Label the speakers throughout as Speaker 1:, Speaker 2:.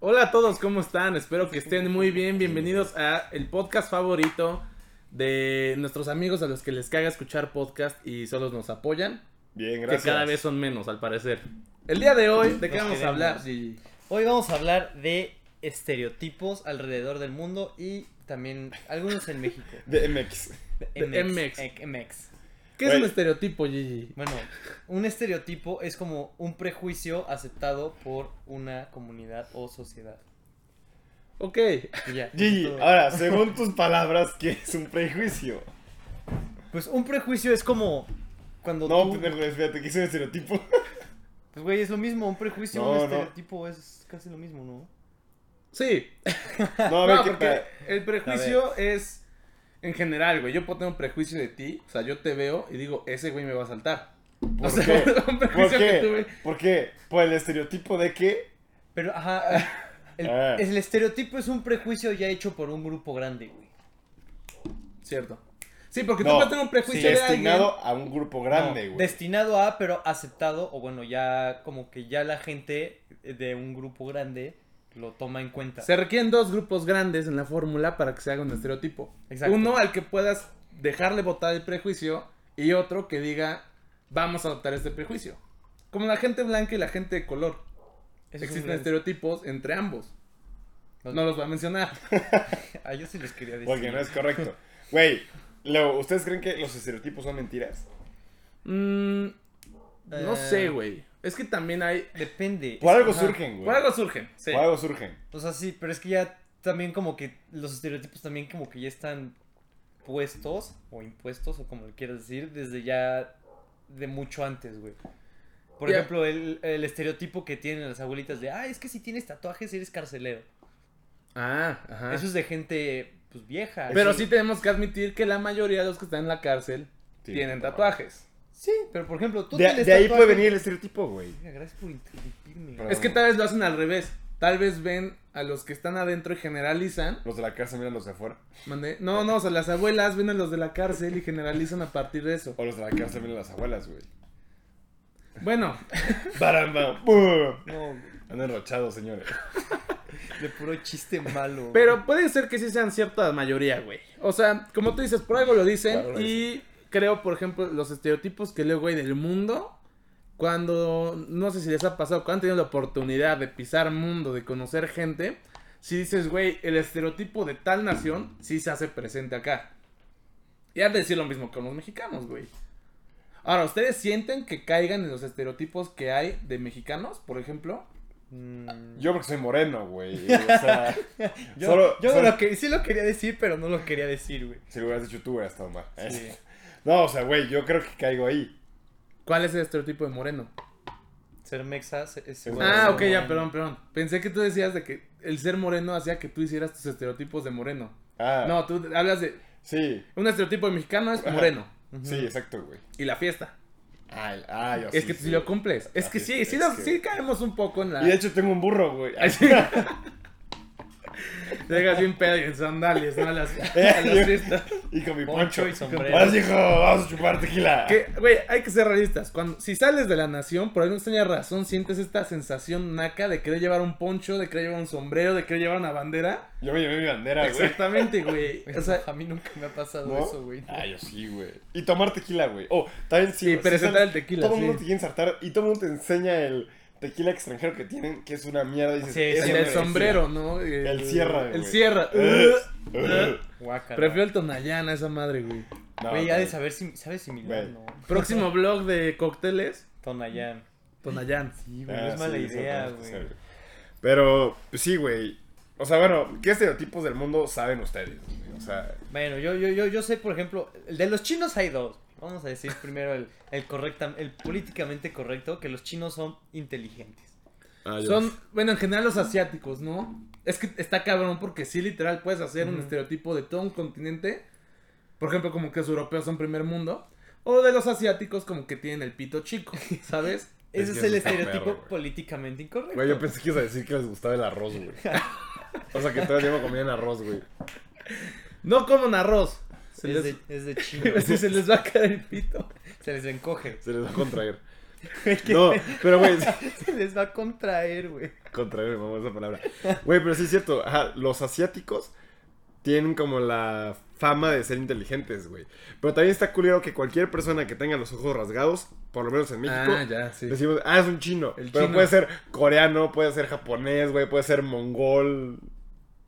Speaker 1: Hola a todos, ¿cómo están? Espero que estén muy bien. Bienvenidos a el podcast favorito de nuestros amigos a los que les caga escuchar podcast y solo nos apoyan.
Speaker 2: Bien,
Speaker 1: Que
Speaker 2: gracias.
Speaker 1: cada vez son menos, al parecer. El día de hoy, ¿de qué
Speaker 3: Nos
Speaker 1: vamos a
Speaker 3: queremos.
Speaker 1: hablar? Gigi?
Speaker 3: Hoy vamos a hablar de estereotipos alrededor del mundo y también algunos en México.
Speaker 2: De MX.
Speaker 1: De MX.
Speaker 3: eh, MX.
Speaker 1: ¿Qué es un
Speaker 2: Güey.
Speaker 1: estereotipo, Gigi?
Speaker 3: Bueno, un estereotipo es como un prejuicio aceptado por una comunidad o sociedad.
Speaker 1: Ok,
Speaker 3: Y ya, eso
Speaker 2: Gigi,
Speaker 3: es todo.
Speaker 2: ahora, según tus palabras, ¿qué es un prejuicio?
Speaker 3: Pues un prejuicio es como cuando
Speaker 2: No,
Speaker 3: tú-
Speaker 2: pendejo, espérate, ¿qué es un estereotipo?
Speaker 3: Pues güey, es lo mismo, un prejuicio,
Speaker 2: No,
Speaker 3: un
Speaker 2: no.
Speaker 3: estereotipo es casi lo mismo, ¿no?
Speaker 1: sí.
Speaker 2: No, a ver,
Speaker 1: No,
Speaker 2: ¿qué
Speaker 1: porque
Speaker 2: tal?
Speaker 1: el prejuicio es en general, güey. Yo puedo tener un prejuicio de ti, o sea, yo te veo y digo, ese güey me va a saltar.
Speaker 2: ¿Por
Speaker 1: o sea,
Speaker 2: qué?
Speaker 1: un
Speaker 2: ¿Por
Speaker 1: prejuicio que
Speaker 2: qué?
Speaker 1: tuve.
Speaker 2: ¿Por qué? ¿Por el estereotipo de qué?
Speaker 3: Pero ajá, el,
Speaker 2: Ah.
Speaker 3: el estereotipo es un prejuicio ya hecho por un grupo grande, güey.
Speaker 1: Cierto. Sí, porque tú
Speaker 2: No,
Speaker 1: puedes tener un prejuicio de alguien.
Speaker 2: destinado a un grupo grande,
Speaker 3: No,
Speaker 2: güey.
Speaker 3: Destinado a, pero aceptado, o bueno, ya como que ya la gente de un grupo grande lo toma en cuenta.
Speaker 1: Se requieren dos grupos grandes en la fórmula para que se haga un estereotipo.
Speaker 3: Exacto.
Speaker 1: Uno al que puedas dejarle votar el prejuicio y otro que diga, vamos a adoptar este prejuicio. Como la gente blanca y la gente de color.
Speaker 3: Eso es un
Speaker 1: Existen
Speaker 3: gran-
Speaker 1: estereotipos entre ambos.
Speaker 3: No-
Speaker 1: No los va a mencionar.
Speaker 3: Ah, yo sí les quería decir.
Speaker 2: Porque no es correcto. Güey, luego, ¿ustedes creen que los estereotipos son mentiras?
Speaker 1: Mm, no
Speaker 3: Eh.
Speaker 1: sé, güey. Es que también hay...
Speaker 3: Depende.
Speaker 2: Por
Speaker 3: es-
Speaker 2: algo
Speaker 3: ajá.
Speaker 2: surgen, güey.
Speaker 1: Por algo surgen. Sí.
Speaker 2: Por algo surgen.
Speaker 3: O sea, sí, pero es que ya también como que los estereotipos también como que ya están puestos o impuestos o como le quieras decir desde ya de mucho antes, güey. Por
Speaker 1: Ya.
Speaker 3: ejemplo, el, el estereotipo que tienen las abuelitas de, ah, es que si tienes tatuajes eres carcelero.
Speaker 1: Ah, ajá.
Speaker 3: Eso es de gente, pues, vieja.
Speaker 1: Pero
Speaker 3: Eso-
Speaker 1: sí tenemos que admitir que la mayoría de los que están en la cárcel
Speaker 2: Sí,
Speaker 1: tienen
Speaker 2: por
Speaker 1: tatuajes.
Speaker 3: Sí, pero por ejemplo, tú
Speaker 2: De,
Speaker 3: tienes
Speaker 2: de ahí puede
Speaker 3: tatuajes-
Speaker 2: venir el estereotipo, güey.
Speaker 3: Mira, Gracias por interrumpirme.
Speaker 2: Pero-
Speaker 1: Es que tal vez lo hacen al revés. Tal vez ven a los que están adentro y generalizan.
Speaker 2: Los de la casa miran los de afuera.
Speaker 1: Mande- No, no, o sea, las abuelas ven a los de la cárcel y generalizan a partir de eso.
Speaker 2: O los de la cárcel miran las abuelas, güey.
Speaker 1: Bueno,
Speaker 2: Baramba. ¡Pum!
Speaker 3: No,
Speaker 2: Han enrochado, señores.
Speaker 3: de puro chiste malo.
Speaker 1: pero puede ser que sí sean cierta mayoría, güey. O sea, como tú dices, por algo lo dicen.
Speaker 2: Claro, lo
Speaker 1: y creo, por ejemplo, los estereotipos que leo, güey, del mundo. Cuando, no sé si les ha pasado, cuando han tenido la oportunidad de pisar mundo, de conocer gente. Si dices, güey, el estereotipo de tal nación sí se hace presente acá. Y has de decir lo mismo con los mexicanos, güey. Ahora, ¿ustedes sienten que caigan en los estereotipos que hay de mexicanos, por ejemplo?
Speaker 3: Mm,
Speaker 2: Yo porque soy moreno, güey. O sea,
Speaker 3: yo
Speaker 2: solo-
Speaker 3: yo no
Speaker 2: solo-
Speaker 3: lo que, sí lo quería decir, pero no lo quería decir, güey.
Speaker 2: si lo hubieras dicho tú, hubieras estado mal.
Speaker 3: Sí.
Speaker 2: No, o sea, güey, yo creo que caigo ahí.
Speaker 1: ¿Cuál es el estereotipo de moreno?
Speaker 3: Ser mexa se- es igual a
Speaker 1: Ah,
Speaker 3: ser
Speaker 1: ok, ya,
Speaker 3: moreno.
Speaker 1: perdón, perdón. Pensé que tú decías de que el ser moreno hacía que tú hicieras tus estereotipos de moreno.
Speaker 2: Ah,
Speaker 1: No, tú hablas de...
Speaker 2: Sí,
Speaker 1: Un estereotipo de mexicano es
Speaker 2: Ajá.
Speaker 1: moreno.
Speaker 3: Ujú.
Speaker 2: sí, exacto, güey.
Speaker 1: Y la fiesta.
Speaker 2: Ay, ay,
Speaker 1: es que tú sí lo cumples. Es
Speaker 2: La
Speaker 1: que sí,
Speaker 2: fiesta,
Speaker 1: sí,
Speaker 2: es
Speaker 1: lo-
Speaker 2: que-
Speaker 1: sí caemos un poco en la...
Speaker 2: Y de hecho tengo un burro, güey.
Speaker 1: Llegas bien pedo y en sandalias, ¿no? A las, a las
Speaker 2: yo-
Speaker 1: fiestas.
Speaker 2: y con mi
Speaker 3: Poncho
Speaker 2: poncho.
Speaker 3: y sombrero.
Speaker 2: Ahora sí, hijo, vamos a chupar tequila.
Speaker 1: Que, güey, hay que ser realistas. Cuando, si sales de la nación, por alguna extraña razón, sientes esta sensación naca de querer llevar un poncho, de querer llevar un sombrero, de querer llevar una bandera.
Speaker 2: Yo me llevé mi bandera, Ah, güey.
Speaker 1: Exactamente, güey.
Speaker 3: Güey,
Speaker 1: O sea,
Speaker 3: a mí nunca me ha pasado
Speaker 2: ¿No?
Speaker 3: eso, güey.
Speaker 2: Ah, yo sí, güey. Y tomar tequila, güey. Oh, también sí.
Speaker 1: Y
Speaker 2: güey, sí
Speaker 1: presentar
Speaker 2: sal-
Speaker 1: el tequila,
Speaker 2: Todo
Speaker 1: sí.
Speaker 2: el mundo te quiere ensartar y todo el mundo te enseña el tequila extranjero que tienen, que es una mierda. Y dices,
Speaker 3: Sí,
Speaker 2: "Eso
Speaker 1: el,
Speaker 3: sí,
Speaker 2: no
Speaker 1: el
Speaker 2: es
Speaker 1: sombrero, ¿no? El,
Speaker 2: El cierra,
Speaker 1: El
Speaker 2: güey.
Speaker 1: cierra.
Speaker 2: Eh,
Speaker 1: Uh,
Speaker 2: eh.
Speaker 3: Guácala.
Speaker 1: Prefiero el Tonayana, esa madre, güey.
Speaker 2: No,
Speaker 3: Güey, ha de
Speaker 2: güey.
Speaker 3: saber si sabes si mi
Speaker 2: Güey.
Speaker 3: no.
Speaker 1: Próximo blog de cócteles,
Speaker 3: Tonayán.
Speaker 1: Tonayán.
Speaker 3: Sí, güey,
Speaker 2: Ah,
Speaker 3: no es mala
Speaker 2: sí, eso
Speaker 3: idea,
Speaker 2: tenemos que
Speaker 3: güey.
Speaker 2: hacer, Pero, pues, sí, güey. O sea, bueno, ¿qué estereotipos del mundo saben ustedes? güey? O sea,
Speaker 3: Bueno, yo, yo, yo, yo sé, por ejemplo, el de los chinos hay dos. Vamos a decir primero el, el correcta, el políticamente correcto, que los chinos son inteligentes.
Speaker 1: Ah, Son, bueno, en general los asiáticos, ¿no? Es que está cabrón porque sí, literal, puedes hacer un
Speaker 3: Ujú.
Speaker 1: estereotipo de todo un continente. Por ejemplo, como que los europeos son primer mundo. O de los asiáticos como que tienen el pito chico, ¿sabes?
Speaker 3: Ese
Speaker 2: Es
Speaker 3: es
Speaker 2: que
Speaker 3: el
Speaker 2: eso está
Speaker 3: estereotipo
Speaker 2: perro, güey.
Speaker 3: políticamente incorrecto.
Speaker 2: Güey, yo pensé que ibas a decir que les gustaba el arroz, güey. O sea, que todo el tiempo comían arroz, güey.
Speaker 1: No comen arroz. Se
Speaker 3: es,
Speaker 1: les,
Speaker 3: de, es de chino.
Speaker 1: sí, se les va a caer el pito.
Speaker 3: se les encoge.
Speaker 2: Se les va a contraer. No, pero, güey,
Speaker 3: se les va a contraer, güey.
Speaker 2: Contrario, me mamó esa palabra. Güey, pero sí es cierto. Ajá, los asiáticos tienen como la fama de ser inteligentes, güey. Pero también está culero que cualquier persona que tenga los ojos rasgados, por lo menos en México,
Speaker 1: Ah, ya, sí.
Speaker 2: decimos, ah, es un chino.
Speaker 1: El
Speaker 2: pero
Speaker 1: chino.
Speaker 2: puede ser coreano, puede ser japonés, güey, puede ser mongol.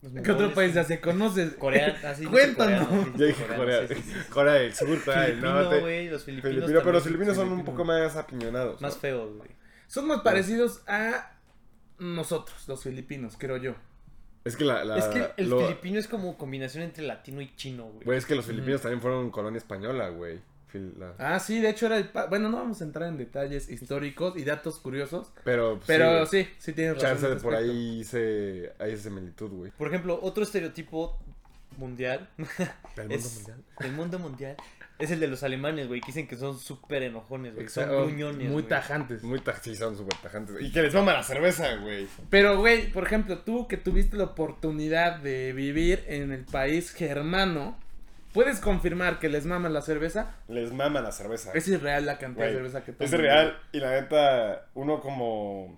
Speaker 3: Los
Speaker 1: ¿Qué otro
Speaker 3: mongoles,
Speaker 1: país de Asia conoces?
Speaker 3: Corea, así.
Speaker 1: Cuéntanos.
Speaker 2: Yo dije Corea,
Speaker 3: Este sí, sí, sí.
Speaker 2: Corea del Sur, Corea del
Speaker 3: Filipino,
Speaker 2: Norte.
Speaker 3: güey, los filipinos.
Speaker 2: Filipino,
Speaker 3: también
Speaker 2: pero los
Speaker 3: son-
Speaker 2: filipinos son un
Speaker 3: filipino.
Speaker 2: poco más apiñonados.
Speaker 3: Más
Speaker 2: ¿no?
Speaker 3: feos, güey.
Speaker 1: Son más parecidos a nosotros, los filipinos, creo yo.
Speaker 2: Es que la. la-
Speaker 3: Es que el
Speaker 2: lo-
Speaker 3: filipino es como combinación entre latino y chino, güey.
Speaker 2: Güey, es que los filipinos también fueron colonia española, güey. Fil- la-
Speaker 1: Ah, sí, de hecho era el... pa- Bueno, no vamos a entrar en detalles históricos y datos curiosos,
Speaker 2: Pero, pues,
Speaker 1: pero
Speaker 2: güey,
Speaker 1: sí, sí, tienes razón.
Speaker 2: Chance
Speaker 1: en
Speaker 2: de
Speaker 1: ese
Speaker 2: por
Speaker 1: aspecto.
Speaker 2: ahí se, hay esa similitud, güey.
Speaker 3: Por ejemplo, otro estereotipo mundial
Speaker 2: Del mundo
Speaker 3: es
Speaker 2: mundial.
Speaker 3: del mundo mundial es el de los alemanes, güey, que dicen que son súper enojones, güey, son
Speaker 1: Exacto,
Speaker 3: gruñones,
Speaker 1: Muy
Speaker 3: güey.
Speaker 1: tajantes.
Speaker 2: Muy taj- sí, son súper tajantes. Y que les mama la cerveza, güey.
Speaker 1: Pero, güey, por ejemplo, tú que tuviste la oportunidad de vivir en el país germano, ¿puedes confirmar que les maman la cerveza?
Speaker 2: Les mama la cerveza.
Speaker 1: Es irreal la cantidad
Speaker 2: Güey,
Speaker 1: de cerveza que
Speaker 2: es
Speaker 1: toman.
Speaker 2: real. Y la neta, uno como,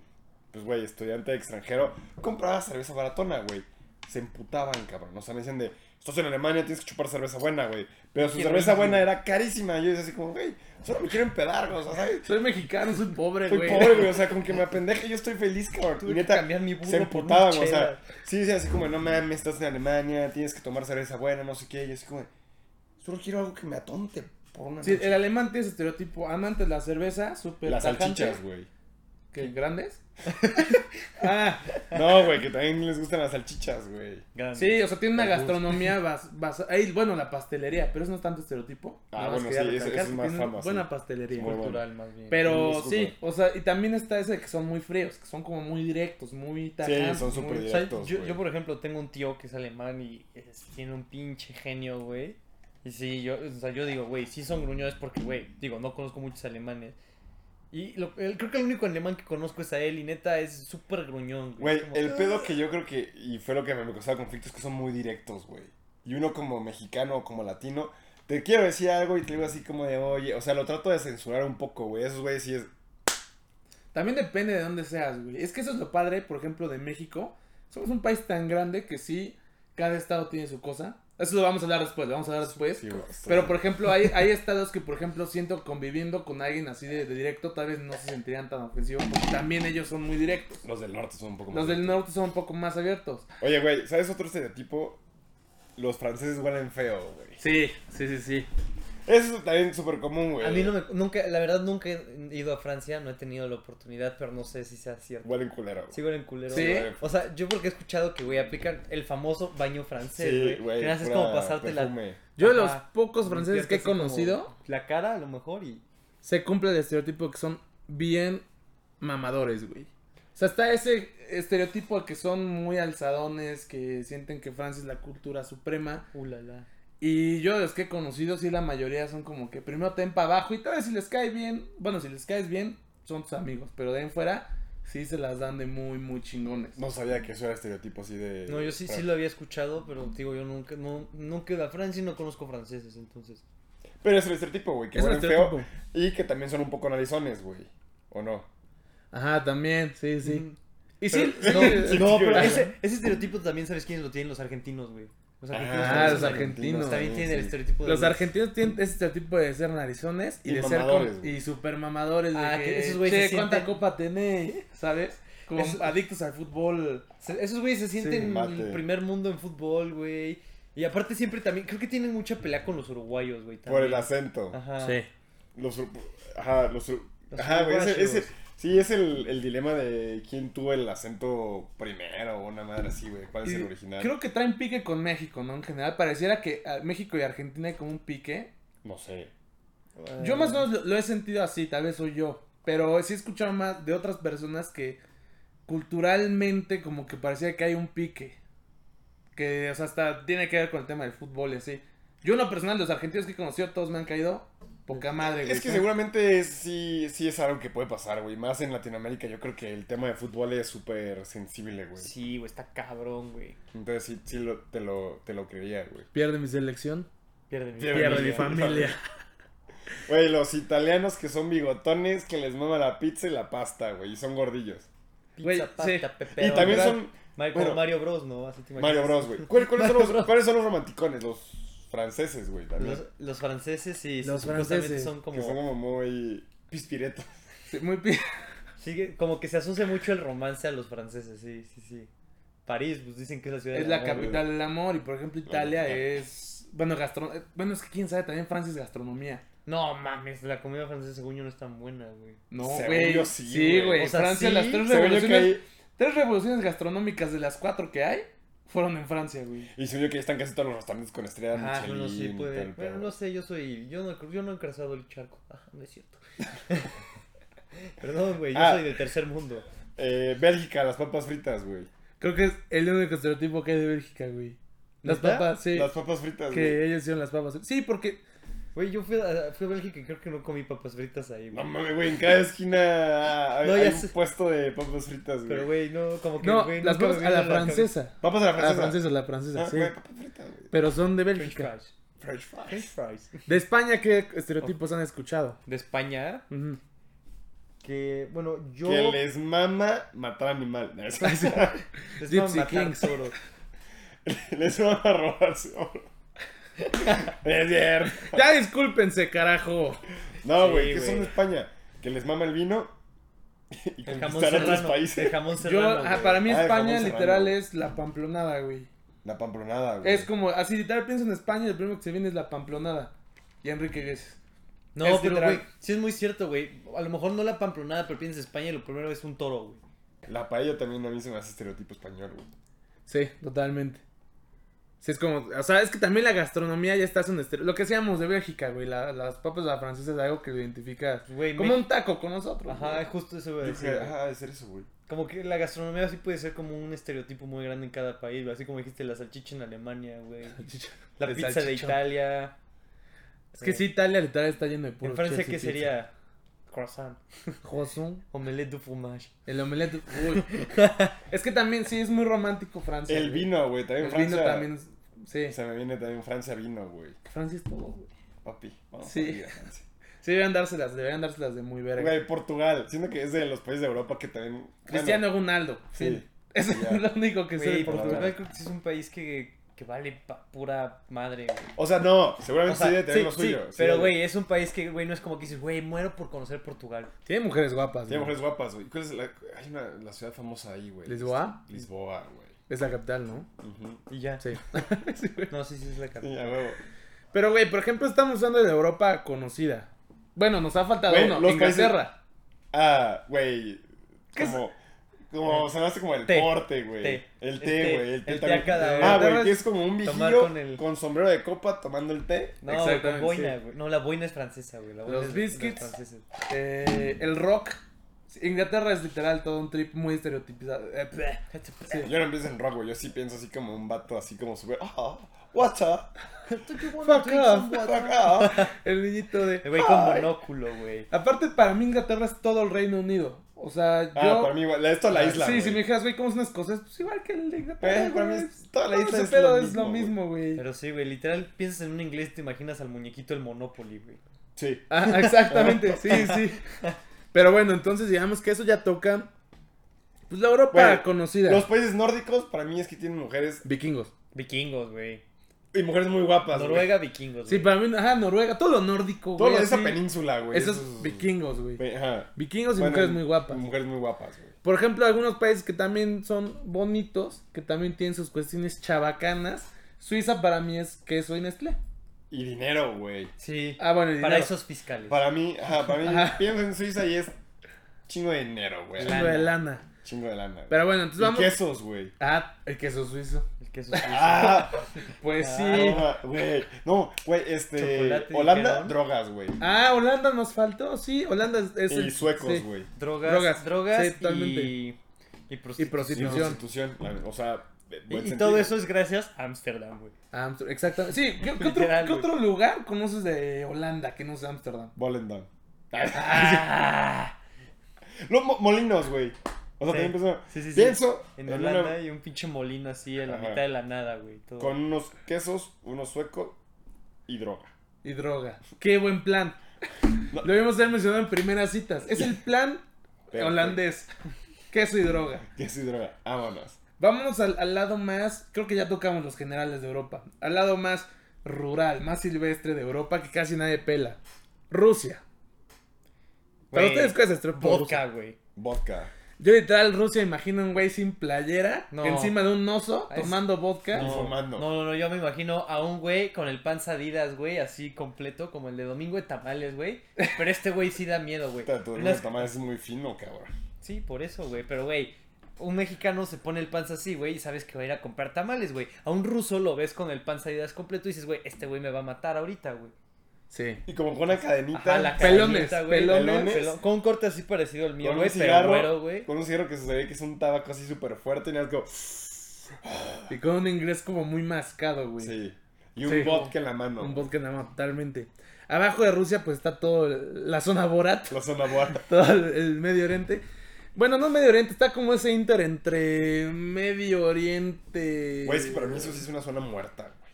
Speaker 2: pues, güey, estudiante extranjero, compraba cerveza baratona, güey. Se emputaban, cabrón. O sea, me decían de, estás en Alemania, tienes que chupar cerveza buena, güey. Pero su
Speaker 3: Quiero
Speaker 2: cerveza
Speaker 3: ir,
Speaker 2: buena
Speaker 3: güey.
Speaker 2: era carísima. Yo decía así como, güey, solo me quiero empedar, güey. O sea, ¿sabes?
Speaker 1: Soy mexicano, soy pobre,
Speaker 2: Estoy
Speaker 1: güey.
Speaker 2: pobre, güey. O sea, con que me apendeje, yo estoy feliz, cabrón.
Speaker 3: Tuve
Speaker 2: y
Speaker 3: que
Speaker 2: neta,
Speaker 3: cambiar mi burro
Speaker 2: se
Speaker 3: por
Speaker 2: emputaban,
Speaker 3: una
Speaker 2: o sea.
Speaker 3: chela.
Speaker 2: Sí, decía así como, no mames, estás en Alemania, tienes que tomar cerveza buena, no sé qué. Y así como, solo quiero algo que me atonte por una
Speaker 1: Sí,
Speaker 2: noche.
Speaker 1: el alemán tiene ese estereotipo. Amante de la cerveza, súper
Speaker 2: Las
Speaker 1: tajante.
Speaker 2: salchichas, güey.
Speaker 1: ¿Qué, ¿Grandes? ah,
Speaker 2: No, güey, que también les gustan las salchichas, güey.
Speaker 3: Grandes.
Speaker 1: sí, o sea, tiene una
Speaker 2: Por gusto.
Speaker 1: gastronomía bas, bas- ahí, bueno, la pastelería, pero eso no es tanto estereotipo.
Speaker 2: Ah,
Speaker 1: Nada más
Speaker 2: bueno,
Speaker 1: quería
Speaker 2: sí, eso- eso
Speaker 1: recalcar
Speaker 2: es
Speaker 1: que
Speaker 2: más
Speaker 1: tiene
Speaker 2: fama, sí.
Speaker 1: Buena pastelería.
Speaker 2: Muy bueno.
Speaker 3: cultural más bien.
Speaker 1: Pero
Speaker 2: Disculpa.
Speaker 1: sí, o sea, y también está ese de que son muy fríos, que son como muy directos, muy tajantes.
Speaker 2: son súper
Speaker 1: muy-
Speaker 3: O sea,
Speaker 2: Directos,
Speaker 3: yo,
Speaker 2: güey.
Speaker 3: yo, por ejemplo, tengo un tío que es alemán y es- tiene un pinche genio, güey. Y sí, yo, o sea, yo digo, güey, sí son gruñones porque, güey, digo, no conozco muchos alemanes. Y lo- el- creo que el único alemán que conozco es a él y neta es súper gruñón, güey.
Speaker 2: Güey,
Speaker 3: Es como- ah.
Speaker 2: el pedo que yo creo que, y fue lo que me causaba conflictos, que son muy directos, güey. Y uno como mexicano o como latino, te quiero decir algo y te digo así como de, oye, o sea, lo trato de censurar un poco, güey. Esos güeyes sí es,
Speaker 1: También depende de dónde seas, güey. Es que eso es lo padre, por ejemplo, de México. Somos un país tan grande que sí, cada estado tiene su cosa. Eso lo vamos a hablar después, lo vamos a hablar después.
Speaker 2: sí, güey.
Speaker 1: Pero, por ejemplo, hay, hay estados que, por ejemplo, siento conviviendo con alguien así de, de directo, tal vez no se sentirían tan ofensivos, porque también ellos son muy directos.
Speaker 2: Los del norte son un poco más.
Speaker 1: Los del
Speaker 2: directos.
Speaker 1: norte son un poco más abiertos.
Speaker 2: Oye, güey, ¿sabes otro estereotipo? Los franceses huelen feo, güey.
Speaker 1: Sí, sí, sí, sí.
Speaker 2: Eso es también súper común, güey.
Speaker 3: "Ah, A mí no me, nunca, la verdad, nunca he ido a Francia, no he tenido la oportunidad, pero no sé si sea cierto.
Speaker 2: Huelen culero. güey.
Speaker 3: Sigo en culero.
Speaker 1: Sí.
Speaker 3: güey. O sea, yo porque he escuchado que, güey, aplican el famoso baño francés, güey. que nada más es como
Speaker 2: pura
Speaker 3: pasarte la...
Speaker 2: perfume.
Speaker 1: Yo de
Speaker 3: Ajá.
Speaker 1: los pocos franceses que he
Speaker 3: limpiarte así como
Speaker 1: conocido...
Speaker 3: La cara, a lo mejor, y...
Speaker 1: se cumple el estereotipo que son bien mamadores, güey. O sea, está ese estereotipo que son muy alzadones, que sienten que Francia es la cultura suprema.
Speaker 3: Uh, la, la.
Speaker 1: Y yo de los que he conocido, sí, la mayoría son como que primero te ven para abajo y tal vez si les cae bien, bueno, si les caes bien, son tus amigos, pero de ahí en fuera, sí se las dan de muy, muy chingones.
Speaker 2: No sabía que eso era estereotipo así de.
Speaker 3: No, yo sí, sí lo había escuchado, pero digo, yo nunca, no, nunca he ido a Francia y no conozco franceses, entonces.
Speaker 2: Pero es el estereotipo, güey, que
Speaker 1: Es un
Speaker 2: huelen feo.
Speaker 1: estereotipo.
Speaker 2: Y que también son un poco narizones, güey. ¿O no?
Speaker 1: Ajá, también, sí, sí.
Speaker 3: Mm.
Speaker 1: Y sí,
Speaker 3: No,
Speaker 1: sí,
Speaker 2: no,
Speaker 3: no, pero
Speaker 2: pero-
Speaker 3: ese, ese estereotipo también, ¿sabes quiénes lo tienen? Los argentinos, güey. Los argentinos,
Speaker 1: Ah,
Speaker 3: también,
Speaker 1: los
Speaker 3: son-
Speaker 1: argentinos.
Speaker 3: también tienen el
Speaker 2: sí.
Speaker 3: estereotipo de
Speaker 1: los argentinos tienen ese estereotipo de ser narizones y,
Speaker 2: Pues Y
Speaker 1: de ser
Speaker 2: mamadores,
Speaker 1: con-
Speaker 2: güey.
Speaker 1: y super mamadores de
Speaker 3: Ah,
Speaker 1: que,
Speaker 3: que esos güeyes se
Speaker 1: "Che, cuánta
Speaker 3: sienten-
Speaker 1: copa tenés, ¿sabes? Como
Speaker 3: Esos-
Speaker 1: adictos al fútbol.
Speaker 3: Se- Esos güeyes se sienten en
Speaker 2: mate.
Speaker 3: el primer mundo en fútbol, güey. Y aparte siempre también, creo que tienen mucha pelea con los uruguayos, güey.
Speaker 2: Por el
Speaker 3: también.
Speaker 2: acento.
Speaker 3: Ajá.
Speaker 2: Los. ur- Ajá, los. ur-
Speaker 3: Los
Speaker 2: Ajá, güey. ese-
Speaker 3: uruguayos.
Speaker 2: ese- sí, es el, el dilema de quién tuvo el acento primero o una madre así, güey. ¿Cuál es
Speaker 1: Y
Speaker 2: el original?
Speaker 1: Creo que traen pique con México, ¿no? En general, pareciera que ah, México y Argentina hay como un pique.
Speaker 2: No sé.
Speaker 1: Yo más o menos lo, lo he sentido así, tal vez soy yo. Pero sí he escuchado más de otras personas que culturalmente como que parecía que hay un pique. Que, o sea, hasta tiene que ver con el tema del fútbol y así. Yo en lo personal, los argentinos que he conocido, todos me han caído poca madre. güey.
Speaker 2: Es que seguramente es- sí, sí es algo que puede pasar, güey. Más en Latinoamérica, yo creo que el tema de fútbol es súper sensible, güey.
Speaker 3: Sí, güey, está cabrón, güey.
Speaker 2: Entonces sí, sí lo, te, lo, te lo creía, güey.
Speaker 1: Pierde mi selección.
Speaker 3: Pierde mi
Speaker 2: Pierde mi familia. Güey, los italianos que son bigotones, que les mama la pizza y la pasta, güey. Y son gordillos.
Speaker 1: Güey,
Speaker 3: Pizza,
Speaker 1: sí.
Speaker 3: pata, pepero.
Speaker 2: Y también
Speaker 3: ¿verdad?
Speaker 2: son
Speaker 3: Michael-
Speaker 2: bueno.
Speaker 3: Mario Bros, ¿no? Así te
Speaker 2: Mario
Speaker 3: imaginas.
Speaker 2: Bros, güey. ¿Cuál- ¿Cuáles, son
Speaker 3: Mario
Speaker 2: los-
Speaker 3: Bros.
Speaker 2: ¿Cuáles son los romanticones? Los franceses, güey, también.
Speaker 3: Los, los franceses sí,
Speaker 1: Los
Speaker 3: supuestamente
Speaker 1: franceses.
Speaker 3: son
Speaker 2: Que son
Speaker 3: como...
Speaker 2: como muy pispiretos.
Speaker 1: Sí, muy pi-
Speaker 3: sí, como que se asocia mucho el romance a los franceses, sí, sí, sí. París, pues dicen que es la ciudad
Speaker 1: es
Speaker 3: del
Speaker 1: la
Speaker 3: amor,
Speaker 2: capi-
Speaker 3: güey.
Speaker 1: capital del amor y por ejemplo Italia
Speaker 2: Claro.
Speaker 1: es bueno gastro eh, bueno es que quién sabe también Francia es gastronomía
Speaker 3: No mames, la comida francesa según yo no es tan buena, güey.
Speaker 1: no
Speaker 2: Según
Speaker 1: güey
Speaker 2: yo
Speaker 1: sí,
Speaker 2: sí,
Speaker 1: güey
Speaker 2: güey.
Speaker 3: O sea,
Speaker 1: Francia
Speaker 3: sí,
Speaker 1: las tres
Speaker 2: Según yo que
Speaker 1: revoluciones
Speaker 2: ahí-
Speaker 1: tres revoluciones gastronómicas de las cuatro que hay fueron en Francia güey
Speaker 2: Y según yo que ahí están casi todos los restaurantes con estrella
Speaker 3: Ah,
Speaker 2: Michelin.
Speaker 3: bueno, sí
Speaker 2: y
Speaker 3: puede.
Speaker 2: tal, pero-
Speaker 3: Bueno, no sé, yo soy. Yo no, yo no he encrasado el charco. Ah, no es cierto. Perdón, güey, yo
Speaker 2: Ah.
Speaker 3: soy del tercer mundo.
Speaker 2: Eh, Bélgica, las papas fritas, güey.
Speaker 1: creo que es el único estereotipo que hay de Bélgica güey las
Speaker 3: ¿Neta?
Speaker 1: papas sí
Speaker 2: Las papas fritas, güey.
Speaker 1: que ellos hicieron las papas sí porque
Speaker 3: Güey, yo fui a, fui a Bélgica y creo que no comí papas fritas ahí,
Speaker 2: No
Speaker 3: güey.
Speaker 2: mames, güey, en cada esquina hay,
Speaker 3: No, ya
Speaker 2: hay
Speaker 3: sé.
Speaker 2: un puesto de papas fritas, güey.
Speaker 3: Pero, güey, no, como que.
Speaker 1: no
Speaker 3: güey,
Speaker 1: las
Speaker 3: nunca me
Speaker 1: papas a
Speaker 3: vino
Speaker 1: la
Speaker 3: cabeza.
Speaker 1: francesa
Speaker 2: Papas a la
Speaker 1: a la
Speaker 2: francesa.
Speaker 1: francesa la
Speaker 2: Ah,
Speaker 1: francesa sí
Speaker 2: güey, papas fritas, güey.
Speaker 1: pero son de
Speaker 3: French
Speaker 1: Bélgica
Speaker 3: fries.
Speaker 2: French
Speaker 3: French
Speaker 2: fries.
Speaker 3: fries.
Speaker 1: de España qué estereotipos han escuchado
Speaker 3: De España,
Speaker 1: Ujú.
Speaker 3: que, bueno, yo. Ah,
Speaker 2: Que les mama matar animal.
Speaker 3: Les van a
Speaker 1: Gypsy
Speaker 3: matar
Speaker 1: Kings.
Speaker 3: solo.
Speaker 2: les mama robar su oro. es cierto.
Speaker 1: ya discúlpense carajo
Speaker 2: No,
Speaker 3: Sí,
Speaker 2: güey, que
Speaker 3: güey.
Speaker 2: son de España. Que les mama el vino y
Speaker 3: El jamón
Speaker 2: conquistar otros
Speaker 3: serrano. El
Speaker 2: países.
Speaker 3: jamón
Speaker 1: Yo,
Speaker 3: serrano.
Speaker 1: ah,
Speaker 3: güey.
Speaker 1: para mí
Speaker 2: Ah, el
Speaker 1: España
Speaker 2: jamón
Speaker 1: literal
Speaker 2: serrano.
Speaker 1: es la pamplonada, güey.
Speaker 2: La pamplonada, güey.
Speaker 1: Es como, así literal pienso en España, el primero que se viene es la pamplonada. Y Enrique Iglesias.
Speaker 3: No,
Speaker 1: Es
Speaker 3: pero,
Speaker 1: literal.
Speaker 3: güey, sí es muy cierto, güey. A lo mejor no la pamplonada, pero piensas España y lo primero es un toro, güey.
Speaker 2: La paella también a mí se me hace estereotipo español, güey.
Speaker 1: Sí, totalmente. Sí, es como, o sea, es que también la gastronomía ya está haciendo estere- Lo que hacíamos de Bélgica, güey, la- las papas a la francesa es algo que lo identifica
Speaker 3: Güey,
Speaker 1: como
Speaker 3: Mex-
Speaker 1: un taco con nosotros.
Speaker 3: Ajá,
Speaker 1: güey.
Speaker 3: justo eso iba a
Speaker 2: Yo
Speaker 3: decir.
Speaker 2: dije,
Speaker 3: güey.
Speaker 2: ah, debe ser eso, güey.
Speaker 3: Como que la gastronomía sí puede ser como un estereotipo muy grande en cada país, güey. así como dijiste la salchicha en Alemania, güey. La
Speaker 1: De
Speaker 3: pizza de
Speaker 1: salchichón.
Speaker 3: Italia.
Speaker 1: Es que sí, Italia literal está lleno de puro
Speaker 3: En Francia,
Speaker 1: Chelsea
Speaker 3: ¿qué
Speaker 1: pizza.
Speaker 3: sería? Croissant.
Speaker 1: Croissant,
Speaker 3: Omelette du fromage.
Speaker 1: el omelette. Uy. es que también sí es muy romántico Francia.
Speaker 2: El
Speaker 1: güey.
Speaker 2: vino, güey. También
Speaker 1: El
Speaker 2: Francia.
Speaker 1: vino también. es- Sí.
Speaker 2: Se me viene también Francia vino, güey.
Speaker 1: Francia es todo, güey.
Speaker 2: Papi, vamos
Speaker 1: Sí.
Speaker 2: a ir a Francia.
Speaker 1: Sí, deberían dárselas, deberían dárselas de muy verga.
Speaker 2: Güey, Portugal. Siento que es de los países de Europa que también. bueno,
Speaker 1: Cristiano Ronaldo. Sí.
Speaker 2: sí.
Speaker 1: Eso
Speaker 2: Ya.
Speaker 1: es lo único que sé de
Speaker 3: Güey,
Speaker 2: Portugal.
Speaker 1: Portugal.
Speaker 3: Portugal creo que sí es un país que, que vale pa- pura madre, güey.
Speaker 2: O sea, no, seguramente
Speaker 3: O sea,
Speaker 2: sí debe tener
Speaker 3: sí,
Speaker 2: lo
Speaker 3: sí,
Speaker 2: suyo. sí
Speaker 3: pero
Speaker 2: debe-
Speaker 3: güey, es un país que, güey, no es como que dices, güey, muero por conocer Portugal.
Speaker 1: Tiene mujeres guapas.
Speaker 2: Tiene
Speaker 1: güey.
Speaker 2: mujeres guapas, güey. ¿Cuál es la, hay una, la ciudad famosa ahí, güey?
Speaker 1: ¿Lisboa?
Speaker 2: Lisboa, güey.
Speaker 1: Es la capital, ¿no?
Speaker 2: Ujú.
Speaker 3: Y ya.
Speaker 1: Sí.
Speaker 3: No, sí, sí, es la carta.
Speaker 2: Sí, a huevo.
Speaker 1: Pero, güey, por ejemplo, estamos usando de Europa conocida. Bueno, nos ha faltado
Speaker 2: Güey,
Speaker 1: uno.
Speaker 2: los
Speaker 1: Inglaterra.
Speaker 2: Ah, güey.
Speaker 1: ¿Qué es- Eh,
Speaker 2: Como. Como se me hace como el
Speaker 3: Té.
Speaker 2: porte, güey.
Speaker 3: Té.
Speaker 2: El
Speaker 3: El té.
Speaker 2: té, güey. El té
Speaker 3: este, El té
Speaker 2: también.
Speaker 3: a cada
Speaker 2: Ah,
Speaker 1: hora.
Speaker 2: güey, que es como un
Speaker 3: Tomar
Speaker 2: viejillo
Speaker 3: con
Speaker 2: con,
Speaker 3: el-
Speaker 2: sombrero de copa tomando el té.
Speaker 3: No,
Speaker 1: Exactamente,
Speaker 3: con boina,
Speaker 1: sí.
Speaker 3: güey. No, la boina es francesa, güey. La boina
Speaker 1: Los
Speaker 3: es de- de
Speaker 1: biscuits.
Speaker 3: franceses.
Speaker 1: Eh, el rock. Sí, Inglaterra es literal todo un trip muy estereotipizado. Eh, bleh. Sí.
Speaker 2: Yo no empiezo en rock, güey. Yo sí pienso así como un vato, así como super. Ah, water.
Speaker 1: Fuck off.
Speaker 2: fuck off.
Speaker 1: El niñito de.
Speaker 3: El Eh, güey con
Speaker 2: Ay.
Speaker 3: monóculo, güey.
Speaker 1: Aparte, para mí Inglaterra es todo el Reino Unido. O sea, yo.
Speaker 2: Ah, para mí, güey. Esto es la isla.
Speaker 1: sí,
Speaker 2: güey.
Speaker 1: si me dijeras, güey, ¿cómo es una escocés? Pues igual que el de Inglaterra.
Speaker 2: Eh, para mí
Speaker 1: güey.
Speaker 2: es- toda la
Speaker 1: Todo
Speaker 2: isla
Speaker 1: ese
Speaker 2: es
Speaker 1: pedo
Speaker 2: lo
Speaker 1: es lo
Speaker 2: mismo,
Speaker 1: mismo, güey.
Speaker 3: Pero sí, güey, literal piensas en un inglés y te imaginas al muñequito el Monopoly, güey.
Speaker 2: Sí.
Speaker 1: Ah, exactamente, sí, sí. Pero bueno, entonces digamos que eso ya toca. Pues la Europa
Speaker 2: Bueno,
Speaker 1: conocida.
Speaker 2: Los países nórdicos, para mí es que tienen mujeres.
Speaker 1: vikingos.
Speaker 3: Vikingos, güey.
Speaker 2: Y mujeres muy guapas. güey.
Speaker 3: Noruega, vikingos,
Speaker 1: Sí,
Speaker 3: güey.
Speaker 1: para mí, ajá, Noruega, todo lo nórdico,
Speaker 2: Todo
Speaker 1: güey.
Speaker 2: lo de esa
Speaker 1: así.
Speaker 2: península, güey.
Speaker 1: Esos
Speaker 2: Esos-
Speaker 1: vikingos, güey.
Speaker 2: Güey, Ajá.
Speaker 1: Vikingos y
Speaker 2: Bueno,
Speaker 1: mujeres muy guapas.
Speaker 2: Mujeres muy guapas, güey.
Speaker 1: Por ejemplo, algunos países que también son bonitos, que también tienen sus cuestiones chabacanas. Suiza para mí es queso y Nestlé.
Speaker 2: Y dinero, güey.
Speaker 3: Sí.
Speaker 1: Ah, bueno, y
Speaker 3: Para
Speaker 1: dinero.
Speaker 3: esos fiscales.
Speaker 2: Para mí, ajá, para mí,
Speaker 1: Ajá.
Speaker 2: pienso en Suiza y es chingo de dinero, güey.
Speaker 1: Chingo de lana.
Speaker 2: Chingo de lana. güey.
Speaker 1: Pero bueno, entonces
Speaker 2: y
Speaker 1: vamos.
Speaker 2: quesos, güey.
Speaker 1: Ah, el queso suizo.
Speaker 3: El queso suizo.
Speaker 2: Ah,
Speaker 1: Pues
Speaker 3: Ah,
Speaker 1: sí.
Speaker 2: no, güey. No, güey, este.
Speaker 3: Chocolate,
Speaker 2: Holanda,
Speaker 3: dijeron.
Speaker 2: drogas, güey.
Speaker 1: Ah, Holanda nos faltó, sí. Holanda es, es
Speaker 2: y
Speaker 1: el-
Speaker 2: suecos,
Speaker 1: sí.
Speaker 2: güey.
Speaker 3: Drogas,
Speaker 1: Drogas,
Speaker 3: drogas,
Speaker 1: sí, totalmente.
Speaker 3: y,
Speaker 1: Y
Speaker 3: y prostitución.
Speaker 1: prostitu-
Speaker 2: Sí,
Speaker 1: Prostitución.
Speaker 2: prostitución. la- O sea,
Speaker 3: Y-
Speaker 2: buen
Speaker 3: y
Speaker 2: sentido.
Speaker 3: todo eso es gracias a Ámsterdam, güey.
Speaker 1: Ámsterdam, exactamente. Sí, ¿qué, qué otro,
Speaker 3: Literal,
Speaker 1: qué
Speaker 3: güey.
Speaker 1: otro lugar conoces de Holanda que no sea Ámsterdam?
Speaker 2: Volendam.
Speaker 3: Ah,
Speaker 2: Los mo- molinos, güey. O sea,
Speaker 3: Sí.
Speaker 2: también pienso.
Speaker 3: sí, sí, sí.
Speaker 2: Pienso
Speaker 3: En
Speaker 2: en
Speaker 3: Holanda
Speaker 2: una-
Speaker 3: hay un pinche molino así en la
Speaker 2: Ajá.
Speaker 3: mitad de la nada, güey. todo.
Speaker 2: con unos quesos, unos suecos y droga.
Speaker 1: Y droga. Qué buen plan.
Speaker 2: No.
Speaker 1: Lo habíamos ya mencionado en primeras citas. Es el plan
Speaker 2: Pero-
Speaker 1: holandés. Queso y droga.
Speaker 2: Que sí, droga. Vámonos.
Speaker 1: Vamos al, al lado más, creo que ya tocamos los generales de Europa, al lado más rural, más silvestre de Europa que casi nadie pela. Rusia. Para
Speaker 3: Güey,
Speaker 1: ustedes, ¿cuál es el trip por Rusia?
Speaker 3: Vodka, güey.
Speaker 2: Vodka.
Speaker 1: Yo literal Rusia imagino un güey sin playera,
Speaker 3: No.
Speaker 1: encima de un oso,
Speaker 3: Ah, es-
Speaker 1: tomando vodka.
Speaker 2: No.
Speaker 3: no,
Speaker 2: fumando.
Speaker 3: no, no, yo me imagino a un güey con el pan sadidas, güey, así completo, como el de Domingo de Tamales, güey. Pero este güey sí da miedo, güey.
Speaker 2: Puta, Tu
Speaker 3: Unas-
Speaker 2: tamales es muy fino, cabrón.
Speaker 3: Sí, por eso, güey. Pero, güey, un mexicano se pone el panza así, güey, y sabes que va a ir a comprar tamales, güey. A un ruso lo ves con el panza de completo y dices, güey, este güey me va a matar ahorita, güey.
Speaker 1: Sí.
Speaker 2: Y como con una cadenita.
Speaker 3: Ajá, la
Speaker 1: Pelones,
Speaker 3: cadenita, güey,
Speaker 1: pelones.
Speaker 3: pelón- Con un corte así parecido al mío,
Speaker 2: Con un
Speaker 3: güey, pero
Speaker 2: cigarro.
Speaker 3: güero, güey.
Speaker 2: Con un cigarro que se ve que es un tabaco así súper fuerte y nada, como...
Speaker 1: Y con un inglés como muy mascado, güey.
Speaker 2: Sí. Y un
Speaker 1: Sí.
Speaker 2: vodka en la mano.
Speaker 1: Un vodka nada más, totalmente. Abajo de Rusia, pues está todo el- la zona Borat,
Speaker 2: La zona Borat.
Speaker 1: todo el, el Medio Oriente. Bueno, no Medio Oriente, está como ese inter entre Medio Oriente.
Speaker 2: Güey, es que para mí eso sí es una zona muerta, güey.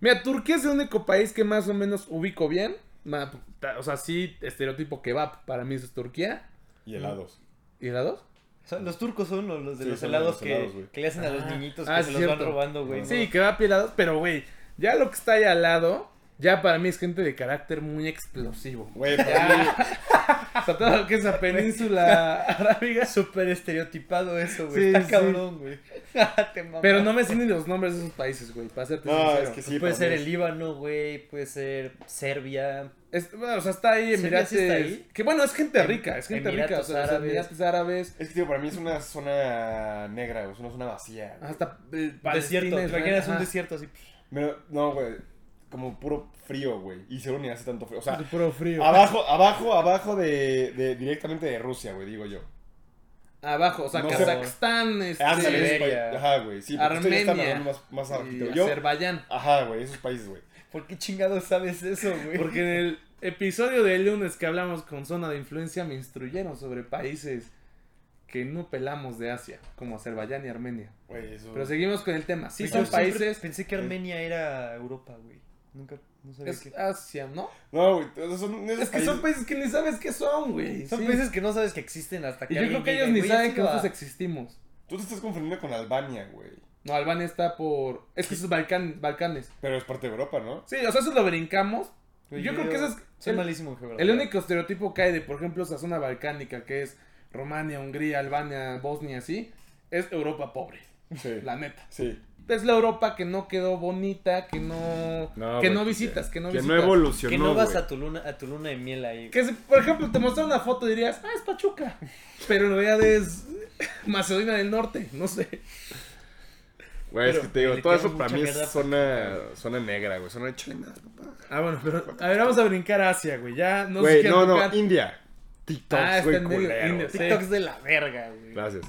Speaker 1: Mira, Turquía es el único país que más o menos ubico bien. Ma- puta, O sea, sí, estereotipo kebab. Para mí eso es Turquía.
Speaker 2: Y helados.
Speaker 1: ¿Y la dos?
Speaker 3: Son- los turcos son los, los de
Speaker 2: Sí,
Speaker 3: los
Speaker 2: son
Speaker 3: helados
Speaker 2: los
Speaker 3: que,
Speaker 2: helados, güey.
Speaker 3: que le hacen a los
Speaker 1: Ah,
Speaker 3: niñitos que
Speaker 1: ah,
Speaker 3: se los
Speaker 1: cierto.
Speaker 3: van robando, güey.
Speaker 1: Sí, que va pilados, pero güey, ya lo que está ahí al lado, ya para mí es gente de carácter muy explosivo.
Speaker 2: Güey, para mí...
Speaker 1: O sea, todo lo que es la península arábiga.
Speaker 3: Súper estereotipado eso, güey.
Speaker 1: Sí,
Speaker 3: Está
Speaker 1: sí.
Speaker 3: cabrón, güey. Te mamas.
Speaker 1: Pero no me sé ni los nombres de esos países, güey, para serte
Speaker 2: No,
Speaker 1: sincero.
Speaker 2: es que sí.
Speaker 3: puede
Speaker 2: para
Speaker 3: ser
Speaker 2: mí
Speaker 3: el Líbano, güey. Puede ser Serbia.
Speaker 1: Es- bueno, o sea, está ahí
Speaker 3: ¿Serbia
Speaker 1: Emirates.
Speaker 3: sí está ahí?
Speaker 1: Que bueno, es gente
Speaker 3: Em-
Speaker 1: rica, es gente rica. O
Speaker 3: Emiratos
Speaker 1: sea, los
Speaker 3: Árabes.
Speaker 1: Emiratos Árabes.
Speaker 2: Es que, tío, para mí es una zona negra, güey. Es una zona vacía. güey.
Speaker 1: Hasta eh,
Speaker 3: Desierto.
Speaker 1: Palestina,
Speaker 3: ¿Te
Speaker 1: Israel,
Speaker 3: imaginas un
Speaker 1: ajá.
Speaker 3: desierto así?
Speaker 2: Pero, no, güey. Como puro frío, güey. Y seguro ni hace tanto frío. O sea,
Speaker 1: Es puro frío.
Speaker 2: abajo, abajo, abajo de, de- directamente de Rusia, güey, digo yo.
Speaker 1: Abajo, o sea,
Speaker 2: No sé.
Speaker 1: Kazajstán, este,
Speaker 2: Ándale, esos
Speaker 3: Siberia.
Speaker 2: países- Ajá, güey. Sí, porque ustedes ya están
Speaker 1: Armenia.
Speaker 2: hablando más, más abajito.
Speaker 1: y
Speaker 2: Yo,
Speaker 1: Azerbaiyán.
Speaker 2: ajá, güey, esos países, güey.
Speaker 3: ¿Por qué chingados sabes eso, güey?
Speaker 1: Porque en el episodio del lunes que hablamos con zona de influencia me instruyeron sobre países que no pelamos de Asia, como Azerbaiyán y Armenia.
Speaker 2: Güey, eso.
Speaker 1: Pero seguimos con el tema. Sí,
Speaker 3: Yo
Speaker 1: son
Speaker 3: siempre
Speaker 1: países.
Speaker 3: Pensé que Armenia era Europa, güey. Nunca, no sabía
Speaker 1: Es
Speaker 3: que...
Speaker 1: Asia, ¿no?
Speaker 2: No, güey, esos son, esos
Speaker 1: Es que son países que ni sabes qué son, güey.
Speaker 3: Son
Speaker 1: Sí.
Speaker 3: países que no sabes que existen hasta que
Speaker 1: Y yo creo
Speaker 3: alguien
Speaker 1: que
Speaker 3: diga,
Speaker 1: ellos ni
Speaker 3: güey,
Speaker 1: saben
Speaker 3: has
Speaker 1: que
Speaker 3: ido a-
Speaker 1: nosotros existimos.
Speaker 2: Tú te estás confundiendo con Albania, güey.
Speaker 1: No, Albania está por. Es que eso es Balcán- Balcanes.
Speaker 2: Pero es parte de Europa, ¿no?
Speaker 1: Sí, o sea, eso lo brincamos.
Speaker 3: Güey,
Speaker 1: yo, creo que eso es.
Speaker 3: Soy
Speaker 1: el-
Speaker 3: malísimo en geografía.
Speaker 1: El único estereotipo que hay de, por ejemplo, esa zona balcánica que es Rumania, Hungría, Albania, Bosnia, así, es Europa pobre,
Speaker 2: Sí.
Speaker 1: la neta.
Speaker 2: Sí.
Speaker 1: Es la Europa que no quedó bonita, que no,
Speaker 2: No,
Speaker 1: que
Speaker 2: güey,
Speaker 1: no
Speaker 2: que-
Speaker 1: visitas, que no
Speaker 2: que
Speaker 1: visitas.
Speaker 2: no evolucionó,
Speaker 3: Que no vas
Speaker 2: güey.
Speaker 3: a tu, luna, a tu luna de miel ahí.
Speaker 1: Que si, por ejemplo, te mostrara una foto y dirías, ah, es Pachuca. Pero en realidad es Macedonia del Norte, no sé.
Speaker 2: Güey, es
Speaker 3: Pero
Speaker 2: que te digo,
Speaker 3: le
Speaker 2: todo
Speaker 3: queda
Speaker 2: eso para
Speaker 3: mucha
Speaker 2: mí es
Speaker 3: mierda.
Speaker 2: zona, zona negra, güey. Zona china, papá.
Speaker 1: Ah, bueno, pero a ver, vamos a brincar a Asia, güey. Ya no sé
Speaker 2: Güey,
Speaker 1: qué
Speaker 2: no, no, India. TikToks,
Speaker 1: Ah, está
Speaker 2: güey,
Speaker 1: en medio,
Speaker 2: culeros.
Speaker 1: India, sí.
Speaker 3: TikToks de la verga, güey.
Speaker 2: Gracias.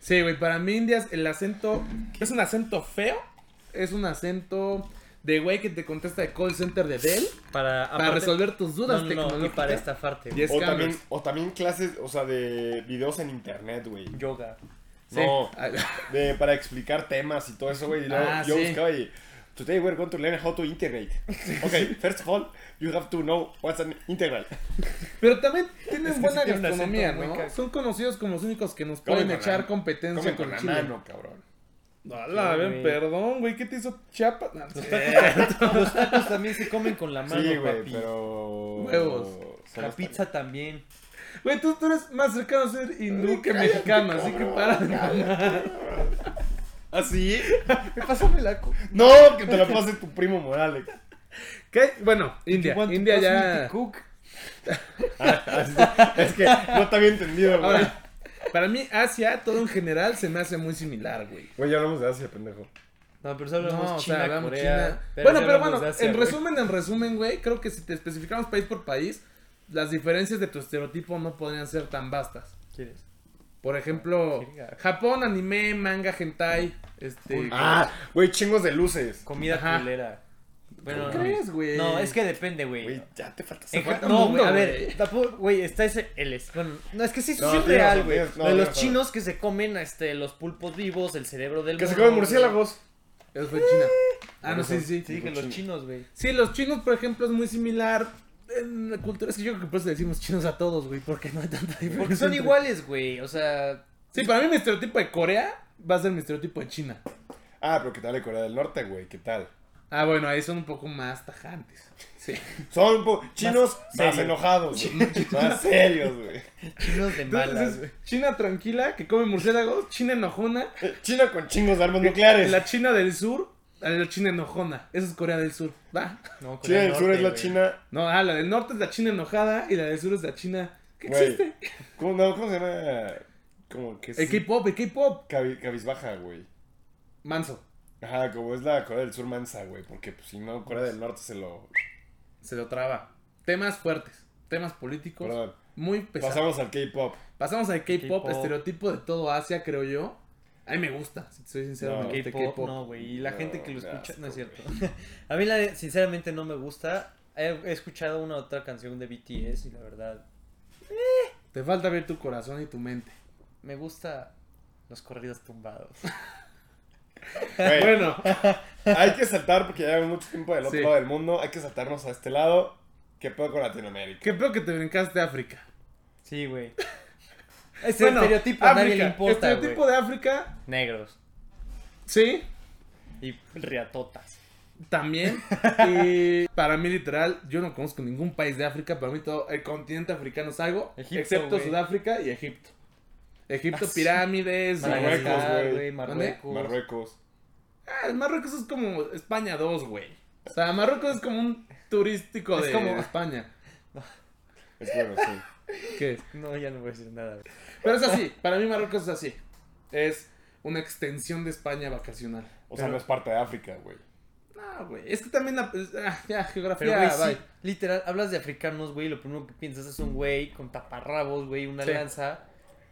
Speaker 1: Sí, güey, para mí India es el acento. Es un acento feo. Es un acento de güey que te contesta de call center de Dell.
Speaker 3: Para,
Speaker 1: para
Speaker 3: aparte-
Speaker 1: resolver tus
Speaker 3: No,
Speaker 1: dudas
Speaker 3: no, no, y
Speaker 1: tecnológicas.
Speaker 3: para estafarte,
Speaker 1: Y
Speaker 3: güey.
Speaker 1: es
Speaker 2: O
Speaker 1: cambio.
Speaker 2: también, o también clases, o sea, de videos en internet, güey.
Speaker 3: Yoga.
Speaker 1: Sí.
Speaker 2: No,
Speaker 1: Ah,
Speaker 2: de, para explicar temas y todo eso, güey. Y luego
Speaker 1: Ah,
Speaker 2: yo
Speaker 1: sí.
Speaker 2: buscaba y... Today we're going to learn how to integrate. Okay, first of all, you have to know what's an integral.
Speaker 1: Pero también tienen
Speaker 3: Es que
Speaker 1: buena
Speaker 3: sí tiene un
Speaker 1: gastronomía,
Speaker 3: acento muy
Speaker 1: ¿no?
Speaker 3: caca.
Speaker 1: Son conocidos como los únicos que nos
Speaker 2: Comen
Speaker 1: pueden
Speaker 2: con
Speaker 1: echar
Speaker 2: la-
Speaker 1: competencia
Speaker 2: Come
Speaker 1: con,
Speaker 2: con la
Speaker 1: Chile.
Speaker 2: mano, cabrón.
Speaker 1: Ala, a
Speaker 3: Sí,
Speaker 1: ver,
Speaker 3: güey.
Speaker 1: perdón, güey, ¿qué te hizo Chiapas? No,
Speaker 3: Los tacos, los tacos también se comen con la mano,
Speaker 2: Sí, güey,
Speaker 3: papi.
Speaker 2: pero...
Speaker 1: Huevos.
Speaker 2: Son
Speaker 3: La
Speaker 2: los
Speaker 3: pizza también.
Speaker 1: Güey, tú, tú eres más cercano a ser hindú que mexicano, así que para de mamar.
Speaker 2: ¿Así?
Speaker 3: Pásame la coca.
Speaker 2: ¿Ah, No, que te la pase tu primo Morales.
Speaker 1: ¿Qué? Bueno, India. India ya.
Speaker 3: Cook.
Speaker 2: Es que no te había entendido, güey.
Speaker 1: Ahora, para mí, Asia, todo en general, se me hace muy similar, güey.
Speaker 2: Güey, ya hablamos de Asia, pendejo.
Speaker 3: No, pero solo hablamos
Speaker 1: No, o sea,
Speaker 3: China,
Speaker 1: hablamos
Speaker 3: Corea.
Speaker 1: China.
Speaker 3: sí
Speaker 1: Bueno, pero
Speaker 3: hablamos
Speaker 1: bueno,
Speaker 3: de Asia,
Speaker 1: en
Speaker 3: güey.
Speaker 1: resumen, en resumen, güey, creo que si te especificamos país por país, las diferencias de tu estereotipo no podrían ser tan vastas.
Speaker 3: ¿Quieres?
Speaker 1: Por ejemplo,
Speaker 3: Ah, Chinga.
Speaker 1: Japón, anime, manga, hentai, este...
Speaker 2: Ah, güey, chingos de luces.
Speaker 3: Comida
Speaker 1: Ajá.
Speaker 3: culera. Bueno,
Speaker 1: ¿Cómo crees, güey?
Speaker 3: No, es que depende, güey.
Speaker 2: Güey, ya te falta
Speaker 3: En
Speaker 1: falta
Speaker 3: Ja- No, güey,
Speaker 1: mundo,
Speaker 3: a
Speaker 1: güey.
Speaker 3: ver, tampoco, güey, está ese, el, es- bueno, no, es que sí, eso
Speaker 2: No,
Speaker 3: sí es
Speaker 2: tienes
Speaker 3: real,
Speaker 2: razón,
Speaker 3: güey,
Speaker 2: tienes- no,
Speaker 3: de los
Speaker 2: tienes razón.
Speaker 3: chinos que se comen, este, los pulpos vivos, el cerebro del
Speaker 2: Que se
Speaker 3: mono,
Speaker 2: comen
Speaker 3: güey.
Speaker 2: murciélagos.
Speaker 1: Eso fue China. Ah, no, sí, sí.
Speaker 3: Sí, que los chinos, güey.
Speaker 1: Sí, los chinos, por ejemplo, es muy similar en la cultura. Es que yo creo que por eso le decimos chinos a todos, güey, porque no hay tanta diferencia.
Speaker 3: Porque son
Speaker 1: entre-
Speaker 3: iguales, güey, o sea,
Speaker 1: Sí, para mí mi estereotipo de Corea va a ser mi estereotipo de China.
Speaker 2: Ah, pero ¿qué tal de Corea del Norte, güey? ¿Qué tal?
Speaker 1: Ah, bueno, ahí son un poco más tajantes. Sí.
Speaker 2: Son un po- chinos más,
Speaker 3: serios.
Speaker 2: enojados, güey. más serios, güey.
Speaker 3: Chinos de malas,
Speaker 1: Entonces,
Speaker 3: güey.
Speaker 1: China tranquila, que come murciélagos, China enojona,
Speaker 2: China con chingos de armas nucleares.
Speaker 1: la China del Sur, a la China enojona. Esa es Corea del Sur, va.
Speaker 3: No, Corea
Speaker 2: China del Sur
Speaker 3: Norte,
Speaker 2: es la
Speaker 3: güey.
Speaker 2: China.
Speaker 1: No, ah, la del norte es la China enojada y la del sur es la China. ¿Qué
Speaker 2: Güey.
Speaker 1: existe?
Speaker 2: ¿Cómo, no, ¿Cómo se llama? Como que es.
Speaker 1: El K-pop, el K-pop.
Speaker 2: cabi- cabizbaja, güey.
Speaker 1: Manso.
Speaker 2: Ajá, como es la Corea del Sur mansa, güey. Porque pues, si no, Corea del Norte se lo.
Speaker 1: Se lo traba. Temas fuertes, temas políticos.
Speaker 2: Perdón.
Speaker 1: Muy pesados. Pasamos,
Speaker 2: Pasamos al
Speaker 1: al
Speaker 2: K-pop.
Speaker 1: K-pop,
Speaker 3: K-pop.
Speaker 1: estereotipo de todo Asia, creo yo. A mí me gusta, si te soy sincero.
Speaker 2: No,
Speaker 1: me gusta el
Speaker 3: K-pop,
Speaker 1: K-pop.
Speaker 3: no, güey. Y la
Speaker 2: No,
Speaker 3: gente que lo
Speaker 2: qué
Speaker 3: escucha, no es
Speaker 2: asco,
Speaker 3: cierto. A mí, la, sinceramente, no me gusta. He, he escuchado una otra canción de BTS y la verdad,
Speaker 1: Te falta ver tu corazón y tu mente.
Speaker 3: me gusta los corridos tumbados.
Speaker 2: Güey,
Speaker 1: Bueno,
Speaker 2: hay que saltar porque ya llevamos mucho tiempo del otro
Speaker 1: Sí.
Speaker 2: lado del mundo. Hay que saltarnos a este lado. ¿Qué pedo con Latinoamérica?
Speaker 1: qué peor que te brincaste a África.
Speaker 3: Sí, güey. Ese
Speaker 1: Bueno,
Speaker 3: estereotipo a nadie le
Speaker 1: África,
Speaker 3: importa, güey.
Speaker 1: Estereotipo de África,
Speaker 3: Negros
Speaker 1: sí,
Speaker 3: y riatotas.
Speaker 1: también. y para mí, literal, yo no conozco ningún país de África. Para mí, todo el continente africano es algo,
Speaker 3: Egipto,
Speaker 1: excepto
Speaker 3: güey.
Speaker 1: Sudáfrica y Egipto. Egipto,
Speaker 3: Ah, sí.
Speaker 1: pirámides,
Speaker 2: Marruecos,
Speaker 3: Madagascar,
Speaker 2: güey.
Speaker 3: güey, Marruecos.
Speaker 2: Marruecos.
Speaker 1: Ah, el Marruecos es como España 2, güey. O sea, Marruecos es como un turístico
Speaker 3: Es
Speaker 1: de
Speaker 3: como-
Speaker 1: España.
Speaker 2: Es bueno, sí.
Speaker 1: ¿Qué?
Speaker 3: No, ya no voy a decir nada. güey.
Speaker 1: Pero es así, para mí Marruecos es así. Es una extensión de España vacacional.
Speaker 2: O sea, no es parte de África, güey.
Speaker 1: No, güey. Es que también la... ah, ya,
Speaker 3: Pero,
Speaker 1: geografía,
Speaker 3: güey,
Speaker 1: bye.
Speaker 3: sí, literal, hablas de africanos, güey, y lo primero que piensas es un güey con taparrabos, güey, una
Speaker 1: Sí.
Speaker 3: lanza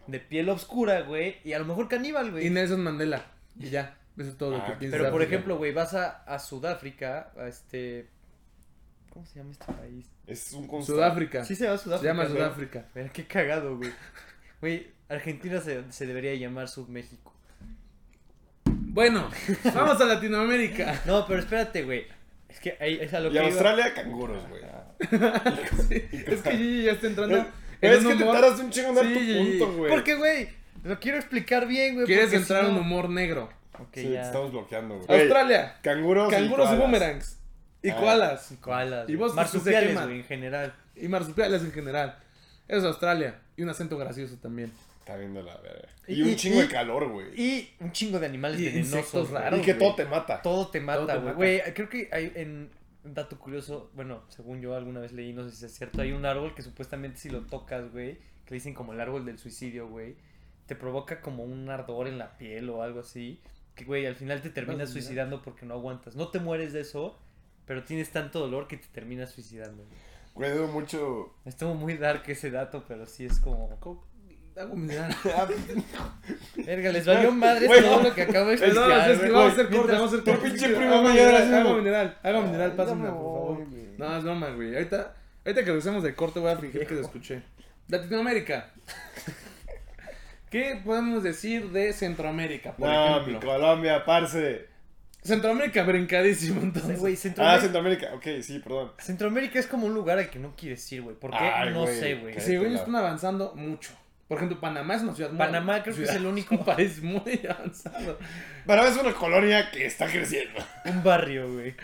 Speaker 3: de piel oscura, güey, y a lo mejor caníbal, güey.
Speaker 1: Y Nelson Mandela. Y ya. Eso es todo lo
Speaker 2: Ah,
Speaker 1: que piensas.
Speaker 3: Pero, por
Speaker 1: de África.
Speaker 3: ejemplo, güey, vas a, a Sudáfrica, a este... ¿Cómo se llama este país?
Speaker 2: Es un constante.
Speaker 1: Sudáfrica.
Speaker 3: Sí se llama
Speaker 1: se
Speaker 3: Sudáfrica.
Speaker 1: llama
Speaker 3: ¿no?
Speaker 1: Sudáfrica.
Speaker 3: Mira, qué cagado, güey. Güey, Argentina se, se debería llamar Subméxico.
Speaker 1: Bueno, vamos a Latinoamérica.
Speaker 3: No, pero espérate, güey. Es que ahí es a lo
Speaker 2: Y
Speaker 3: que iba.
Speaker 2: Australia, canguros, güey.
Speaker 1: Ah. Sí, es que Gigi ya está entrando.
Speaker 2: Es,
Speaker 1: en
Speaker 2: es
Speaker 1: un
Speaker 2: que te
Speaker 1: humor-
Speaker 2: tardas un chingo en dar
Speaker 1: Sí,
Speaker 2: tu
Speaker 1: sí, sí.
Speaker 2: punto, güey.
Speaker 3: Porque, güey, lo quiero explicar bien, güey.
Speaker 1: Quieres
Speaker 3: porque si
Speaker 1: entrar a un
Speaker 3: no-
Speaker 1: humor negro.
Speaker 3: Ok,
Speaker 2: Sí, te
Speaker 3: ya.
Speaker 2: estamos bloqueando, güey.
Speaker 1: Australia.
Speaker 2: Canguros.
Speaker 1: Canguros y
Speaker 2: koalas.
Speaker 1: boomerangs. Y
Speaker 2: Ah.
Speaker 1: koalas.
Speaker 3: Koalas,
Speaker 1: Y
Speaker 3: güey.
Speaker 1: vos, ¿se
Speaker 3: marsupiales,
Speaker 1: quema?
Speaker 3: güey, en general.
Speaker 1: Y marsupiales en general. Eso es Australia. Y un acento gracioso también.
Speaker 2: Está viendo la verga.
Speaker 3: Y-
Speaker 2: Y un
Speaker 3: y-
Speaker 2: chingo
Speaker 3: y-
Speaker 2: de calor, güey.
Speaker 3: Y un chingo de animales
Speaker 1: Y
Speaker 3: venenosos,
Speaker 1: insectos
Speaker 3: güey.
Speaker 1: raros.
Speaker 2: Y que
Speaker 1: güey.
Speaker 2: todo te mata.
Speaker 3: Todo te
Speaker 1: Todo te
Speaker 3: mata, güey.
Speaker 1: mata.
Speaker 3: Güey, creo que hay en un dato curioso, bueno, según yo alguna vez leí, no sé si es cierto, hay un árbol que supuestamente si lo tocas, güey, que le dicen como el árbol del suicidio, güey, te provoca como un ardor en la piel o algo así, que güey, al final te terminas
Speaker 1: mira.
Speaker 3: suicidando porque no aguantas. No te mueres de eso, pero tienes tanto dolor que te terminas suicidando. güey.
Speaker 2: Güey, dudo mucho.
Speaker 3: Estuvo muy dark ese dato, pero sí es como...
Speaker 1: Co- Hago mirar.
Speaker 3: Verga, les valió madres
Speaker 2: Güey,
Speaker 3: todo
Speaker 2: no.
Speaker 3: lo que acabo de
Speaker 1: Eh, no,
Speaker 3: explicar,
Speaker 1: es que
Speaker 3: güey.
Speaker 1: vamos a hacer corte,
Speaker 3: Mientras-
Speaker 1: vamos a hacer
Speaker 2: tu
Speaker 1: corte.
Speaker 2: pinche
Speaker 1: Hago
Speaker 2: primo mañana
Speaker 1: mineral,
Speaker 2: haciendo-
Speaker 1: hago mineral, hago mineral,
Speaker 2: Ay,
Speaker 1: pásenme,
Speaker 2: ya me
Speaker 1: por favor.
Speaker 2: voy, güey.
Speaker 1: No, es broma, güey. Ahorita, ahorita que regresemos de corte voy a fingir que lo escuché. Latinoamérica. ¿Qué podemos decir de Centroamérica, por
Speaker 2: No, mi
Speaker 1: ejemplo?
Speaker 2: Colombia, parce.
Speaker 1: Centroamérica brincadísimo,
Speaker 3: Sí,
Speaker 1: entonces.
Speaker 3: güey,
Speaker 2: Ah,
Speaker 3: Centroamérica-
Speaker 2: Centroamérica. Ok, sí, perdón.
Speaker 3: Centroamérica es como un lugar al que no quieres ir, güey. ¿Por qué?
Speaker 2: Ay,
Speaker 3: no
Speaker 2: güey,
Speaker 3: sé, güey.
Speaker 2: qué
Speaker 1: Sí, güey,
Speaker 2: Claro.
Speaker 1: están avanzando mucho. Por ejemplo, Panamá es una ciudad muy
Speaker 3: Panamá creo que es
Speaker 1: ciudad-
Speaker 3: el único-
Speaker 1: un país muy avanzado.
Speaker 2: Pero es una colonia que está creciendo.
Speaker 3: Un barrio, güey.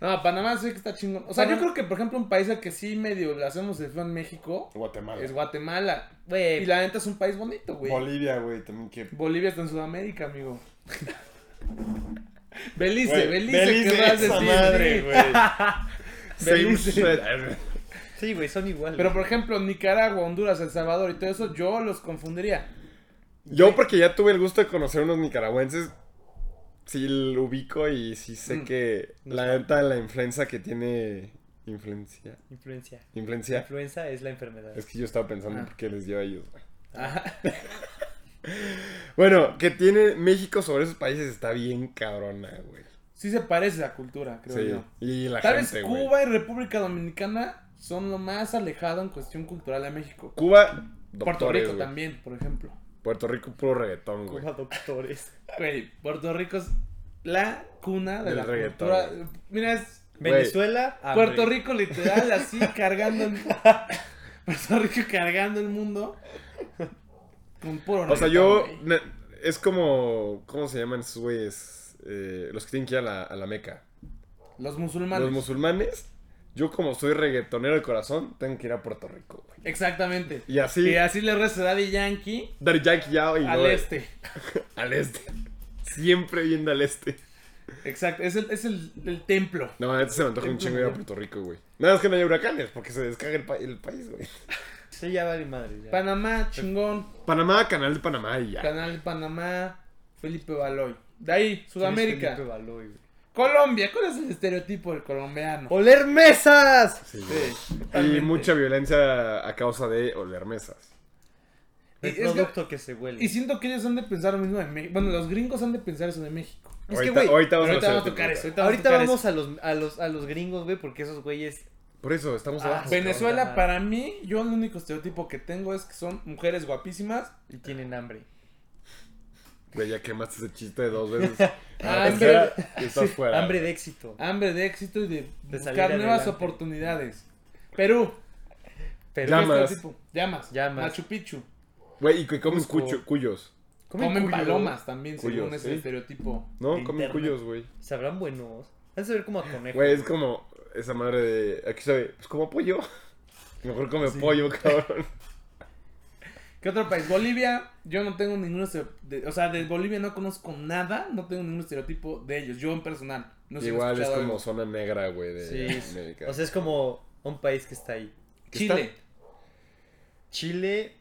Speaker 1: No, Panamá sí que está chingón. O sea, yo
Speaker 3: Panamá-
Speaker 1: creo que, por ejemplo, un país al que sí medio le hacemos el feo en México
Speaker 2: Guatemala.
Speaker 1: es Guatemala. Y
Speaker 3: Güey,
Speaker 1: la neta es un país bonito, güey.
Speaker 2: Bolivia, güey, también que.
Speaker 1: Bolivia está en Sudamérica, amigo. Belice,
Speaker 2: Güey,
Speaker 1: Belice, ¿qué vas a
Speaker 2: esa
Speaker 1: decir?
Speaker 2: madre,
Speaker 1: Sí.
Speaker 2: güey.
Speaker 1: Belice.
Speaker 2: Seis-
Speaker 3: sí, güey, son iguales.
Speaker 1: Pero por ejemplo, Nicaragua, Honduras, El Salvador y todo eso, yo los confundiría.
Speaker 2: Yo porque ya tuve el gusto de conocer unos nicaragüenses, sí lo ubico y sí sé
Speaker 1: Mm.
Speaker 2: que la neta la influenza que tiene influencia,
Speaker 3: Influencia.
Speaker 2: influencia,
Speaker 3: Influenza es la enfermedad.
Speaker 2: es que yo estaba pensando
Speaker 1: Ah.
Speaker 2: por qué les dio a ellos. güey.
Speaker 1: Ajá.
Speaker 2: Bueno, que tiene México sobre esos países está bien cabrona, güey.
Speaker 1: Sí se parece la cultura, creo
Speaker 2: Sí.
Speaker 1: yo.
Speaker 2: Y la
Speaker 1: Tal
Speaker 2: gente,
Speaker 1: vez
Speaker 2: güey.
Speaker 1: Cuba y República Dominicana son lo más alejado en cuestión cultural a México.
Speaker 2: Cuba,
Speaker 1: Puerto
Speaker 2: doctores,
Speaker 1: Rico
Speaker 2: güey.
Speaker 1: también, por ejemplo.
Speaker 2: Puerto Rico puro reggaetón, güey.
Speaker 3: Cuba doctores.
Speaker 1: Güey, Puerto Rico es la cuna de
Speaker 2: Del
Speaker 1: la
Speaker 2: reggaetón,
Speaker 1: cultura.
Speaker 2: güey.
Speaker 1: Mira, es
Speaker 2: Güey.
Speaker 3: Venezuela, hambre.
Speaker 1: Puerto Rico literal así cargando el... Puerto Rico cargando el mundo Con puro
Speaker 2: O sea,
Speaker 1: reggaetón,
Speaker 2: yo.
Speaker 1: güey.
Speaker 2: na- Es como. ¿Cómo se llaman esos güeyes? Eh, los que tienen que ir a la, a la Meca.
Speaker 1: Los musulmanes.
Speaker 2: Los musulmanes. Yo, como soy reggaetonero de corazón, tengo que ir a Puerto Rico, güey.
Speaker 1: Exactamente.
Speaker 2: Y así.
Speaker 1: Y así le reza Daddy Yankee
Speaker 2: Daddy Yankee ya y
Speaker 1: al
Speaker 2: no-
Speaker 1: este.
Speaker 2: Al este. Siempre yendo al este.
Speaker 1: Exacto, es el, es el, el templo.
Speaker 2: No, este se me antoja un chingo ir a Puerto Rico, güey. Nada más que no hay huracanes, porque se descarga el, pa- el país, güey.
Speaker 3: Sí, ya vale madre. ya.
Speaker 1: Panamá, chingón.
Speaker 2: Panamá, canal de Panamá y ya.
Speaker 1: Canal Panamá, Felipe Baloy. De ahí,
Speaker 3: ¿Quién es
Speaker 1: Sudamérica.
Speaker 3: Felipe Baloy, güey?
Speaker 1: Colombia, ¿cuál es el estereotipo del colombiano?
Speaker 3: ¡Oler mesas!
Speaker 2: Sí, güey.
Speaker 1: Sí,
Speaker 2: y
Speaker 1: totalmente.
Speaker 2: mucha violencia a causa de oler mesas.
Speaker 1: Y
Speaker 3: El
Speaker 1: es que-
Speaker 3: producto que... se huele.
Speaker 1: Y siento que ellos han de pensar lo mismo de México. Bueno, los gringos han de pensar eso de México.
Speaker 3: Es que,
Speaker 2: ahorita,
Speaker 3: güey,
Speaker 2: ahorita
Speaker 1: Pero
Speaker 2: vamos
Speaker 1: ahorita
Speaker 2: a
Speaker 1: vamos a
Speaker 2: hacer
Speaker 1: tocar eso.
Speaker 2: pregunta.
Speaker 1: Ahorita,
Speaker 3: Ahorita
Speaker 1: vamos a tocar
Speaker 3: vamos a los, a, los, a los gringos, güey, porque esos güeyes.
Speaker 2: Por eso, estamos
Speaker 1: eso.
Speaker 2: abajo.
Speaker 1: Venezuela,
Speaker 3: Ah.
Speaker 1: para mí, yo el único estereotipo que tengo es que son mujeres guapísimas.
Speaker 3: Y tienen hambre.
Speaker 2: Güey, ya quemaste ese chiste dos veces. A la
Speaker 1: Ah,
Speaker 2: tercera, estás fuera.
Speaker 3: Hambre de éxito.
Speaker 1: Hambre de éxito y de, buscar
Speaker 3: salir
Speaker 1: nuevas
Speaker 3: adelante.
Speaker 1: oportunidades. Perú,
Speaker 3: Pero
Speaker 1: ¿qué
Speaker 2: Llamas.
Speaker 1: estereotipo? Llamas.
Speaker 3: Llamas.
Speaker 1: Machu Picchu.
Speaker 2: Güey, y que comen
Speaker 3: Cusco.
Speaker 2: cucho- cuyos.
Speaker 1: Comen,
Speaker 3: cuyo.
Speaker 1: palomas también, según
Speaker 2: Cuyos,
Speaker 1: ese
Speaker 2: sí.
Speaker 1: estereotipo.
Speaker 2: No,
Speaker 3: De
Speaker 2: comen
Speaker 3: internet.
Speaker 2: cuyos, güey.
Speaker 3: Sabrán buenos. Han de saber como a conejo.
Speaker 2: Güey, es como esa madre de. Aquí sabe, pues como pollo. Mejor come
Speaker 1: Sí.
Speaker 2: pollo, cabrón.
Speaker 1: ¿Qué otro país? Bolivia, yo no tengo ningún estereotipo. O sea, de Bolivia no conozco nada, no tengo ningún estereotipo de ellos, yo en personal. No sé si han
Speaker 2: Igual es
Speaker 1: escuchado
Speaker 2: como
Speaker 1: algo.
Speaker 2: zona negra, güey, de
Speaker 3: Sí.
Speaker 2: América.
Speaker 3: O sea, es como un país que está ahí.
Speaker 1: Chile.
Speaker 3: Chile.